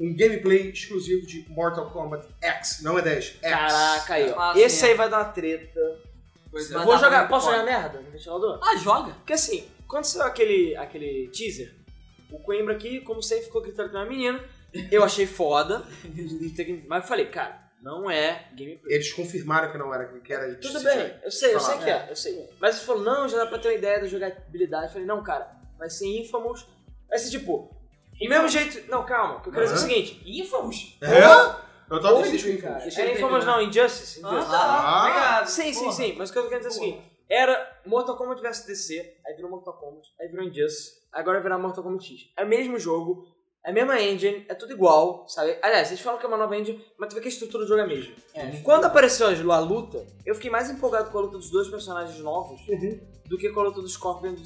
[SPEAKER 3] um gameplay exclusivo de Mortal Kombat X. Não é né? 10, X.
[SPEAKER 2] Caraca, aí, ó.
[SPEAKER 4] Ah, sim,
[SPEAKER 2] Esse
[SPEAKER 4] é.
[SPEAKER 2] aí vai dar uma treta.
[SPEAKER 5] Pois
[SPEAKER 4] Vai
[SPEAKER 2] Vou
[SPEAKER 4] dar
[SPEAKER 2] jogar.
[SPEAKER 4] ruim,
[SPEAKER 2] Posso
[SPEAKER 4] pode.
[SPEAKER 2] jogar merda no ventilador?
[SPEAKER 4] Ah, joga.
[SPEAKER 2] Porque assim, quando saiu aquele, aquele teaser, o Coimbra aqui, como sempre, ficou gritando pra uma menina. Eu achei foda. mas eu falei, cara, não é gameplay.
[SPEAKER 3] Eles confirmaram que não era, que era de
[SPEAKER 2] Tudo bem, eu sei, eu sei
[SPEAKER 3] Falaram,
[SPEAKER 2] que é, eu sei. Mas ele falou, não, já dá pra ter uma ideia da jogabilidade. Eu falei, não, cara, vai ser Infamous. Vai ser tipo, do mesmo jeito. Não, calma, o que eu quero dizer é o
[SPEAKER 3] Aham.
[SPEAKER 2] seguinte.
[SPEAKER 1] Infamous.
[SPEAKER 3] É? Eu tava feliz
[SPEAKER 2] Outro,
[SPEAKER 3] com isso.
[SPEAKER 2] cara.
[SPEAKER 5] Deixa
[SPEAKER 2] Era
[SPEAKER 5] ele
[SPEAKER 2] Infamous,
[SPEAKER 5] terminar.
[SPEAKER 2] não, Injustice.
[SPEAKER 4] Ah,
[SPEAKER 2] Injustice.
[SPEAKER 1] tá.
[SPEAKER 3] Ah.
[SPEAKER 1] Obrigado.
[SPEAKER 2] Sim, sim,
[SPEAKER 1] Porra.
[SPEAKER 2] sim. Mas o que eu quero dizer é o
[SPEAKER 1] Porra.
[SPEAKER 2] seguinte: era Mortal Kombat vs DC, aí virou Mortal Kombat, aí virou Injustice, agora vai virar Mortal Kombat X. É o mesmo jogo, É a mesma engine, é tudo igual, sabe? Aliás, eles falam que é uma nova engine, mas tu vê que a estrutura do jogo é a mesma. Quando apareceu a a luta, eu fiquei mais empolgado com a luta dos dois personagens novos do que com a luta do Scorpion e do,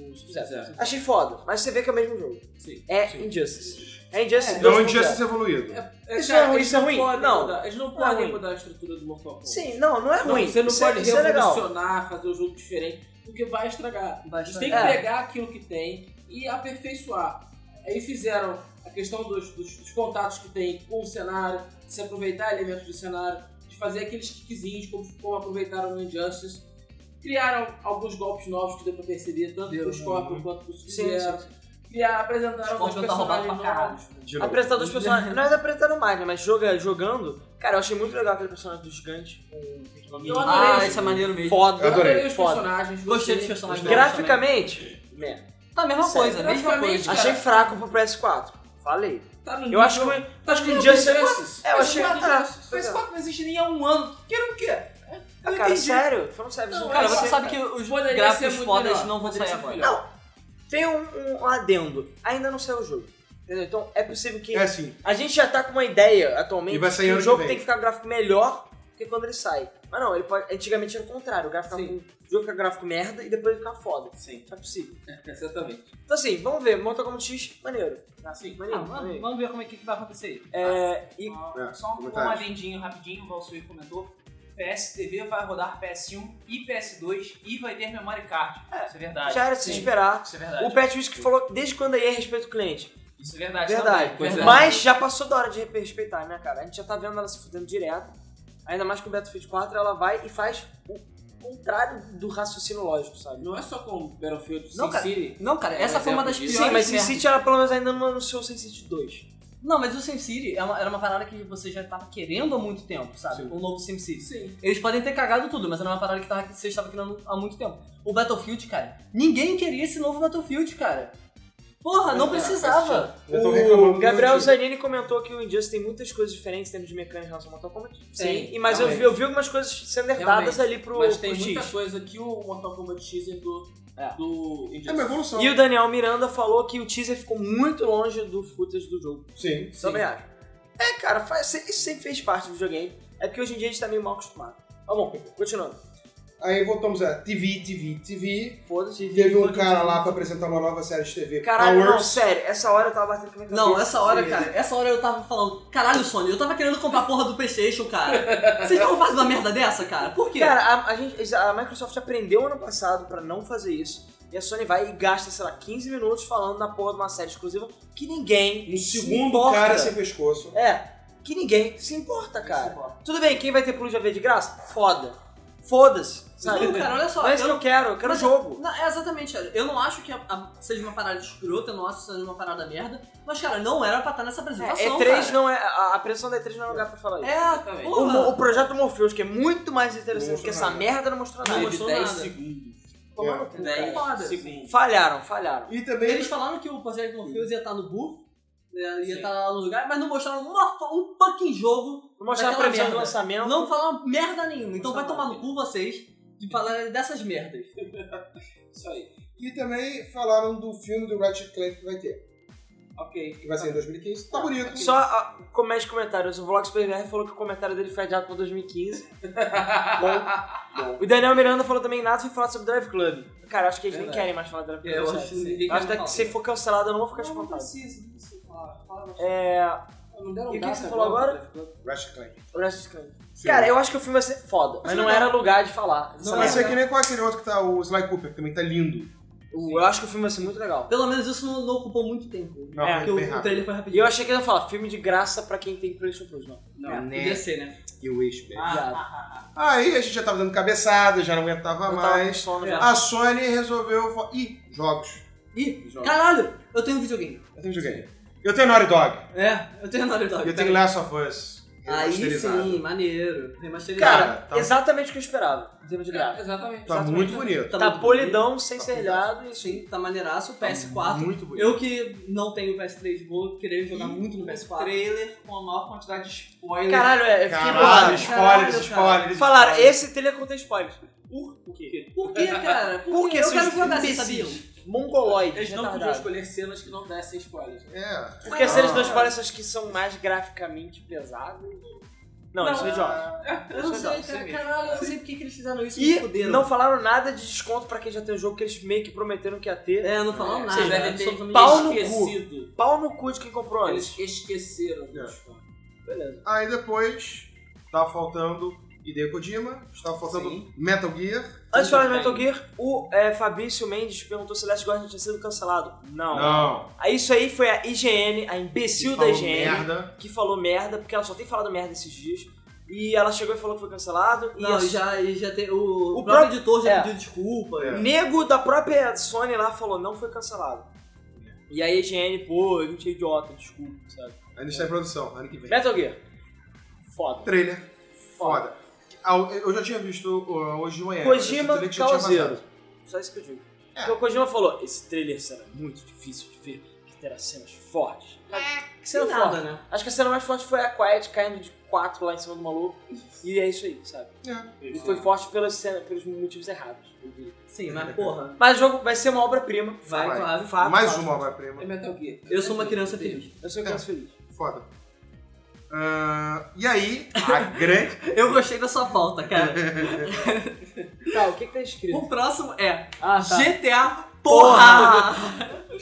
[SPEAKER 2] do, do Sub-Zero.
[SPEAKER 5] Zero.
[SPEAKER 2] Achei foda, mas você vê que é o mesmo jogo.
[SPEAKER 5] Sim.
[SPEAKER 2] É
[SPEAKER 5] Sim.
[SPEAKER 2] Injustice. É Injustice.
[SPEAKER 3] Não é um
[SPEAKER 2] 2.0.
[SPEAKER 3] Injustice evoluído.
[SPEAKER 5] É,
[SPEAKER 2] Isso
[SPEAKER 5] cara,
[SPEAKER 2] é ruim,
[SPEAKER 5] eles
[SPEAKER 2] isso é ruim?
[SPEAKER 5] podem
[SPEAKER 2] Não.
[SPEAKER 5] mudar, eles não
[SPEAKER 2] Não é
[SPEAKER 5] podem
[SPEAKER 2] ruim.
[SPEAKER 5] mudar a estrutura do Mortal Kombat.
[SPEAKER 2] Sim, não, não é
[SPEAKER 5] Não,
[SPEAKER 2] ruim.
[SPEAKER 5] você não
[SPEAKER 2] isso, é-
[SPEAKER 5] pode
[SPEAKER 2] isso é legal.
[SPEAKER 5] revolucionar, fazer o jogo diferente, porque vai estragar.
[SPEAKER 4] Vai
[SPEAKER 5] A gente tem que
[SPEAKER 2] estragar. É.
[SPEAKER 5] pegar aquilo que tem e aperfeiçoar. Aí fizeram a questão dos, dos- dos contatos que tem com o cenário, de se aproveitar elementos do cenário, de fazer aqueles kickzinhos como, como aproveitaram no Injustice. Criaram alguns golpes novos que deu pra perceber, tanto
[SPEAKER 4] Deu,
[SPEAKER 5] pro
[SPEAKER 4] né?
[SPEAKER 5] Scorpion quanto pro
[SPEAKER 2] Sim,
[SPEAKER 5] Sub-Zero.
[SPEAKER 2] sim, sim.
[SPEAKER 5] Criaram, apresentaram alguns
[SPEAKER 4] Scorpion tá roubado
[SPEAKER 5] personagens
[SPEAKER 4] pra caralho.
[SPEAKER 5] novos.
[SPEAKER 3] De novo.
[SPEAKER 2] Apresentar dois personagens. Não é apresentar no Magna, mas joga, jogando. Cara, eu achei muito legal aquele personagem do gigante.
[SPEAKER 5] Eu adorei,
[SPEAKER 4] Ah,
[SPEAKER 5] isso.
[SPEAKER 4] esse é maneiro mesmo.
[SPEAKER 2] Foda.
[SPEAKER 3] Eu adorei.
[SPEAKER 5] os
[SPEAKER 2] Foda.
[SPEAKER 5] personagens.
[SPEAKER 4] Gostei dos personagens.
[SPEAKER 2] Graficamente, merda.
[SPEAKER 4] Tá, a mesma
[SPEAKER 2] Sério,
[SPEAKER 4] coisa, a mesma
[SPEAKER 5] graficamente,
[SPEAKER 4] coisa.
[SPEAKER 5] Cara-
[SPEAKER 2] achei fraco pro PS4. Falei.
[SPEAKER 5] Tá no
[SPEAKER 2] Eu acho que,
[SPEAKER 5] nível-
[SPEAKER 2] eu acho que o
[SPEAKER 5] Não,
[SPEAKER 2] Injustice é
[SPEAKER 5] Injustice.
[SPEAKER 2] É, eu achei. Ah, tá.
[SPEAKER 1] O PS4 não existe nem há um ano. Quero o quê? Eu
[SPEAKER 2] Ah,
[SPEAKER 1] não
[SPEAKER 2] cara,
[SPEAKER 1] entendi.
[SPEAKER 2] sério? Foi um service.
[SPEAKER 5] Não,
[SPEAKER 4] Cara,
[SPEAKER 5] eu
[SPEAKER 4] você
[SPEAKER 5] achei-
[SPEAKER 4] sabe que os
[SPEAKER 5] Poderia ser
[SPEAKER 4] gráficos
[SPEAKER 5] muito
[SPEAKER 4] fodas
[SPEAKER 5] melhor.
[SPEAKER 4] não vão
[SPEAKER 5] Poderia
[SPEAKER 4] sair
[SPEAKER 5] ser
[SPEAKER 4] agora.
[SPEAKER 5] melhor.
[SPEAKER 2] Tem um, um adendo. Ainda não saiu o jogo. Entendeu? Então é possível que.
[SPEAKER 3] É sim.
[SPEAKER 2] A gente já tá com uma ideia atualmente
[SPEAKER 3] E vai sair
[SPEAKER 2] que
[SPEAKER 3] ano
[SPEAKER 2] o
[SPEAKER 3] que
[SPEAKER 2] jogo
[SPEAKER 3] vem.
[SPEAKER 2] tem que ficar com gráfico melhor do que quando ele sai. Mas não, ele pode. Antigamente era o contrário. O, gráfico
[SPEAKER 5] Sim.
[SPEAKER 2] ficava com- o jogo fica gráfico merda e depois ele fica foda.
[SPEAKER 5] Sim,
[SPEAKER 2] Não é possível.
[SPEAKER 5] exatamente.
[SPEAKER 2] Então assim, vamos ver. Mortal Kombat X, maneiro.
[SPEAKER 5] Sim.
[SPEAKER 2] Maneiro.
[SPEAKER 4] vamos,
[SPEAKER 2] maneiro.
[SPEAKER 4] vamos ver como é que vai acontecer aí.
[SPEAKER 2] É, e
[SPEAKER 1] Ah,
[SPEAKER 3] É,
[SPEAKER 1] Só um, um
[SPEAKER 3] comentários.
[SPEAKER 1] adendinho rapidinho, o Valsuir comentou. PS TV vai rodar PS1 e PS2 e vai ter memory card. Isso é verdade.
[SPEAKER 2] já era de se
[SPEAKER 1] Sim.
[SPEAKER 2] esperar.
[SPEAKER 1] Isso é
[SPEAKER 2] O
[SPEAKER 1] verdade.
[SPEAKER 2] Pat Whisky falou desde quando aí é respeito ao cliente.
[SPEAKER 1] Isso é verdade.
[SPEAKER 2] Verdade.
[SPEAKER 1] também. Pois é.
[SPEAKER 2] Mas já passou da hora de respeitar, né, cara? A gente já tá vendo ela se fudendo direto. Ainda mais que o Battlefield 4 ela vai e faz o contrário do raciocínio lógico, sabe?
[SPEAKER 5] Não é só com Battlefield
[SPEAKER 4] Não,
[SPEAKER 5] Sin
[SPEAKER 4] cara.
[SPEAKER 5] City.
[SPEAKER 4] Não, cara,
[SPEAKER 5] É um
[SPEAKER 4] essa foi uma
[SPEAKER 5] exemplo
[SPEAKER 4] das
[SPEAKER 5] disso.
[SPEAKER 4] piores.
[SPEAKER 2] Sim, mas Sin
[SPEAKER 4] merdas.
[SPEAKER 2] City ela pelo menos ainda não anunciou o Sin City 2.
[SPEAKER 4] Não, mas o SimCity é uma- era uma parada que você já tava querendo há muito tempo, sabe?
[SPEAKER 3] Sim.
[SPEAKER 4] O novo SimCity.
[SPEAKER 5] Sim.
[SPEAKER 4] Eles podem ter cagado tudo, mas era uma parada que tava, vocês estavam querendo há muito tempo. O Battlefield, cara, ninguém queria esse novo Battlefield, cara. Porra, não
[SPEAKER 5] É,
[SPEAKER 4] precisava.
[SPEAKER 3] Eu tô reclamando
[SPEAKER 2] O
[SPEAKER 3] do
[SPEAKER 2] Gabriel
[SPEAKER 3] antigo.
[SPEAKER 2] Zanini comentou que o Injustice tem muitas coisas diferentes em termos de mecânica em relação ao Mortal Kombat.
[SPEAKER 5] Sim,
[SPEAKER 2] E, mas eu vi,
[SPEAKER 5] realmente.
[SPEAKER 2] eu vi algumas coisas sendo herdadas ali pro,
[SPEAKER 5] Mas tem
[SPEAKER 2] pro X.
[SPEAKER 5] muita coisa que o Mortal Kombat X herdou
[SPEAKER 2] É.
[SPEAKER 5] do
[SPEAKER 3] É uma evolução.
[SPEAKER 2] E o Daniel Miranda falou que o teaser ficou muito longe do footage do jogo.
[SPEAKER 3] Sim.
[SPEAKER 5] Sim.
[SPEAKER 2] Também acho. É, cara, faz, isso sempre fez parte do videogame. É porque hoje em dia a gente tá meio mal acostumado. Mas bom, continuando.
[SPEAKER 3] Aí voltamos a TV, TV, TV.
[SPEAKER 2] Foda-se.
[SPEAKER 3] Teve um
[SPEAKER 2] foda-se.
[SPEAKER 3] cara lá pra apresentar uma nova série de TV.
[SPEAKER 2] Caralho, não,
[SPEAKER 3] Powers.
[SPEAKER 2] sério, essa hora eu tava batendo com a minha cabeça.
[SPEAKER 4] Não, essa hora, cara, essa hora eu tava falando, caralho, Sony, eu tava querendo comprar a porra do PlayStation, cara. Vocês estão fazendo uma merda dessa, cara? Por quê?
[SPEAKER 2] Cara, a, a gente, a Microsoft aprendeu ano passado pra não fazer isso. E a Sony vai e gasta, sei lá, 15 minutos falando na porra de uma série exclusiva que ninguém.
[SPEAKER 3] No
[SPEAKER 2] se
[SPEAKER 3] segundo
[SPEAKER 2] importa.
[SPEAKER 3] cara sem pescoço.
[SPEAKER 2] É, que ninguém se importa, cara. Tudo bem, quem vai ter Plus AV de graça? Foda. Foda-se, sabe?
[SPEAKER 4] não, cara, olha só.
[SPEAKER 2] Mas
[SPEAKER 4] eu
[SPEAKER 2] eu não quero, eu quero
[SPEAKER 4] Mas-
[SPEAKER 2] jogo.
[SPEAKER 4] Não, é exatamente, cara. Eu não acho que a- a- seja uma parada escrota, eu não acho que seja uma parada merda, mas, cara, não era pra estar nessa apresentação.
[SPEAKER 2] É, E3
[SPEAKER 4] um cara.
[SPEAKER 2] não é. A, a pressão da E3 não é lugar pra falar isso.
[SPEAKER 4] É,
[SPEAKER 5] Exatamente.
[SPEAKER 2] O,
[SPEAKER 4] porra.
[SPEAKER 2] mo- o projeto Morpheus, que é muito mais interessante,
[SPEAKER 3] Não
[SPEAKER 2] porque essa
[SPEAKER 3] mostrou nada.
[SPEAKER 2] merda não mostrou nada.
[SPEAKER 4] Não
[SPEAKER 5] Teve
[SPEAKER 4] mostrou
[SPEAKER 5] 10
[SPEAKER 4] nada.
[SPEAKER 5] segundos.
[SPEAKER 3] É.
[SPEAKER 5] Tomaram 10
[SPEAKER 4] Foda-se.
[SPEAKER 5] segundos.
[SPEAKER 2] Falharam, falharam.
[SPEAKER 3] E também.
[SPEAKER 4] Eles falaram que o Project Morpheus ia estar no booth, né, ia
[SPEAKER 5] Sim.
[SPEAKER 4] estar lá no lugar, mas não mostraram uma fo- um fucking jogo,
[SPEAKER 2] Não mostraram a
[SPEAKER 4] Daquela
[SPEAKER 2] previsão do
[SPEAKER 4] merda.
[SPEAKER 2] lançamento.
[SPEAKER 4] não falaram merda nenhuma. Então vai
[SPEAKER 2] Mostraram
[SPEAKER 4] tomar no cu vocês de falar dessas merdas.
[SPEAKER 5] Isso aí.
[SPEAKER 3] E também falaram do filme do Ratchet Clank que vai ter.
[SPEAKER 5] Ok.
[SPEAKER 3] Que vai ser em 2015. Tá bonito.
[SPEAKER 2] Só a, como é os comentários. O Vlog SuperBR falou que o comentário dele foi adiado pra
[SPEAKER 5] <laughs>
[SPEAKER 2] 2015.
[SPEAKER 3] Bom.
[SPEAKER 2] O Daniel Miranda falou também nada foi falar sobre Drive Club. Cara, acho que eles nem
[SPEAKER 5] Verdade.
[SPEAKER 2] querem mais falar de Drive Club.
[SPEAKER 5] Eu
[SPEAKER 2] sério.
[SPEAKER 5] acho que ninguém
[SPEAKER 2] acho
[SPEAKER 5] quer
[SPEAKER 2] que
[SPEAKER 5] falar.
[SPEAKER 2] se for cancelado eu não vou ficar
[SPEAKER 5] Não, não
[SPEAKER 2] espantado.
[SPEAKER 5] precisa, não precisa falar. Fala bastante.
[SPEAKER 2] É.
[SPEAKER 5] Não deram
[SPEAKER 2] E o que
[SPEAKER 5] graça
[SPEAKER 2] você falou
[SPEAKER 3] Ratchet Clank.
[SPEAKER 2] Ratchet Clank. Cara, eu acho que o filme vai ser foda, mas não
[SPEAKER 5] tá-
[SPEAKER 2] era lugar de falar.
[SPEAKER 3] Não
[SPEAKER 2] Essa
[SPEAKER 3] vai
[SPEAKER 2] merda.
[SPEAKER 3] ser que nem com aquele outro que tá o Sly Cooper, que também tá lindo.
[SPEAKER 2] Eu acho que o filme vai ser muito legal.
[SPEAKER 4] Pelo menos isso não, não ocupou muito tempo.
[SPEAKER 3] Não,
[SPEAKER 2] É,
[SPEAKER 3] foi
[SPEAKER 4] Porque o,
[SPEAKER 3] bem
[SPEAKER 4] o
[SPEAKER 3] rápido.
[SPEAKER 4] trailer foi
[SPEAKER 2] E
[SPEAKER 4] rapidinho.
[SPEAKER 2] eu achei que ele ia falar filme de graça pra quem tem PlayStation Plus, não.
[SPEAKER 5] Não,
[SPEAKER 4] é,
[SPEAKER 3] né?
[SPEAKER 4] podia ser, né?
[SPEAKER 3] Eu espero.
[SPEAKER 5] Ah,
[SPEAKER 2] Viado.
[SPEAKER 3] Aí a gente já tava dando cabeçada, já não aguentava
[SPEAKER 2] Eu tava com
[SPEAKER 3] mais.
[SPEAKER 5] é.
[SPEAKER 2] sono já.
[SPEAKER 3] A Sony resolveu. fa- Ih, jogos.
[SPEAKER 4] Ih,
[SPEAKER 5] Joga.
[SPEAKER 4] caralho, eu tenho um videogame.
[SPEAKER 3] Eu tenho videogame. Eu tenho Naughty Dog.
[SPEAKER 4] É, eu tenho
[SPEAKER 2] Tá,
[SPEAKER 4] Naughty Dog.
[SPEAKER 3] Tá. Eu tenho Last of Us.
[SPEAKER 4] Aí
[SPEAKER 3] remasterizado.
[SPEAKER 4] sim, maneiro. Remasterizado.
[SPEAKER 2] Cara,
[SPEAKER 3] Cara, tá-
[SPEAKER 2] exatamente o que eu esperava, em termos de
[SPEAKER 5] É,
[SPEAKER 2] gráfico.
[SPEAKER 5] exatamente.
[SPEAKER 3] Tá
[SPEAKER 2] exatamente.
[SPEAKER 3] muito bonito.
[SPEAKER 2] Tá,
[SPEAKER 4] muito
[SPEAKER 2] polidão, sem
[SPEAKER 3] Tá
[SPEAKER 2] ser serrilhado e
[SPEAKER 4] bonito. Sim, tá maneiraço. O PS4.
[SPEAKER 3] Muito bonito.
[SPEAKER 4] Eu que não tenho PS3, vou querer jogar muito no
[SPEAKER 1] O
[SPEAKER 4] PS4.
[SPEAKER 1] trailer com a maior quantidade de spoiler.
[SPEAKER 2] Caralho, é, eu fiquei
[SPEAKER 3] Caralho,
[SPEAKER 2] bolado.
[SPEAKER 3] spoilers,
[SPEAKER 4] caralho,
[SPEAKER 3] spoilers,
[SPEAKER 4] cara.
[SPEAKER 3] spoilers.
[SPEAKER 2] Falaram, esse trailer contém spoilers. Por quê?
[SPEAKER 4] Por que, cara? Por
[SPEAKER 2] Por que
[SPEAKER 4] quê? Eu
[SPEAKER 2] seus
[SPEAKER 4] quero jogar, vocês
[SPEAKER 2] imbecis?
[SPEAKER 4] sabiam?
[SPEAKER 2] mongoloides,
[SPEAKER 5] Eles não podiam
[SPEAKER 2] retardados.
[SPEAKER 5] escolher cenas que não dessem spoilers.
[SPEAKER 3] É.
[SPEAKER 2] Porque se eles
[SPEAKER 3] Ah.
[SPEAKER 2] não escolhem essas que são mais graficamente pesadas. Não, isso é idiota.
[SPEAKER 5] Eu não sei,
[SPEAKER 1] isso é
[SPEAKER 5] cara.
[SPEAKER 1] mesmo.
[SPEAKER 5] Caralho, eu não sei porque que eles fizeram isso. me
[SPEAKER 2] E
[SPEAKER 5] fuderam.
[SPEAKER 2] não falaram nada de desconto pra quem já tem o jogo que eles meio que prometeram que ia ter.
[SPEAKER 4] É, não falou
[SPEAKER 5] É,
[SPEAKER 4] nada.
[SPEAKER 5] Vocês
[SPEAKER 4] né?
[SPEAKER 5] devem ter
[SPEAKER 2] Pau no cu.
[SPEAKER 5] esquecido.
[SPEAKER 2] Pau no cu de quem comprou antes.
[SPEAKER 5] Eles esqueceram.
[SPEAKER 3] É.
[SPEAKER 5] dos fãs.
[SPEAKER 2] Beleza.
[SPEAKER 3] Aí depois, tá faltando Hideo Kojima, tá faltando
[SPEAKER 5] Sim.
[SPEAKER 3] Metal Gear.
[SPEAKER 2] Antes de falar de
[SPEAKER 5] Sim,
[SPEAKER 2] Metal
[SPEAKER 5] também.
[SPEAKER 2] Gear, o é, Fabrício Mendes perguntou se Last Guardian tinha sido cancelado. Não.
[SPEAKER 3] Não.
[SPEAKER 2] Aí isso aí foi a IGN, a imbecil da
[SPEAKER 3] Falou
[SPEAKER 2] IGN,
[SPEAKER 3] merda.
[SPEAKER 2] que falou merda, porque ela só tem falado merda esses dias. E ela chegou e falou que foi cancelado. e
[SPEAKER 4] Não,
[SPEAKER 2] a-
[SPEAKER 4] e já, e já tem. O,
[SPEAKER 2] O
[SPEAKER 4] o próprio
[SPEAKER 2] próprio-
[SPEAKER 4] editor já
[SPEAKER 2] é.
[SPEAKER 4] pediu desculpa.
[SPEAKER 3] É.
[SPEAKER 2] Nego da própria Sony lá falou, não foi cancelado. E aí a IGN, pô, a gente é idiota, desculpa, sabe?
[SPEAKER 3] Ainda está em produção, ano que vem.
[SPEAKER 2] Metal Gear. Foda.
[SPEAKER 3] Trailer. Foda. Ah, Eu eu já tinha visto uh, hoje de manhã. Esse
[SPEAKER 2] Kojima
[SPEAKER 3] trailer que já tinha
[SPEAKER 2] Calzeiro.
[SPEAKER 3] vazado.
[SPEAKER 2] Só isso que eu digo.
[SPEAKER 3] É.
[SPEAKER 2] Porque o Kojima falou, esse trailer será muito difícil de ver, que terá cenas fortes. Que
[SPEAKER 4] Sem
[SPEAKER 2] cena
[SPEAKER 4] nada,
[SPEAKER 2] forte?
[SPEAKER 4] né?
[SPEAKER 2] Acho que a cena mais forte foi a Quiet caindo de quatro lá em cima do maluco. E é isso aí, sabe?
[SPEAKER 4] É.
[SPEAKER 2] E foi forte pelas cenas, pelos motivos errados. eu diria.
[SPEAKER 4] Sim, é mas porra.
[SPEAKER 2] Mas o jogo vai ser uma obra-prima.
[SPEAKER 4] Vai,
[SPEAKER 3] Vai.
[SPEAKER 4] claro.
[SPEAKER 2] Fato,
[SPEAKER 3] Mais
[SPEAKER 2] fato.
[SPEAKER 3] uma obra-prima.
[SPEAKER 5] É Metal Gear.
[SPEAKER 4] Eu sou uma criança feliz.
[SPEAKER 2] Eu sou criança feliz.
[SPEAKER 3] Foda. Ah, e aí, a <laughs> grande.
[SPEAKER 4] Eu gostei da sua pauta, cara.
[SPEAKER 2] Tá, o que que tá escrito?
[SPEAKER 4] O próximo é
[SPEAKER 2] Ah,
[SPEAKER 4] GTA Porra!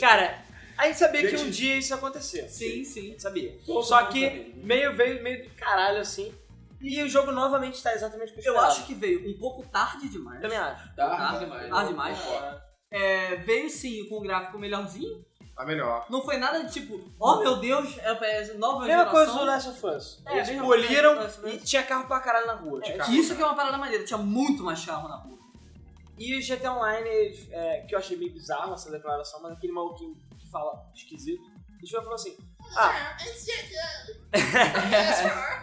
[SPEAKER 2] Cara, a gente sabia que
[SPEAKER 3] Gente-
[SPEAKER 2] um dia isso ia acontecer.
[SPEAKER 4] Sim, sim.
[SPEAKER 2] gente sabia.
[SPEAKER 5] Todo
[SPEAKER 2] Só
[SPEAKER 5] mundo
[SPEAKER 2] que
[SPEAKER 5] sabia.
[SPEAKER 2] meio veio meio do caralho assim. E o jogo novamente tá exatamente o que
[SPEAKER 4] Eu acho que veio um pouco tarde demais.
[SPEAKER 2] Também acho.
[SPEAKER 5] Tá,
[SPEAKER 4] Tá,
[SPEAKER 5] demais.
[SPEAKER 4] tá demais.
[SPEAKER 5] Concordo.
[SPEAKER 4] É, veio sim com um gráfico melhorzinho.
[SPEAKER 3] A melhor.
[SPEAKER 4] Não foi nada de tipo, oh meu Deus, é, é nova
[SPEAKER 2] Mesma
[SPEAKER 4] geração.
[SPEAKER 2] coisa do Last of Us.
[SPEAKER 4] É,
[SPEAKER 2] Eles
[SPEAKER 4] mesma
[SPEAKER 2] poliram
[SPEAKER 4] coisa do Last of
[SPEAKER 2] e
[SPEAKER 4] Us.
[SPEAKER 2] tinha carro pra caralho na rua.
[SPEAKER 3] É.
[SPEAKER 2] Tinha
[SPEAKER 4] Que
[SPEAKER 2] carro.
[SPEAKER 4] Isso que é uma parada maneira, tinha muito mais carro na rua.
[SPEAKER 2] E o GTA Online, é, que eu achei meio bizarro essa declaração, mas aquele maluquinho que fala esquisito, ele chegou e falou assim: Ah,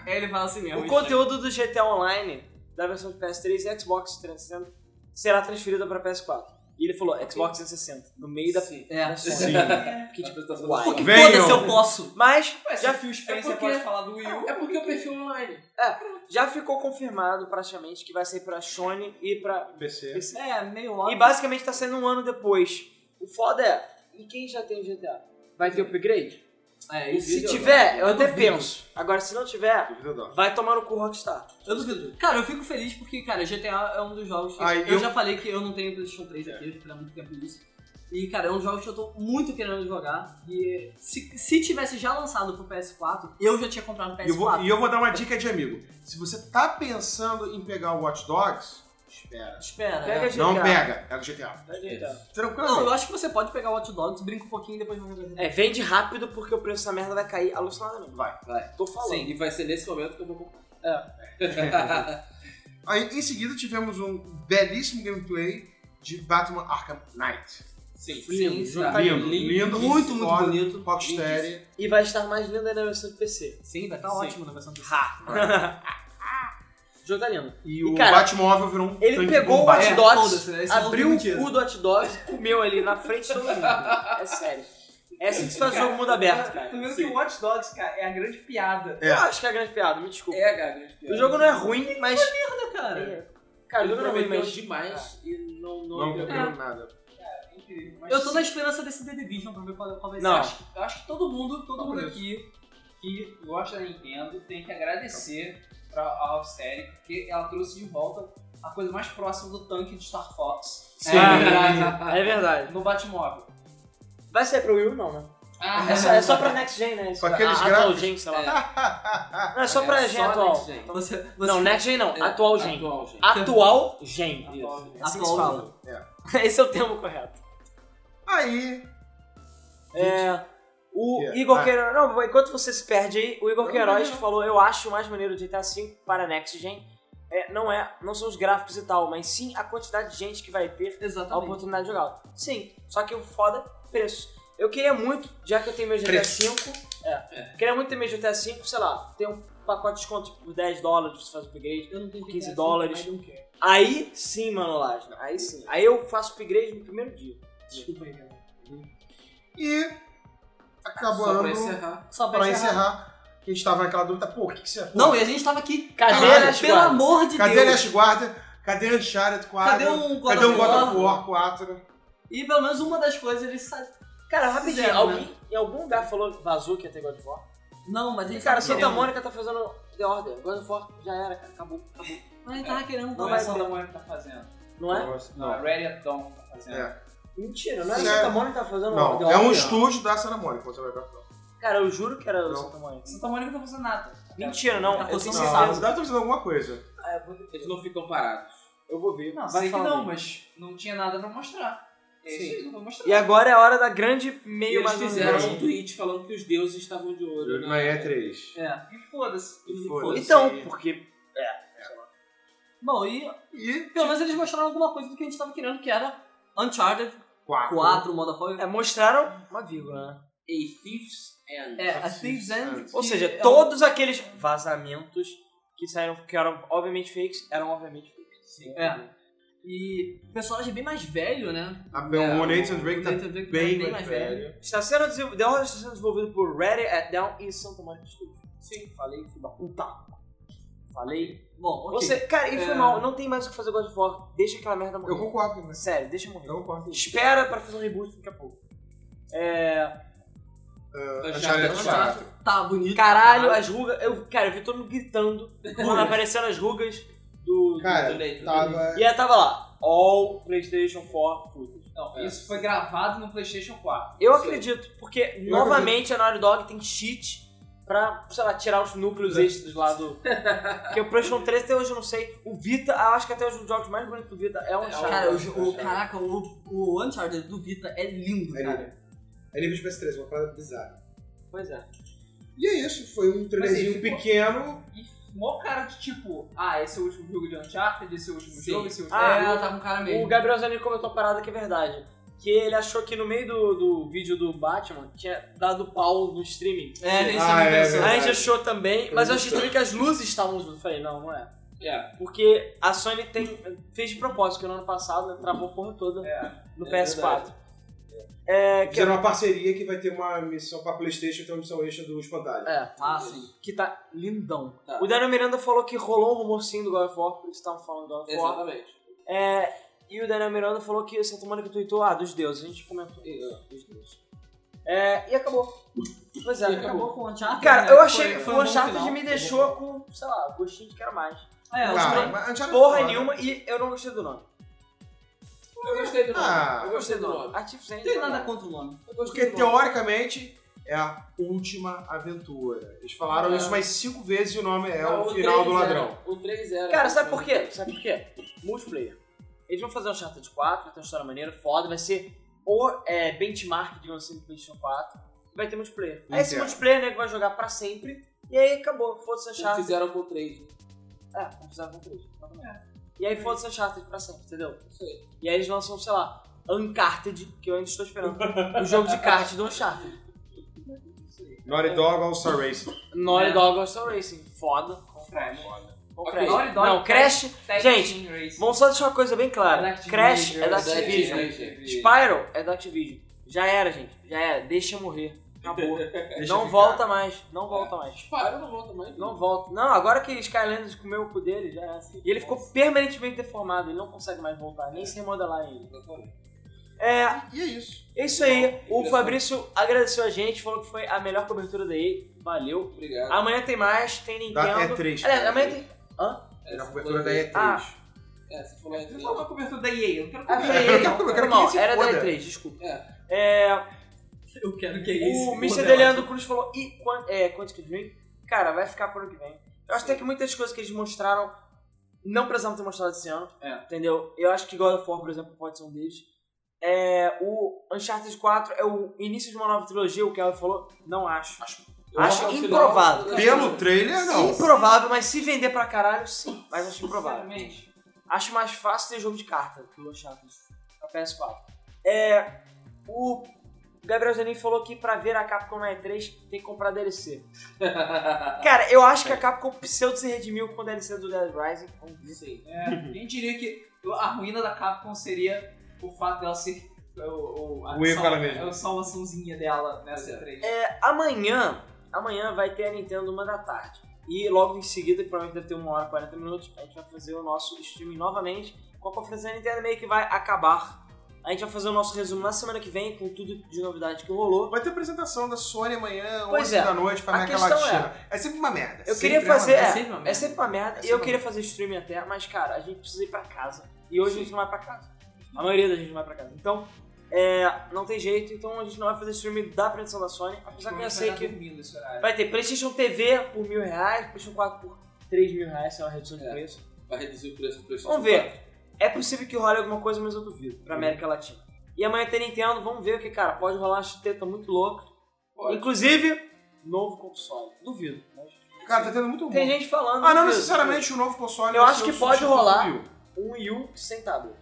[SPEAKER 4] Ele fala assim mesmo.
[SPEAKER 2] o conteúdo do GTA Online, da versão de PS3 e Xbox 360, será transferido pra PS4. E ele falou Xbox 360, no meio da.
[SPEAKER 5] Sim.
[SPEAKER 4] É.
[SPEAKER 2] da Sony.
[SPEAKER 3] Sim.
[SPEAKER 2] Que tipo,
[SPEAKER 5] Uai.
[SPEAKER 2] uai.
[SPEAKER 4] Foda-se, eu posso.
[SPEAKER 2] Mas
[SPEAKER 1] Ué, já
[SPEAKER 2] Já
[SPEAKER 1] Phil Spencer
[SPEAKER 2] é
[SPEAKER 5] porque-
[SPEAKER 1] pode falar do Wii U.
[SPEAKER 5] É porque o perfil online.
[SPEAKER 2] já ficou confirmado praticamente que vai sair pra Sony e pra
[SPEAKER 3] PC.
[SPEAKER 2] PC.
[SPEAKER 4] É, meio óbvio.
[SPEAKER 2] E basicamente tá saindo um ano depois. O foda é, e quem já tem GTA? Vai ter upgrade?
[SPEAKER 4] É,
[SPEAKER 5] E
[SPEAKER 4] isso.
[SPEAKER 2] Se
[SPEAKER 5] Duvido,
[SPEAKER 2] tiver, eu até
[SPEAKER 4] Duvido.
[SPEAKER 2] penso. Agora, se não tiver,
[SPEAKER 3] Duvido não.
[SPEAKER 2] vai tomar no cu Rockstar.
[SPEAKER 4] Eu duvido. Cara, eu fico feliz porque, cara, GTA é um dos jogos que.
[SPEAKER 3] Aí,
[SPEAKER 4] eu,
[SPEAKER 3] eu-
[SPEAKER 4] já falei que eu não tenho PlayStation 3 aqui, eu já falei há muito tempo isso. E, cara, é um dos jogos que eu tô muito querendo jogar. E se, se tivesse já lançado pro PS4, eu já tinha comprado no PS4.
[SPEAKER 3] E eu, vou, e eu vou dar uma dica de amigo. Se você tá pensando em pegar o Watch Dogs, espera.
[SPEAKER 4] Espera.
[SPEAKER 2] Pega
[SPEAKER 4] é.
[SPEAKER 2] GTA.
[SPEAKER 3] Não pega, pega o GTA.
[SPEAKER 2] Pega GTA.
[SPEAKER 4] Não, eu
[SPEAKER 3] Tranquilo.
[SPEAKER 4] acho que você pode pegar o Watch Dogs, brinca um pouquinho e depois vai jogar.
[SPEAKER 2] É, vende rápido porque o preço da merda vai cair alucinadamente.
[SPEAKER 3] Vai.
[SPEAKER 2] Tô falando.
[SPEAKER 5] Sim, e vai ser nesse momento que eu vou comprar.
[SPEAKER 3] Aí, em seguida, tivemos um belíssimo gameplay de Batman Arkham Knight.
[SPEAKER 5] Sim,
[SPEAKER 4] Sim,
[SPEAKER 5] sim,
[SPEAKER 4] tá
[SPEAKER 5] tá
[SPEAKER 3] lindo, lindo,
[SPEAKER 4] Muito, muito
[SPEAKER 3] foda,
[SPEAKER 4] bonito.
[SPEAKER 3] Rocksteady.
[SPEAKER 2] E vai estar mais lindo ainda na versão de PC.
[SPEAKER 4] Sim,
[SPEAKER 1] tá
[SPEAKER 4] vai estar
[SPEAKER 5] Sim.
[SPEAKER 4] ótimo na versão do
[SPEAKER 2] O jogo tá lindo.
[SPEAKER 3] E,
[SPEAKER 2] E,
[SPEAKER 3] o
[SPEAKER 2] cara,
[SPEAKER 3] Batmóvel virou um
[SPEAKER 2] Ele
[SPEAKER 3] tanque
[SPEAKER 2] pegou o
[SPEAKER 3] bombado.
[SPEAKER 2] Watch
[SPEAKER 4] É,
[SPEAKER 2] Dogs,
[SPEAKER 4] foda-se, né? Isso não
[SPEAKER 2] abriu
[SPEAKER 4] tem
[SPEAKER 2] o
[SPEAKER 4] mentira.
[SPEAKER 2] cu do Hot Dogs e comeu ali na frente de todo mundo. É sério. É assim que se faz o jogo mundo aberto, cara.
[SPEAKER 1] Tu vendo que o Watch Dogs, cara, é a grande piada.
[SPEAKER 3] É.
[SPEAKER 2] Eu acho que é a grande piada, me desculpa.
[SPEAKER 5] É, Gabi.
[SPEAKER 2] O jogo não é ruim, mas.
[SPEAKER 4] Cara,
[SPEAKER 2] Cara, o
[SPEAKER 5] Ele
[SPEAKER 2] jogo não é ruim,
[SPEAKER 5] prometeu
[SPEAKER 2] mas.
[SPEAKER 5] demais e não...
[SPEAKER 3] Não
[SPEAKER 5] Não,
[SPEAKER 3] pegou
[SPEAKER 5] não
[SPEAKER 3] nada.
[SPEAKER 4] eu tô na esperança desse The Division pra ver qual, qual vai ser.
[SPEAKER 2] Não.
[SPEAKER 1] Eu acho, eu acho que todo mundo, todo
[SPEAKER 3] Tá
[SPEAKER 1] mundo
[SPEAKER 3] bonito.
[SPEAKER 1] aqui que gosta da Nintendo tem que agradecer pra a Rocksteady, porque ela trouxe de volta a coisa mais próxima do tanque de Star Fox.
[SPEAKER 3] Sim.
[SPEAKER 5] Ah,
[SPEAKER 2] É verdade.
[SPEAKER 1] No Batmóvel.
[SPEAKER 2] Vai sair pro Will, não, né?
[SPEAKER 1] Ah,
[SPEAKER 2] É só, é só pra Next Gen, né? Isso,
[SPEAKER 3] Com aqueles
[SPEAKER 2] a- Atual
[SPEAKER 3] gráficos.
[SPEAKER 2] Gen, sei lá. Não, é só pra
[SPEAKER 5] É
[SPEAKER 2] Gen
[SPEAKER 5] só
[SPEAKER 2] atual.
[SPEAKER 5] Next Gen.
[SPEAKER 4] Você, você
[SPEAKER 2] Não, Next Gen não,
[SPEAKER 5] É,
[SPEAKER 2] atual Gen.
[SPEAKER 5] Atual, gente.
[SPEAKER 2] Atual Gen.
[SPEAKER 5] Isso.
[SPEAKER 2] É assim que se
[SPEAKER 4] Atual
[SPEAKER 2] fala. Esse é o termo correto.
[SPEAKER 3] Aí,
[SPEAKER 2] É. O
[SPEAKER 3] Yeah.
[SPEAKER 2] Igor
[SPEAKER 3] Ah.
[SPEAKER 2] Queiroz. Não, enquanto você se perde aí, o Igor
[SPEAKER 5] Não,
[SPEAKER 2] Queiroz
[SPEAKER 5] não, não.
[SPEAKER 2] falou: Eu acho mais maneiro de GTA V para Next Gen. É, não, é, não são os gráficos e tal, mas sim a quantidade de gente que vai ter a
[SPEAKER 4] Exatamente.
[SPEAKER 2] oportunidade de jogar. Sim, só que o foda é preço. Eu queria muito, já que eu tenho meu GTA
[SPEAKER 3] Preço.
[SPEAKER 2] V, é, queria muito ter meu GTA V, sei lá, ter um pacote de desconto por 10 dólares, você faz upgrade.
[SPEAKER 4] Eu não tenho
[SPEAKER 2] 15
[SPEAKER 4] que- assim,
[SPEAKER 2] dólares.
[SPEAKER 4] I don't care.
[SPEAKER 2] Aí sim, mano, Laje, aí sim. Aí eu faço upgrade no primeiro dia.
[SPEAKER 4] Desculpa aí, galera.
[SPEAKER 3] e acabou
[SPEAKER 5] Só pra
[SPEAKER 3] ano.
[SPEAKER 5] encerrar.
[SPEAKER 4] Só
[SPEAKER 3] Pra encerrar, que a gente tava naquela dúvida, pô, o que, que você é?
[SPEAKER 4] Não, e a gente tava aqui.
[SPEAKER 2] Cadê
[SPEAKER 4] Caralho,
[SPEAKER 2] Last
[SPEAKER 4] Pelo
[SPEAKER 2] Guardian?
[SPEAKER 4] amor de
[SPEAKER 3] Cadê
[SPEAKER 4] Deus.
[SPEAKER 3] Last Guarda? Cadê Uncharted 4?
[SPEAKER 4] Cadê um God
[SPEAKER 3] Cadê um
[SPEAKER 4] of War?
[SPEAKER 3] God of War 4?
[SPEAKER 4] E pelo menos uma das coisas eles sabem.
[SPEAKER 2] Cara, rapidinho,
[SPEAKER 4] Fizeram,
[SPEAKER 2] alguém em algum lugar falou, vazou que ia ter God of War.
[SPEAKER 4] Não, mas
[SPEAKER 2] E,
[SPEAKER 4] eles
[SPEAKER 2] cara,
[SPEAKER 4] sabem
[SPEAKER 2] Santa
[SPEAKER 4] que-
[SPEAKER 2] Mônica tá fazendo The Order. God of War já era, cara, acabou.
[SPEAKER 4] Mas ele tava querendo um
[SPEAKER 1] Não, é
[SPEAKER 4] coração.
[SPEAKER 1] Santa Mônica que tá fazendo.
[SPEAKER 2] Não é?
[SPEAKER 1] Não, é Ready at Dawn que tá fazendo.
[SPEAKER 3] É.
[SPEAKER 2] Mentira, não é
[SPEAKER 3] Sério?
[SPEAKER 2] Santa Mônica que tá fazendo The
[SPEAKER 3] Não,
[SPEAKER 2] Order?
[SPEAKER 3] é um estúdio da Santa Mônica, você vai ver.
[SPEAKER 2] Cara, eu juro que era o
[SPEAKER 3] Não.
[SPEAKER 2] Santa Mônica.
[SPEAKER 1] Santa Mônica não tá fazendo nada.
[SPEAKER 2] Mentira, não,
[SPEAKER 1] Tá
[SPEAKER 2] eu tenho
[SPEAKER 1] coçando
[SPEAKER 3] Não,
[SPEAKER 2] certeza.
[SPEAKER 3] deve estar fazendo alguma coisa.
[SPEAKER 5] Eles não ficam parados.
[SPEAKER 2] Eu vou ver.
[SPEAKER 1] Não,
[SPEAKER 2] Vai
[SPEAKER 1] sei que
[SPEAKER 2] falando
[SPEAKER 1] não,
[SPEAKER 2] aí.
[SPEAKER 1] mas não tinha nada pra mostrar. É isso aí, não vou mostrar.
[SPEAKER 2] E agora é a hora da grande
[SPEAKER 5] E
[SPEAKER 2] meio
[SPEAKER 5] eles
[SPEAKER 2] mais ou
[SPEAKER 5] fizeram
[SPEAKER 2] menos.
[SPEAKER 5] um tweet falando que os deuses estavam de olho.
[SPEAKER 3] Na E3.
[SPEAKER 1] É, e foda-se.
[SPEAKER 5] E
[SPEAKER 3] foda-se.
[SPEAKER 2] Então, porque
[SPEAKER 4] Bom, e
[SPEAKER 3] E
[SPEAKER 4] pelo menos eles mostraram alguma coisa do que a gente tava querendo, que era Uncharted
[SPEAKER 3] 4.
[SPEAKER 4] 4, Motherfucker.
[SPEAKER 2] é, mostraram uma vírgula, né?
[SPEAKER 5] A Thief's End.
[SPEAKER 4] É, a Thieves End.
[SPEAKER 2] Ou
[SPEAKER 4] que
[SPEAKER 2] seja,
[SPEAKER 4] é um-
[SPEAKER 2] todos aqueles vazamentos que saíram, que eram obviamente fakes, eram obviamente fakes. Sim.
[SPEAKER 4] É. E o personagem bem mais velho, né?
[SPEAKER 3] A, Ah, o Nathan Drake tá
[SPEAKER 4] Nathan Drake tá
[SPEAKER 3] bem, mais velho.
[SPEAKER 2] Está sendo desenvol- The Order está sendo desenvolvido por Ready at Down e Santa Monica Studios. Sim. Falei, fui mal. Puta. Falei.
[SPEAKER 4] Bom, ok.
[SPEAKER 2] Você, cara, e foi
[SPEAKER 4] É.
[SPEAKER 2] mal. Não tem mais o que fazer God of War. Deixa aquela merda morrer.
[SPEAKER 3] Eu concordo, né?
[SPEAKER 2] Sério, deixa morrer.
[SPEAKER 3] Eu concordo.
[SPEAKER 2] Espera pra fazer um reboot daqui a pouco. É...
[SPEAKER 3] Uncharted
[SPEAKER 5] Uncharted.
[SPEAKER 3] 4.
[SPEAKER 4] Tá bonito.
[SPEAKER 2] Caralho, as rugas... Eu, cara, eu vi todo mundo gritando quando apareceram as rugas do... do-
[SPEAKER 3] Cara,
[SPEAKER 2] do leito.
[SPEAKER 3] Tava...
[SPEAKER 2] E aí tava lá, All PlayStation 4 footage.
[SPEAKER 1] Não,
[SPEAKER 5] É.
[SPEAKER 1] Então, isso foi gravado no PlayStation 4.
[SPEAKER 2] Eu
[SPEAKER 1] Isso aí.
[SPEAKER 2] acredito, porque novamente a Naughty Dog tem cheat pra, sei lá, tirar os núcleos extras lá <laughs> do. Porque o PlayStation 3 até hoje eu não sei. O Vita, eu acho que até hoje um dos jogos mais bonitos do Vita é o Uncharted.
[SPEAKER 4] Cara, o, o- caraca, o, o Uncharted do Vita é lindo,
[SPEAKER 3] É
[SPEAKER 4] cara.
[SPEAKER 3] nível. É nível de PS3, uma parada bizarra.
[SPEAKER 2] Pois é.
[SPEAKER 3] E é isso, foi um
[SPEAKER 1] Mas
[SPEAKER 3] trailerzinho
[SPEAKER 1] aí,
[SPEAKER 3] pequeno.
[SPEAKER 1] Mó cara de tipo, ah, esse é o último jogo de Uncharted, esse é o último
[SPEAKER 5] Sim.
[SPEAKER 1] jogo, esse é o último
[SPEAKER 2] Ah,
[SPEAKER 1] jogo.
[SPEAKER 4] é, tá com cara
[SPEAKER 2] O
[SPEAKER 4] mesmo.
[SPEAKER 2] Gabriel Zanin comentou uma parada que é verdade. Que ele achou que no meio do, do vídeo do Batman tinha dado pau no streaming.
[SPEAKER 4] É, tem
[SPEAKER 3] Ah,
[SPEAKER 4] também
[SPEAKER 3] é
[SPEAKER 4] pensou.
[SPEAKER 2] Aí
[SPEAKER 3] verdade.
[SPEAKER 2] a gente achou também, mas eu achei
[SPEAKER 3] Isso.
[SPEAKER 2] também que as luzes estavam juntas. Eu Falei, não, não é.
[SPEAKER 5] É.
[SPEAKER 2] Porque a Sony tem, fez de propósito, que no ano passado ela travou a porra toda
[SPEAKER 1] É.
[SPEAKER 2] no
[SPEAKER 5] É
[SPEAKER 2] PS4. É, que,
[SPEAKER 3] Fizeram uma parceria que vai ter uma missão pra Playstation, tem uma missão extra do Espantalho.
[SPEAKER 2] é,
[SPEAKER 4] Ah, sim.
[SPEAKER 2] que tá lindão.
[SPEAKER 5] Tá.
[SPEAKER 2] O Daniel Miranda falou que rolou um rumor sim do God of War, por isso estavam falando do God of War.
[SPEAKER 5] Exatamente.
[SPEAKER 2] É, e o Daniel Miranda falou que Santa Mônica tweetou, ah, dos deuses, a gente comentou.
[SPEAKER 5] Isso.
[SPEAKER 2] Dos deuses. É, e acabou. Pois é,
[SPEAKER 5] E
[SPEAKER 2] acabou.
[SPEAKER 4] Acabou com o Uncharted.
[SPEAKER 2] Cara,
[SPEAKER 4] né?
[SPEAKER 2] eu achei
[SPEAKER 4] Foi-
[SPEAKER 2] que
[SPEAKER 4] foi
[SPEAKER 2] o
[SPEAKER 4] um bom
[SPEAKER 2] Uncharted
[SPEAKER 4] final.
[SPEAKER 2] me deixou com, sei lá, gostinho de quero mais.
[SPEAKER 4] É,
[SPEAKER 2] Ah,
[SPEAKER 4] eu-
[SPEAKER 2] não
[SPEAKER 3] mas Uncharted
[SPEAKER 2] Porra
[SPEAKER 3] foda.
[SPEAKER 2] nenhuma e eu não gostei do nome.
[SPEAKER 5] Eu gostei do nome.
[SPEAKER 3] Ah,
[SPEAKER 5] eu gostei do nome.
[SPEAKER 2] Artificial
[SPEAKER 4] não tenho nada contra o nome.
[SPEAKER 5] Eu gostei
[SPEAKER 3] Porque
[SPEAKER 2] tipo-
[SPEAKER 5] do nome.
[SPEAKER 3] teoricamente é a última aventura. Eles falaram
[SPEAKER 5] É.
[SPEAKER 3] isso mais cinco vezes e o nome é
[SPEAKER 5] Não,
[SPEAKER 3] o final do
[SPEAKER 5] três era-
[SPEAKER 3] ladrão.
[SPEAKER 5] O 3 era.
[SPEAKER 2] Cara, sabe por quê? Sabe por quê? Multiplayer. Eles vão fazer um Uncharted 4, vai ter uma história maneira, foda, vai ser o é, benchmark, digamos assim, do PlayStation 4. e Vai ter multiplayer. Aí esse
[SPEAKER 3] Entendo.
[SPEAKER 2] multiplayer, né, que vai jogar pra sempre. E aí acabou, foda-se
[SPEAKER 5] Eles
[SPEAKER 2] Uncharted.
[SPEAKER 5] fizeram com o 3.
[SPEAKER 2] É, não fizeram com três. E aí foda-se Uncharted pra sempre, entendeu?
[SPEAKER 5] Sei.
[SPEAKER 2] E aí eles lançam, sei lá, Uncharted, que eu ainda estou esperando. o jogo de kart do Uncharted.
[SPEAKER 3] Naughty Dog All Star Racing.
[SPEAKER 2] Naughty Dog Ghost Racing. Foda.
[SPEAKER 1] Crash.
[SPEAKER 2] Bom,
[SPEAKER 5] Ok,
[SPEAKER 2] Crash.
[SPEAKER 1] Naughty Dog-
[SPEAKER 2] Não, Crash.
[SPEAKER 1] É, Tag
[SPEAKER 2] Gente,
[SPEAKER 1] Team Racing.
[SPEAKER 2] Vamos só deixar uma coisa bem
[SPEAKER 1] É da
[SPEAKER 2] clara.
[SPEAKER 1] Activision,
[SPEAKER 2] Crash é da
[SPEAKER 5] é da
[SPEAKER 2] Activision.
[SPEAKER 5] Activision.
[SPEAKER 2] Spiral é da Activision. Já era, gente. Já era. Deixa morrer. Acabou.
[SPEAKER 3] Deixa eu
[SPEAKER 2] não
[SPEAKER 3] ficar.
[SPEAKER 2] volta mais. Não volta mais.
[SPEAKER 5] Parou, não volta mais.
[SPEAKER 2] Não volta. Não, agora que Skylanders comeu o cu dele, já era. E ele ficou permanentemente deformado. Ele não consegue mais voltar. Nem se remodelar ainda. É,
[SPEAKER 3] E é isso.
[SPEAKER 2] é isso aí. O
[SPEAKER 5] Engraçado.
[SPEAKER 2] Fabrício agradeceu a gente. Falou que foi a melhor cobertura da EA. Valeu.
[SPEAKER 5] Obrigado.
[SPEAKER 2] Amanhã tem mais. Tem
[SPEAKER 3] Da
[SPEAKER 2] Nintendo.
[SPEAKER 3] E3.
[SPEAKER 2] Aliás, amanhã tem...
[SPEAKER 3] Na
[SPEAKER 5] Essa
[SPEAKER 3] cobertura É da
[SPEAKER 5] foi-
[SPEAKER 3] E3.
[SPEAKER 2] É. Ah,
[SPEAKER 5] É, você falou
[SPEAKER 1] Não falou a cobertura da EA, eu
[SPEAKER 4] É,
[SPEAKER 1] não quero
[SPEAKER 2] Ah,
[SPEAKER 1] cobertura.
[SPEAKER 2] foi
[SPEAKER 3] Eu
[SPEAKER 2] EA,
[SPEAKER 3] quero-
[SPEAKER 2] não.
[SPEAKER 3] eu quero que
[SPEAKER 2] Não,
[SPEAKER 3] se
[SPEAKER 2] era da
[SPEAKER 3] foda.
[SPEAKER 2] E3, desculpa.
[SPEAKER 5] É.
[SPEAKER 2] É,
[SPEAKER 4] Eu quero que é isso.
[SPEAKER 2] O Mr. Deleandro Cruz falou, e quan- é, Quantic Dream, cara, vai ficar pro ano que vem. Eu acho até que muitas coisas que eles mostraram não precisavam ter mostrado esse ano.
[SPEAKER 1] É.
[SPEAKER 2] Entendeu? Eu acho que God of War, por exemplo, pode ser um deles. É, o Uncharted 4 é o início de uma nova trilogia, o que ela falou, não acho.
[SPEAKER 5] Eu
[SPEAKER 2] acho
[SPEAKER 5] vou ao final.
[SPEAKER 2] improvável.
[SPEAKER 3] Pelo trailer, não.
[SPEAKER 2] Improvável, mas se vender pra caralho, sim. Mas acho improvável.
[SPEAKER 1] Sinceramente.
[SPEAKER 2] Acho mais fácil ter jogo de carta que o Uncharted pra PS4. É, o Gabriel Zanin falou que pra ver a Capcom na E3 tem que comprar
[SPEAKER 3] <laughs>
[SPEAKER 2] DLC. Cara, eu acho que a Capcom pseudo se redimiu com o DLC do Dead Rising. Vamos ver.
[SPEAKER 5] Sim.
[SPEAKER 1] É, quem diria que a ruína da Capcom seria o fato dela ser. O, a
[SPEAKER 3] O erro
[SPEAKER 1] salva-
[SPEAKER 3] dela mesma.
[SPEAKER 1] A salvaçãozinha dela nessa
[SPEAKER 5] É.
[SPEAKER 1] 3.
[SPEAKER 2] É, amanhã, amanhã vai ter a Nintendo uma da tarde. E logo em seguida, que provavelmente deve ter uma hora e 40 minutos, a gente vai fazer o nosso streaming novamente com a conferência da Nintendo meio que vai acabar A gente vai fazer o nosso resumo na semana que vem com tudo de novidade que rolou.
[SPEAKER 3] Vai ter apresentação da Sony amanhã,
[SPEAKER 2] Pois
[SPEAKER 3] 11
[SPEAKER 2] é.
[SPEAKER 3] da noite, pra
[SPEAKER 2] A
[SPEAKER 3] América
[SPEAKER 2] questão
[SPEAKER 3] Latina. É... sempre uma merda.
[SPEAKER 2] Eu
[SPEAKER 3] Sempre
[SPEAKER 2] queria
[SPEAKER 3] é uma
[SPEAKER 2] fazer. É,
[SPEAKER 3] merda.
[SPEAKER 4] sempre uma merda.
[SPEAKER 2] é sempre uma merda.
[SPEAKER 3] É
[SPEAKER 2] E
[SPEAKER 3] sempre
[SPEAKER 2] eu
[SPEAKER 3] uma
[SPEAKER 2] queria fazer streaming até, mas cara, a gente precisa ir pra casa. E hoje a gente não vai pra casa. A maioria da gente não vai pra casa. Então, é, não tem jeito. Então a gente não vai fazer streaming da apresentação da Sony. Apesar que eu sei que
[SPEAKER 1] Dormindo esse horário.
[SPEAKER 2] vai ter PlayStation TV por mil reais, PlayStation 4 por 3 mil reais, se é uma redução de
[SPEAKER 5] É.
[SPEAKER 2] preço.
[SPEAKER 5] Vai reduzir o preço do PlayStation
[SPEAKER 2] Vamos ver. É possível que role alguma coisa, mas eu duvido. Pra América Latina. E amanhã tem Nintendo, vamos ver o que, cara, pode rolar uma chuteta tá muito louca.
[SPEAKER 5] Pode.
[SPEAKER 2] Inclusive, novo console. Duvido. mas-
[SPEAKER 3] Cara, tá tendo muito ruim.
[SPEAKER 2] Tem gente falando.
[SPEAKER 3] Ah, não
[SPEAKER 2] duvido.
[SPEAKER 3] necessariamente o novo console.
[SPEAKER 2] Eu
[SPEAKER 3] vai
[SPEAKER 2] acho
[SPEAKER 3] ser
[SPEAKER 2] que
[SPEAKER 3] o
[SPEAKER 2] pode
[SPEAKER 3] substituto
[SPEAKER 2] rolar.
[SPEAKER 3] do Wii U.
[SPEAKER 2] um Wii U sem tablet.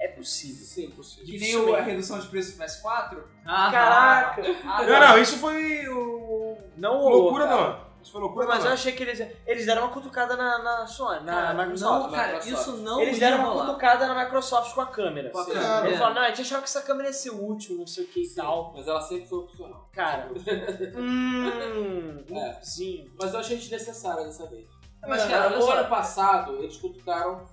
[SPEAKER 2] É possível.
[SPEAKER 5] Sim, possível.
[SPEAKER 1] Que nem o- a redução de preço do PS4.
[SPEAKER 4] Ah,
[SPEAKER 2] Caraca!
[SPEAKER 1] Ah,
[SPEAKER 3] Não, não, isso foi o...
[SPEAKER 2] Não rolou.
[SPEAKER 3] loucura,
[SPEAKER 2] cara.
[SPEAKER 3] não. Isso foi loucura,
[SPEAKER 2] Mas
[SPEAKER 3] não.
[SPEAKER 2] eu achei que eles. Eles deram uma cutucada na, na Sony, na,
[SPEAKER 4] Cara,
[SPEAKER 2] na Microsoft.
[SPEAKER 4] não, cara,
[SPEAKER 5] Microsoft.
[SPEAKER 4] isso não
[SPEAKER 2] eles
[SPEAKER 4] ia
[SPEAKER 2] deram uma
[SPEAKER 4] rolar.
[SPEAKER 2] cutucada na Microsoft com a câmera.
[SPEAKER 5] Com a
[SPEAKER 2] Sim.
[SPEAKER 5] câmera.
[SPEAKER 2] Eles
[SPEAKER 4] É.
[SPEAKER 2] falaram, não, a gente achava que essa câmera ia ser útil, não sei o que e tal.
[SPEAKER 5] Mas ela sempre foi opcional.
[SPEAKER 4] <laughs>
[SPEAKER 2] Cara. hum.
[SPEAKER 5] É.
[SPEAKER 2] Sim.
[SPEAKER 5] Mas eu achei desnecessária dessa vez.
[SPEAKER 4] Mas, cara, olha
[SPEAKER 5] no
[SPEAKER 4] só.
[SPEAKER 5] ano passado, eles cutucaram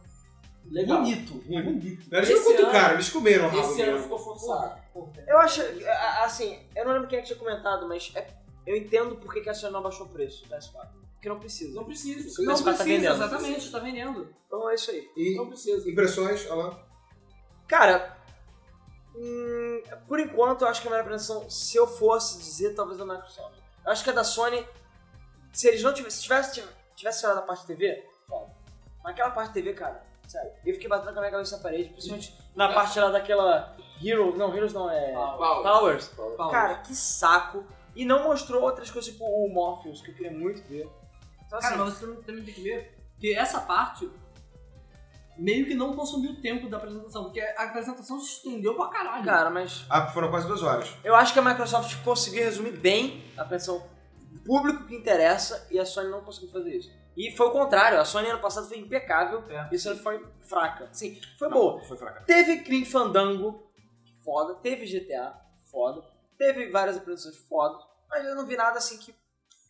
[SPEAKER 5] legal.
[SPEAKER 4] Bonito.
[SPEAKER 3] Não, eles não
[SPEAKER 5] Esse
[SPEAKER 3] cutucaram,
[SPEAKER 5] ano-
[SPEAKER 3] eles comeram né? o rabo
[SPEAKER 5] Esse ano
[SPEAKER 3] mesmo.
[SPEAKER 5] ficou forçado.
[SPEAKER 2] Eu acho. a- a- Assim, eu não lembro quem é que tinha comentado, mas é- eu entendo por que que a Sony não baixou o preço do PS4. Porque não precisa.
[SPEAKER 5] Não precisa.
[SPEAKER 2] Não precisa,
[SPEAKER 4] Não precisa,
[SPEAKER 2] tá vendendo.
[SPEAKER 4] exatamente, tá vendendo.
[SPEAKER 2] Então é isso aí.
[SPEAKER 3] E
[SPEAKER 5] Não precisa.
[SPEAKER 3] impressões, olha lá.
[SPEAKER 2] Cara, hum, por enquanto eu acho que a minha apresentação, se eu fosse dizer, talvez a da Microsoft. Eu acho que a da Sony, se eles não tivessem, se tivesse, tivesse tirado a parte TV, foda. Mas aquela parte TV, cara, sério, eu fiquei batendo com a minha cabeça na parede, principalmente na parte lá daquela Hero, não, Heroes não, é...
[SPEAKER 5] Paulo.
[SPEAKER 2] Powers.
[SPEAKER 4] Paulo.
[SPEAKER 2] Cara, que saco. E não mostrou outras coisas, tipo o Morpheus, que eu queria muito ver. Então,
[SPEAKER 4] Cara,
[SPEAKER 2] assim,
[SPEAKER 4] mas você também- também tem que ver que essa parte meio que não consumiu o tempo da apresentação, porque a apresentação se estendeu pra caralho.
[SPEAKER 2] cara, mas
[SPEAKER 3] Ah, foram quase duas horas.
[SPEAKER 2] Eu acho que a Microsoft conseguiu resumir bem a pressão do público que interessa e a Sony não conseguiu fazer isso. E foi o contrário, a Sony ano passado foi impecável
[SPEAKER 4] É.
[SPEAKER 2] e a Sony foi fraca. Sim, foi boa.
[SPEAKER 3] Foi fraca.
[SPEAKER 2] Teve Clean Fandango, foda. Teve GTA, foda. Teve várias apresentações foda. Mas eu não vi nada assim que.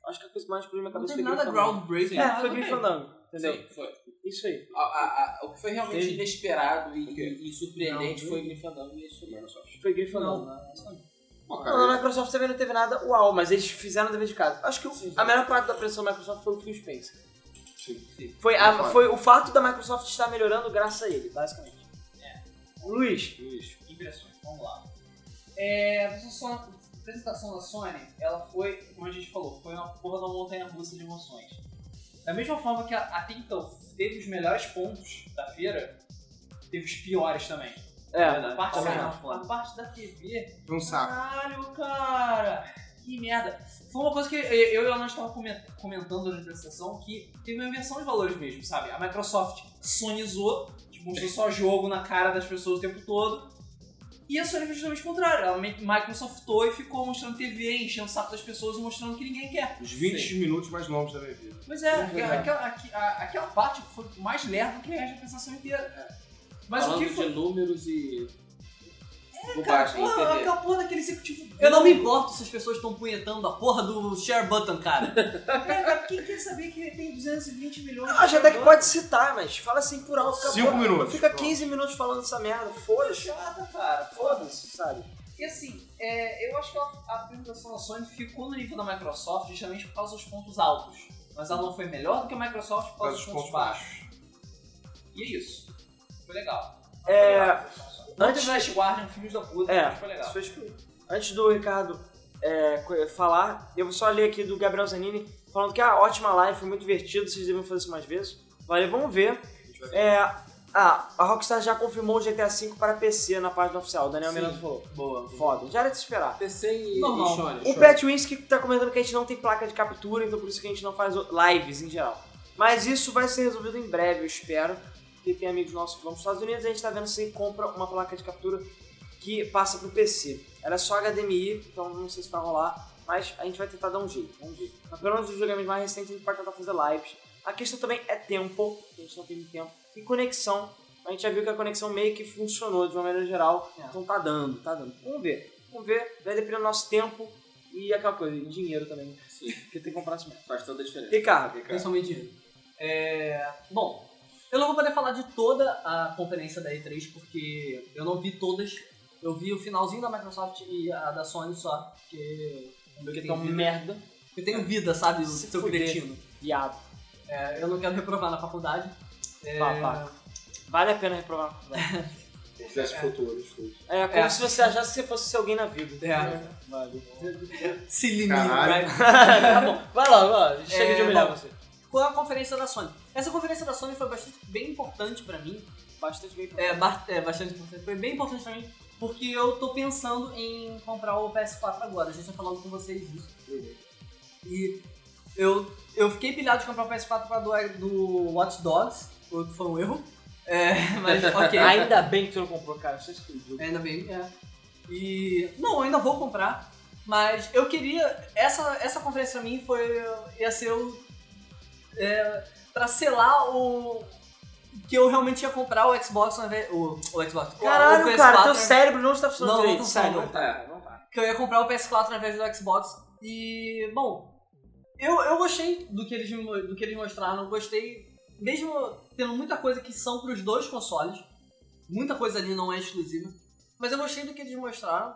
[SPEAKER 2] Acho que a coisa mais explodiu na minha
[SPEAKER 4] Não
[SPEAKER 2] cabeça
[SPEAKER 4] teve
[SPEAKER 2] foi
[SPEAKER 4] nada
[SPEAKER 2] Grim Fandango.
[SPEAKER 4] groundbreaking. Ah,
[SPEAKER 2] É, foi Green Fandango, entendeu?
[SPEAKER 5] Sim, foi.
[SPEAKER 2] Isso aí.
[SPEAKER 5] A- a- a- o que foi realmente
[SPEAKER 2] Sim.
[SPEAKER 5] inesperado e,
[SPEAKER 3] Ok.
[SPEAKER 5] e- e surpreendente
[SPEAKER 2] Não,
[SPEAKER 5] foi o Green Fandango e isso Microsoft.
[SPEAKER 2] Foi Green
[SPEAKER 4] Não,
[SPEAKER 2] Fandango.
[SPEAKER 3] Pô,
[SPEAKER 2] Não,
[SPEAKER 3] cara,
[SPEAKER 2] na Microsoft também não teve nada uau, mas eles fizeram o dever de casa. Acho que o-
[SPEAKER 5] Sim, sim.
[SPEAKER 2] a melhor parte da pressão da Microsoft foi o Phil Spencer.
[SPEAKER 3] sim.
[SPEAKER 2] Foi, a-
[SPEAKER 3] Concordo.
[SPEAKER 2] foi o fato da Microsoft estar melhorando graças a ele, basicamente. Luiz,
[SPEAKER 1] Impressões, vamos lá. É, a apresentação- a apresentação da Sony, ela foi, como a gente falou, foi uma porra de uma montanha russa de emoções. Da mesma forma que a, até então teve os melhores pontos da feira, teve os piores também.
[SPEAKER 2] é,
[SPEAKER 1] a, parte da,
[SPEAKER 2] combinado.
[SPEAKER 1] a parte da TV
[SPEAKER 3] Foi um saco.
[SPEAKER 1] Caralho, cara! Que merda! Foi uma coisa que eu e o Alan estavam comen- comentando durante a apresentação que teve uma inversão de valores mesmo, sabe? A Microsoft sonizou, tipo, mostrou só jogo na cara das pessoas o tempo todo. E a Sony fez justamente o contrário. Ela me- Microsoftou e ficou mostrando TV, enchendo o saco das pessoas e mostrando o que ninguém quer.
[SPEAKER 3] Os 20 minutos mais longos da minha vida.
[SPEAKER 1] Mas é,
[SPEAKER 3] Sim,
[SPEAKER 1] aquela, aquela- a- aquela parte foi mais leve do que a apresentação inteira. Mas
[SPEAKER 5] Falando
[SPEAKER 1] o que foi?
[SPEAKER 5] de números e... É,
[SPEAKER 1] Cara,
[SPEAKER 5] em
[SPEAKER 1] porra,
[SPEAKER 5] TV.
[SPEAKER 1] aquela porra daquele executivo.
[SPEAKER 4] Eu não me importo se as pessoas estão punhetando a porra do share
[SPEAKER 2] <laughs>
[SPEAKER 4] button, cara.
[SPEAKER 1] É, cara, quem quer saber que ele tem 220 milhões
[SPEAKER 2] Eu acho Ah, até que pode citar, mas fala assim por alto. acabou.
[SPEAKER 3] Cinco minutos.
[SPEAKER 2] Fica
[SPEAKER 3] Pronto.
[SPEAKER 2] 15 minutos falando essa merda, foda-se.
[SPEAKER 1] chata, cara.
[SPEAKER 2] Foda-se, sabe?
[SPEAKER 1] E assim, é, eu acho que a, a apresentação da Sony ficou no nível da Microsoft justamente por causa dos pontos altos. Mas ela não foi melhor do que a Microsoft por causa dos pontos baixos. E é isso. Foi legal.
[SPEAKER 2] É,
[SPEAKER 1] Antes
[SPEAKER 2] antes-
[SPEAKER 1] do Last Guardian, filmes da puta,
[SPEAKER 2] É,
[SPEAKER 1] mas foi legal.
[SPEAKER 2] Isso foi escroto. Antes do Ricardo é, co- falar, eu vou só ler aqui do Gabriel Zanini falando que a ótima live, foi muito divertido, vocês devem fazer isso mais vezes. Valeu, vamos ver. É, ah, a Rockstar já confirmou o GTA V para PC na página oficial, o Daniel
[SPEAKER 5] Sim.
[SPEAKER 2] Miranda falou.
[SPEAKER 4] Boa.
[SPEAKER 2] Foda, já era de se esperar.
[SPEAKER 5] PC e,
[SPEAKER 4] Normal.
[SPEAKER 5] e Sony.
[SPEAKER 2] O Pat Winsky tá comentando que a gente não tem placa de captura, então por isso que a gente não faz o- lives em geral. Mas isso vai ser resolvido em breve, eu espero. Porque tem amigos nossos que vão para os Estados Unidos e a gente tá vendo se compra uma placa de captura que passa pro PC. Ela é só HDMI, então não sei se vai rolar, mas a gente vai tentar dar um jeito, vamos ver. Mas pelo menos os jogamentos mais recentes a gente pode tentar fazer lives. A questão também é tempo, a gente não tem muito tempo, e conexão. A gente já viu que a conexão meio que funcionou de uma maneira geral,
[SPEAKER 4] É.
[SPEAKER 2] então tá dando, tá dando. Vamos ver, vamos ver, vai depender do nosso tempo, e aquela coisa, e dinheiro também, né?
[SPEAKER 5] Sim,
[SPEAKER 2] porque tem que comprar cimento.
[SPEAKER 5] faz toda a diferença.
[SPEAKER 2] Ricardo,
[SPEAKER 4] Principalmente dinheiro.
[SPEAKER 1] Bom,
[SPEAKER 4] É, Eu não vou poder falar de toda a conferência da E3, porque eu não vi todas. Eu vi o finalzinho da Microsoft e a da Sony só, porque o meu que
[SPEAKER 2] Então,
[SPEAKER 4] tem vida.
[SPEAKER 2] merda,
[SPEAKER 4] Eu tenho vida, sabe,
[SPEAKER 2] Se
[SPEAKER 4] seu
[SPEAKER 2] fuder.
[SPEAKER 4] cretino.
[SPEAKER 2] viado.
[SPEAKER 4] É, eu não quero reprovar na faculdade. É,
[SPEAKER 2] Babaca. Vale a pena reprovar. na faculdade.
[SPEAKER 3] Confesso futuro, escuta.
[SPEAKER 2] É como
[SPEAKER 4] É.
[SPEAKER 2] se você achasse que você fosse ser alguém na vida. Tá
[SPEAKER 4] É.
[SPEAKER 2] Vale.
[SPEAKER 4] Se limita.
[SPEAKER 3] Caralho.
[SPEAKER 4] né?
[SPEAKER 2] <laughs> tá bom, vai lá, vai lá. Chega
[SPEAKER 4] É,
[SPEAKER 2] de humilhar
[SPEAKER 4] bom.
[SPEAKER 2] você.
[SPEAKER 4] Qual é a conferência da Sony? Essa conferência da Sony foi bastante bem importante pra mim,
[SPEAKER 2] Bastante bem pra
[SPEAKER 4] É, ba- é, bastante importante. Foi bem importante pra mim, porque eu tô pensando em comprar o PS4 agora. A gente tá falando com vocês disso. E eu, eu fiquei pilhado de comprar o PS4 pra do, do Watch Dogs, o que foi um erro. É,
[SPEAKER 2] <laughs>
[SPEAKER 4] mas ok.
[SPEAKER 2] Ainda bem que tu não comprou, cara. Você é escreveu.
[SPEAKER 4] Ainda bem, é. E. Não, eu ainda vou comprar. Mas eu queria. Essa, essa conferência pra mim foi. ia ser o. É, pra selar o. que eu realmente ia comprar o Xbox ao invés- o, o Xbox. o- o
[SPEAKER 2] Caralho,
[SPEAKER 4] PS4,
[SPEAKER 2] cara, teu cérebro não está funcionando
[SPEAKER 4] Não, não
[SPEAKER 2] direito,
[SPEAKER 4] tá
[SPEAKER 2] sério.
[SPEAKER 4] funcionando.
[SPEAKER 2] tá, não tá.
[SPEAKER 4] Que eu ia comprar o PS4 ao invés do Xbox. E. bom. Eu, eu gostei do que, eles, me mo- do que eles mostraram. Gostei. Mesmo tendo muita coisa que são pros dois consoles. Muita coisa ali não é exclusiva. Mas eu gostei do que eles mostraram.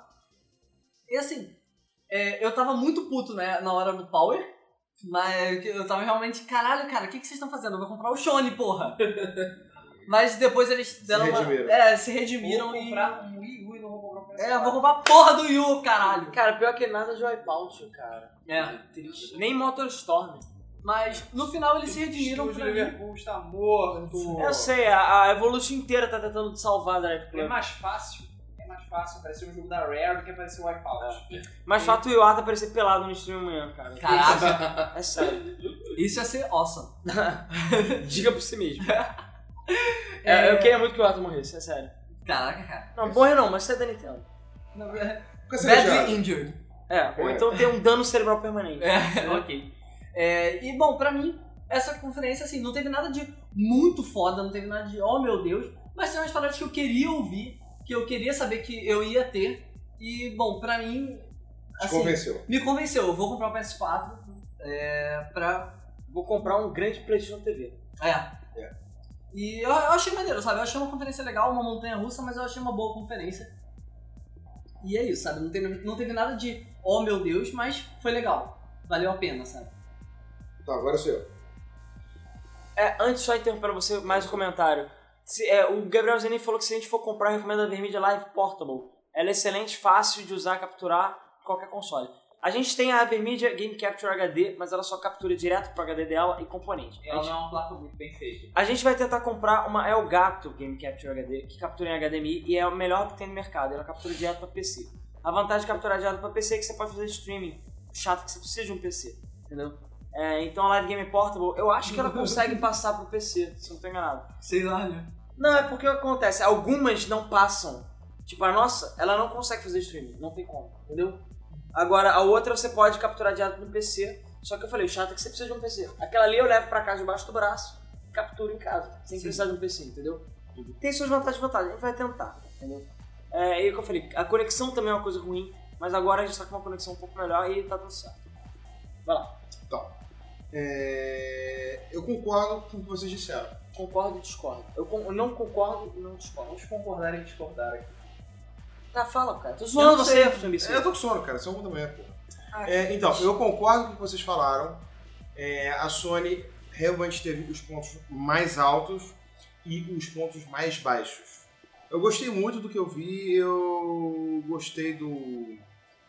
[SPEAKER 4] E assim, é, eu tava muito puto né, na hora do Power. Mas eu tava realmente, caralho, cara, o que, que vocês estão fazendo? Eu vou comprar o Shone, porra! <laughs> mas depois eles deram uma-
[SPEAKER 3] redimiram.
[SPEAKER 4] É, se redimiram
[SPEAKER 1] vou
[SPEAKER 4] e.
[SPEAKER 1] comprar um Wii U e não vou comprar um PS4.
[SPEAKER 4] É, eu vou comprar a porra do Yu, caralho!
[SPEAKER 2] Cara, pior que nada de Wipeout, cara.
[SPEAKER 4] É,
[SPEAKER 2] Triste. Nem Motor Storm.
[SPEAKER 4] mas no final eles se redimiram
[SPEAKER 1] O
[SPEAKER 4] pra mim.
[SPEAKER 1] Liverpool está morto.
[SPEAKER 2] Eu sei, a, a Evolution inteira tá tentando te salvar da Epic
[SPEAKER 1] É
[SPEAKER 2] Club.
[SPEAKER 1] mais fácil. É mais fácil aparecer um jogo da Rare do que aparecer o
[SPEAKER 4] É.
[SPEAKER 1] Wipeout.
[SPEAKER 2] Mas fato o Iwata aparecer pelado no stream amanhã, cara.
[SPEAKER 4] Caraca,
[SPEAKER 2] É sério.
[SPEAKER 4] isso ia ser awesome.
[SPEAKER 2] <laughs> Diga por si mesmo. É, eu queria muito que o Iwata morresse, é sério.
[SPEAKER 4] Caraca, cara.
[SPEAKER 2] Não, morrer não, mas você é da Nintendo.
[SPEAKER 3] Fica
[SPEAKER 4] Badly
[SPEAKER 3] cerejado.
[SPEAKER 4] injured.
[SPEAKER 2] É, ou então ter um dano cerebral permanente.
[SPEAKER 4] É, ok. É, e bom, pra mim, essa conferência, assim, não teve nada de muito foda, não teve nada de, oh meu Deus, mas tem umas paradas que eu queria ouvir, que eu queria saber que eu ia ter. E, bom, pra mim, assim,
[SPEAKER 3] Convenceu.
[SPEAKER 4] me convenceu. Eu vou comprar o PS4 é, pra
[SPEAKER 2] Vou comprar um grande PlayStation TV.
[SPEAKER 4] É.
[SPEAKER 3] É.
[SPEAKER 4] E eu, eu achei maneiro, sabe? Eu achei uma conferência legal, uma montanha russa, mas eu achei uma boa conferência. E é isso, sabe? Não teve, não teve nada de, oh meu Deus, mas foi legal. Valeu a pena, sabe?
[SPEAKER 3] Tá, agora sou eu.
[SPEAKER 2] É, antes só interromper pra você mais um comentário. Se- é, o Gabriel Zanin falou que se a gente for comprar, recomenda a Vermídia Live Portable. Ela é excelente, fácil de usar, capturar qualquer console. A gente tem a Vermídia Game Capture HD, mas ela só captura direto para HD dela e componente. A
[SPEAKER 1] Ela
[SPEAKER 2] gente-
[SPEAKER 1] não é uma placa muito bem feita.
[SPEAKER 2] A gente vai tentar comprar uma Elgato Game Capture HD, que captura em HDMI e é o melhor que tem no mercado. Ela captura direto para PC. A vantagem de capturar direto para PC é que você pode fazer streaming. O chato é que você precisa de um PC, entendeu? É, então a Live Game Portable, eu acho que ela consegue passar pro PC, se eu não tô enganado.
[SPEAKER 4] Sei lá, né?
[SPEAKER 2] Não, é porque o que acontece, algumas não passam. Tipo, a nossa, ela não consegue fazer streaming, não tem como, entendeu? Agora, a outra você pode capturar direto no PC, só que eu falei, o chato é que você precisa de um PC. Aquela ali eu levo pra casa debaixo do braço, capturo em casa, sem
[SPEAKER 4] Sim.
[SPEAKER 2] precisar de um PC, entendeu? Tem suas vantagens e vantagens, a gente vai tentar, entendeu? Uhum. É, e o que eu falei, a conexão também é uma coisa ruim, mas agora a gente tá com uma conexão um pouco melhor e tá dando certo.
[SPEAKER 3] É, Eu concordo com o que vocês disseram.
[SPEAKER 2] Concordo e discordo. Eu con- não concordo e não discordo.
[SPEAKER 1] Vamos concordar e discordar aqui.
[SPEAKER 2] Tá, fala, cara. Tô
[SPEAKER 4] Eu
[SPEAKER 2] zoando
[SPEAKER 4] não
[SPEAKER 2] você,
[SPEAKER 4] sei.
[SPEAKER 2] seu imbecil.
[SPEAKER 3] É, Eu tô com sono, cara. São uma da manhã, porra. É, então, eu concordo com o que vocês falaram. É, a Sony realmente teve os pontos mais altos e os pontos mais baixos. Eu gostei muito do que eu vi. Eu gostei do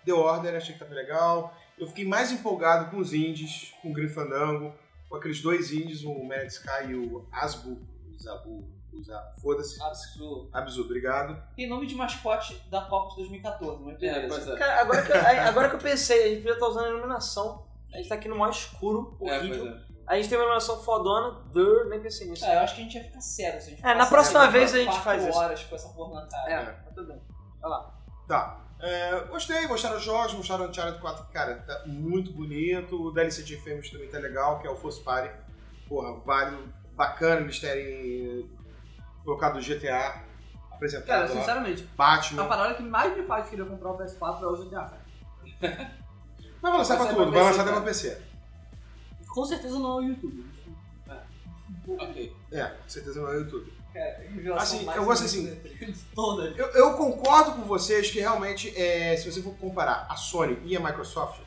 [SPEAKER 3] The Order, achei que tava legal. Eu fiquei mais empolgado com os indies, com o Grifandango, com aqueles dois indies, o Mad Sky e o Asbu. Zabu, Zabu, foda-se.
[SPEAKER 1] Absurdo.
[SPEAKER 3] Abzu, obrigado.
[SPEAKER 1] Tem nome de mascote da Copa de 2014, mas
[SPEAKER 5] É,
[SPEAKER 1] beleza.
[SPEAKER 5] pois é.
[SPEAKER 2] Cara, agora que, eu, aí- agora que eu pensei, a gente podia estar usando a iluminação. A gente tá aqui no maior escuro,
[SPEAKER 5] É, pois
[SPEAKER 2] horrível.
[SPEAKER 5] é.
[SPEAKER 2] A gente tem uma iluminação fodona, dur, nem pensei nisso.
[SPEAKER 1] Ah, eu acho que a gente ia ficar sério se a gente
[SPEAKER 2] É, na
[SPEAKER 1] ficasse
[SPEAKER 2] próxima
[SPEAKER 1] sério,
[SPEAKER 2] vez a
[SPEAKER 1] quatro
[SPEAKER 2] gente faz isso.
[SPEAKER 1] horas com essa porra na cara.
[SPEAKER 2] É, mas tudo bem. Vai lá.
[SPEAKER 3] Tá. É, gostei, mostraram os jogos, mostraram o Uncharted 4, cara, tá muito bonito. O DLC de Infamous também tá legal, que é o Force Party. Porra, vale, bacana eles terem colocado o GTA
[SPEAKER 4] Cara,
[SPEAKER 3] apresentado lá.
[SPEAKER 4] sinceramente, a
[SPEAKER 3] Batman.
[SPEAKER 4] parada que mais me faz querer comprar o PS4 é o GTA. cara.
[SPEAKER 3] Mas vai lançar
[SPEAKER 5] vai
[SPEAKER 3] pra tudo,
[SPEAKER 5] sair pra
[SPEAKER 3] vai
[SPEAKER 5] PC,
[SPEAKER 3] lançar até pra
[SPEAKER 5] cara.
[SPEAKER 3] PC.
[SPEAKER 4] Com certeza não é o YouTube.
[SPEAKER 5] Ok.
[SPEAKER 3] É, com certeza não é o YouTube.
[SPEAKER 1] Revelação
[SPEAKER 3] Assim,
[SPEAKER 1] mais
[SPEAKER 3] eu
[SPEAKER 1] <laughs>
[SPEAKER 3] gosto assim. Eu, eu concordo com vocês que realmente, é, se você for comparar a Sony e a Microsoft,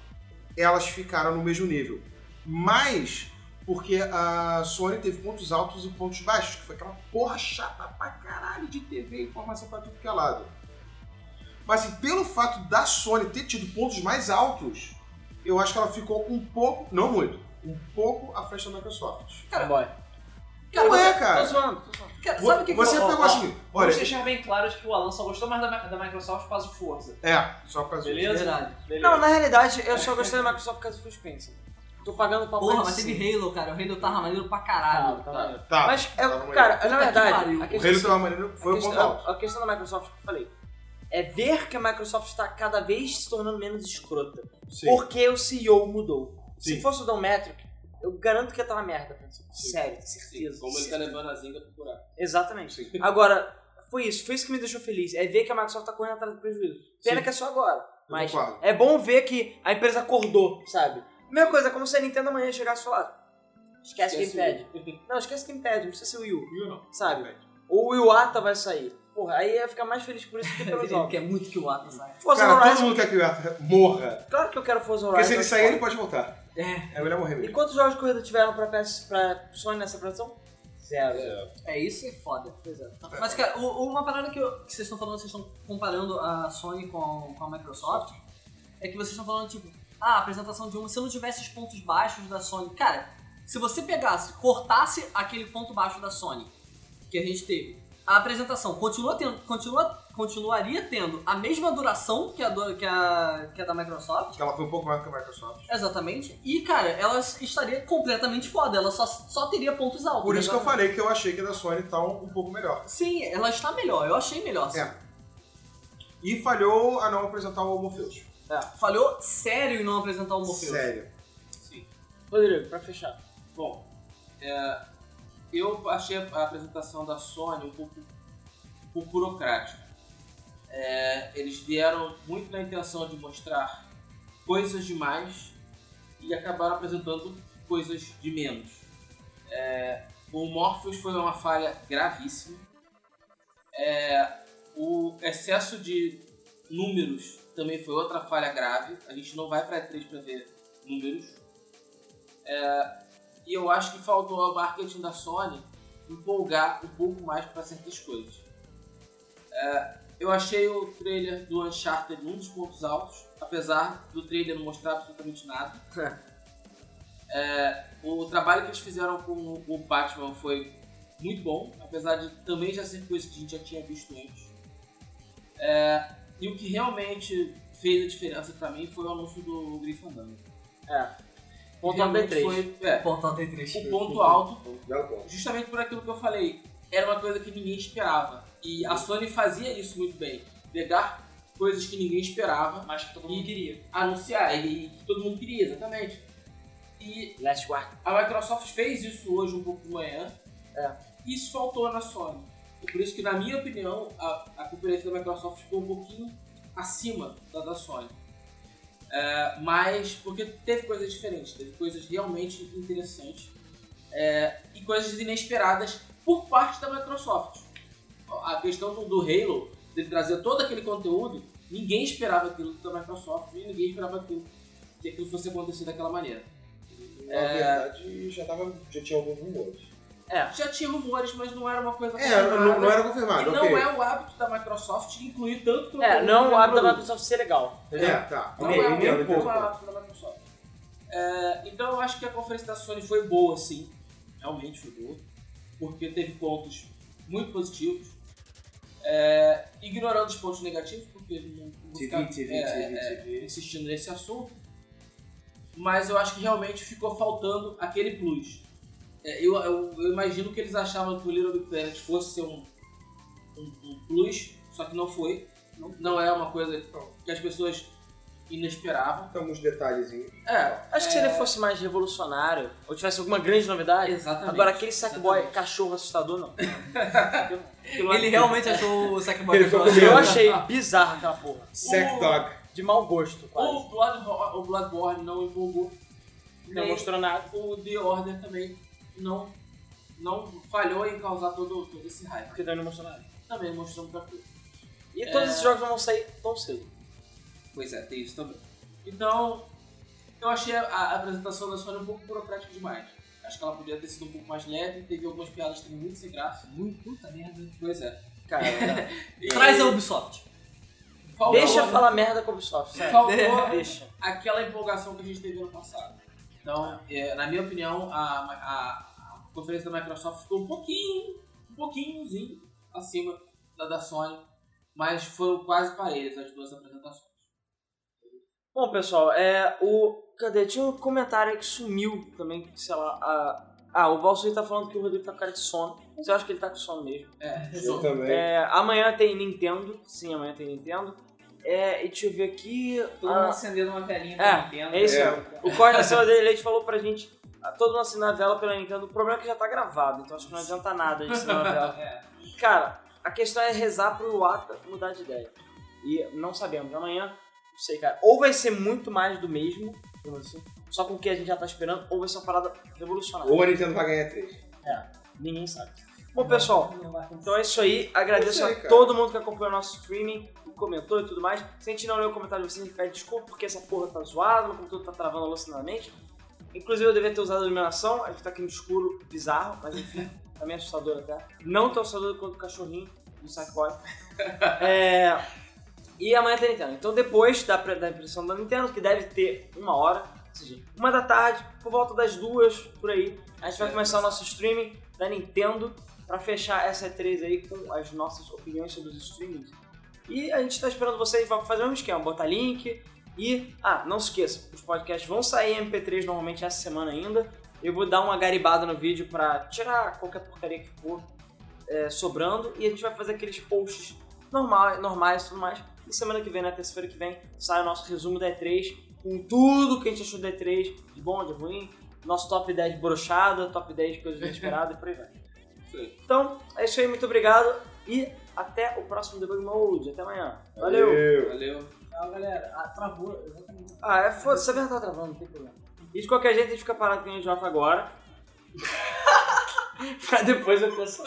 [SPEAKER 3] elas ficaram no mesmo nível. Mas, porque a Sony teve pontos altos e pontos baixos, que foi aquela porra chata pra caralho de TV e informação pra tudo que é lado. Mas, assim, pelo fato da Sony ter tido pontos mais altos, eu acho que ela ficou um pouco, não muito, um pouco à frente da Microsoft.
[SPEAKER 5] Cara,
[SPEAKER 3] não
[SPEAKER 5] você-
[SPEAKER 3] é, cara.
[SPEAKER 2] Tô zoando, tô zoando.
[SPEAKER 5] cara, sabe o que que
[SPEAKER 3] você
[SPEAKER 5] eu-
[SPEAKER 1] ó,
[SPEAKER 3] pegou
[SPEAKER 1] ó,
[SPEAKER 3] assim,
[SPEAKER 1] Vamos
[SPEAKER 3] olha,
[SPEAKER 1] deixar bem claro que o Alan só gostou mais da, Ma- da Microsoft por causa do Forza.
[SPEAKER 3] é, só pra dizer.
[SPEAKER 1] Beleza?
[SPEAKER 4] Verdade.
[SPEAKER 1] Beleza.
[SPEAKER 2] Não, na realidade, eu só gostei da Microsoft por causa do Phil Spencer. Tô pagando pra
[SPEAKER 4] Porra,
[SPEAKER 2] mais
[SPEAKER 4] mas
[SPEAKER 2] de
[SPEAKER 4] teve Halo, cara. O Halo tava maneiro pra caralho.
[SPEAKER 2] Tá, tá.
[SPEAKER 4] Tá.
[SPEAKER 3] Tá,
[SPEAKER 2] Mas, é,
[SPEAKER 3] Tava
[SPEAKER 2] cara, na
[SPEAKER 4] que
[SPEAKER 2] verdade,
[SPEAKER 4] pariu.
[SPEAKER 2] a
[SPEAKER 3] O
[SPEAKER 2] questão,
[SPEAKER 3] Rei do Tava Marinho foi
[SPEAKER 2] a,
[SPEAKER 3] o ponto alto.
[SPEAKER 2] questão, é a questão da Microsoft que eu falei é ver que a Microsoft está cada vez se tornando menos escrota.
[SPEAKER 3] Sim.
[SPEAKER 2] Porque o CEO mudou.
[SPEAKER 3] Sim.
[SPEAKER 2] Se fosse o Don Metric, eu garanto que ia estar uma merda. pra você. Sério, certeza.
[SPEAKER 5] Como ele
[SPEAKER 2] Cer-
[SPEAKER 5] tá levando a zinga pro buraco.
[SPEAKER 2] Exatamente.
[SPEAKER 3] Sim.
[SPEAKER 2] Agora, foi isso. Foi isso que me deixou feliz. É ver que a Microsoft tá correndo atrás do prejuízo. Pena
[SPEAKER 3] Sim.
[SPEAKER 2] que é só agora. Mas
[SPEAKER 3] Concordo.
[SPEAKER 2] é bom ver que a empresa acordou, sabe? Mesma coisa, é como se a Nintendo amanhã chegasse e falasse: esquece o
[SPEAKER 5] Esquece
[SPEAKER 2] Gamepad. Não, esquece o Gamepad, não precisa ser o Wii U,
[SPEAKER 3] Viu, não?
[SPEAKER 2] sabe? Ou o Iwata vai sair. Porra, aí ia ficar mais feliz por isso do que
[SPEAKER 3] <laughs>
[SPEAKER 2] pelo
[SPEAKER 4] Ele
[SPEAKER 2] jogo.
[SPEAKER 4] quer muito que o Atlas saia.
[SPEAKER 2] Forza
[SPEAKER 3] Cara, todo
[SPEAKER 2] Horizon,
[SPEAKER 3] mundo quer que o Arthur morra.
[SPEAKER 2] claro que eu quero Forza Horizon.
[SPEAKER 3] Porque se ele sair, ele pode voltar.
[SPEAKER 4] É,
[SPEAKER 3] É melhor morrer
[SPEAKER 2] E
[SPEAKER 3] mesmo.
[SPEAKER 2] quantos jogos de corrida tiveram pra, PS, pra Sony nessa produção? Zero.
[SPEAKER 4] é isso é foda.
[SPEAKER 2] Pois é.
[SPEAKER 4] Mas, cara, o- uma parada que, eu- que vocês estão falando, vocês estão comparando a Sony com, com a Microsoft, é que vocês estão falando, tipo, ah, a apresentação de uma, se eu não tivesse os pontos baixos da Sony. Cara, se você pegasse, cortasse aquele ponto baixo da Sony que a gente teve, a apresentação continua tendo, continua, continuaria tendo a mesma duração que a, do- que a, que a da Microsoft.
[SPEAKER 3] Acho que ela foi um pouco mais que a Microsoft.
[SPEAKER 4] Exatamente. E, cara, ela estaria completamente foda. Ela só, só teria pontos altos.
[SPEAKER 3] Por isso que eu
[SPEAKER 4] Exatamente.
[SPEAKER 3] falei que eu achei que a da Sony tá um, um pouco melhor.
[SPEAKER 4] Sim, ela está melhor. Eu achei melhor. assim. sim.
[SPEAKER 3] É. E falhou a não apresentar o Morpheus.
[SPEAKER 4] É. Falhou sério em não apresentar o Morpheus.
[SPEAKER 3] Sério.
[SPEAKER 2] Rodrigo, pra fechar.
[SPEAKER 5] Bom, é, eu achei a apresentação da Sony um pouco, um pouco burocrática. É, eles vieram muito na intenção de mostrar coisas demais e acabaram apresentando coisas de menos. É, o Morpheus foi uma falha gravíssima. É, o excesso de números também foi outra falha grave. A gente não vai para E3 para ver números. E eu acho que faltou ao marketing da Sony empolgar um pouco mais para certas coisas. É, eu achei o trailer do Uncharted um dos pontos altos, apesar do trailer não mostrar absolutamente nada. É, o trabalho que eles fizeram com o Batman foi muito bom, apesar de também já ser coisa que a gente já tinha visto antes. É, e o que realmente fez a diferença para mim foi o anúncio do Griffin
[SPEAKER 2] É. Ponto
[SPEAKER 5] Realmente
[SPEAKER 2] AP3.
[SPEAKER 5] foi é,
[SPEAKER 4] Portal T3.
[SPEAKER 5] o ponto alto
[SPEAKER 3] Belo ponto.
[SPEAKER 5] justamente por aquilo que eu falei. Era uma coisa que ninguém esperava. E a Sony fazia isso muito bem. Pegar coisas que ninguém esperava,
[SPEAKER 1] Mas que todo mundo
[SPEAKER 5] E-
[SPEAKER 1] queria.
[SPEAKER 5] anunciar, e, e que todo mundo queria, exatamente. E
[SPEAKER 2] Last Guard.
[SPEAKER 5] a Microsoft fez isso hoje um pouco de manhã.
[SPEAKER 2] É.
[SPEAKER 5] E isso faltou na Sony. E por isso que, na minha opinião, a, a conferência da Microsoft ficou um pouquinho acima da da Sony. É, mas porque teve coisas diferentes, teve coisas realmente interessantes é, e coisas inesperadas por parte da Microsoft. A questão do, do Halo, dele trazer todo aquele conteúdo, ninguém esperava aquilo da Microsoft e ninguém esperava aquilo, que aquilo fosse acontecer daquela maneira.
[SPEAKER 6] Na verdade, já, tava, já tinha alguns rumores.
[SPEAKER 2] É.
[SPEAKER 5] Já tinha rumores, mas não era uma coisa
[SPEAKER 3] É, não, não era
[SPEAKER 5] E
[SPEAKER 3] confirmado,
[SPEAKER 5] não
[SPEAKER 3] ok.
[SPEAKER 5] é o hábito da Microsoft incluir tanto conteúdo.
[SPEAKER 2] É, não
[SPEAKER 5] no
[SPEAKER 2] o hábito da
[SPEAKER 5] produto.
[SPEAKER 2] Microsoft ser legal.
[SPEAKER 3] É, tá.
[SPEAKER 5] Não
[SPEAKER 3] ok,
[SPEAKER 5] é o
[SPEAKER 3] entendo,
[SPEAKER 5] hábito,
[SPEAKER 3] entendo.
[SPEAKER 5] não é o hábito da Microsoft. É, então eu acho que a conferência da Sony foi boa, sim. Realmente foi boa. Porque teve pontos muito positivos. É, ignorando os pontos negativos, porque não não vou ficar, é, é, insistindo nesse assunto. Mas eu acho que realmente ficou faltando aquele plus. É, eu, eu- eu imagino que eles achavam que o Little Big Planet fosse ser um, um- um plus, só que não foi. Não, não é uma coisa que as pessoas inesperavam.
[SPEAKER 3] Então, uns detalhezinhos.
[SPEAKER 5] É,
[SPEAKER 2] Acho que se ele fosse mais revolucionário, ou tivesse alguma grande novidade.
[SPEAKER 5] exatamente.
[SPEAKER 2] Agora, aquele Sackboy
[SPEAKER 5] Exatamente.
[SPEAKER 2] cachorro assustador, não.
[SPEAKER 5] Aquilo lá-
[SPEAKER 4] Ele realmente achou o Sackboy
[SPEAKER 3] Ele
[SPEAKER 4] cachorro.
[SPEAKER 3] ficou com
[SPEAKER 2] Eu
[SPEAKER 3] medo.
[SPEAKER 2] achei bizarra aquela porra.
[SPEAKER 3] Sack Dog.
[SPEAKER 2] De mau gosto, quase.
[SPEAKER 5] O, Bloodborne, o Bloodborne não empolgou.
[SPEAKER 2] Não
[SPEAKER 5] nem
[SPEAKER 2] mostrou nada.
[SPEAKER 5] O The Order também não não falhou em causar todo, todo esse hype.
[SPEAKER 2] Porque também não mostrou nada.
[SPEAKER 5] Também mostrou muita coisa.
[SPEAKER 2] E
[SPEAKER 5] É.
[SPEAKER 2] todos esses jogos não vão sair tão cedo.
[SPEAKER 5] Pois é, tem isso também. Então, eu achei a, a apresentação da Sony um pouco burocrática demais. Acho que ela podia ter sido um pouco mais leve, teve algumas piadas que muito sem graça. Muito, puta merda. É, Pois é.
[SPEAKER 2] Cara,
[SPEAKER 5] E
[SPEAKER 4] Traz a Ubisoft.
[SPEAKER 5] <laughs> faltou-
[SPEAKER 2] <laughs>
[SPEAKER 5] né?
[SPEAKER 2] deixa eu falar merda com a Ubisoft. sério. <laughs>
[SPEAKER 5] Faltou
[SPEAKER 2] Deixa.
[SPEAKER 5] aquela empolgação que a gente teve ano passado. Então, é, na minha opinião, a, a- a conferência da Microsoft ficou um pouquinho, um pouquinhozinho acima da da Sony, mas foram quase parelhas as duas apresentações.
[SPEAKER 2] Bom, pessoal, é o. Cadê? Tinha um comentário aí que sumiu também, sei lá. a- Ah, o Valsui tá falando que o Rodrigo tá com cara de sono. Mas eu acho que ele tá com sono mesmo.
[SPEAKER 5] É,
[SPEAKER 6] Eu também.
[SPEAKER 2] É, amanhã tem Nintendo. Sim, amanhã tem Nintendo. É, e deixa eu ver aqui.
[SPEAKER 1] Todo
[SPEAKER 2] ah,
[SPEAKER 1] mundo acendendo uma velhinha
[SPEAKER 2] é,
[SPEAKER 1] da Nintendo.
[SPEAKER 2] é isso
[SPEAKER 1] É.
[SPEAKER 2] O Costa Silva de Leite <laughs> falou pra gente ah, todo mundo assinar a vela pela Nintendo. O problema é que já tá gravado, então acho que não adianta nada a gente assinar a <laughs> vela.
[SPEAKER 1] É.
[SPEAKER 2] Cara, a questão é rezar pro Wata mudar de ideia. E não sabemos. Amanhã, não sei, cara. Ou vai ser muito mais do mesmo, como assim, só com o que a gente já tá esperando, ou vai ser uma parada revolucionária.
[SPEAKER 6] Ou a Nintendo vai ganhar 3.
[SPEAKER 2] Ninguém sabe. Bom, pessoal, então é isso aí. Agradeço
[SPEAKER 6] É isso aí,
[SPEAKER 2] a
[SPEAKER 6] cara.
[SPEAKER 2] todo mundo que acompanhou o nosso streaming, que comentou e tudo mais. Se a gente não leu o comentário de vocês, pede desculpa, porque essa porra tá zoada, meu computador tá travando alucinadamente. Inclusive, eu devia ter usado a iluminação, a gente tá aqui no escuro, bizarro, mas <laughs> enfim, também é assustador até. Não tão assustador quanto o cachorrinho do <laughs> Sackboy. É... E amanhã tem Nintendo. Então, depois da, pre- da impressão da Nintendo, que deve ter uma hora, ou seja, uma da tarde, por volta das duas, por aí, a gente vai começar o nosso streaming da Nintendo pra fechar essa E3 aí com as nossas opiniões sobre os streamings. E a gente tá esperando vocês, vai fazer o mesmo esquema, botar link e... Ah, não se esqueça, os podcasts vão sair em MP3 normalmente essa semana ainda. Eu vou dar uma garibada no vídeo pra tirar qualquer porcaria que ficou é, sobrando e a gente vai fazer aqueles posts normal, normais e tudo mais. E semana que vem, na terça-feira que vem, sai o nosso resumo da E3 com tudo que a gente achou da E3, de bom, de ruim, nosso top 10 brochada, top 10 coisas inesperadas e por aí vai. Então, é isso aí, muito obrigado e até o próximo Debug Mode. Até amanhã. Valeu!
[SPEAKER 5] Valeu.
[SPEAKER 4] Tchau, galera. Ah, travou. Exatamente.
[SPEAKER 2] Ah, é foda, essa merda tá travando, não tem problema. E de qualquer jeito a gente fica parado que a gente joga <laughs> agora. pra depois eu posso.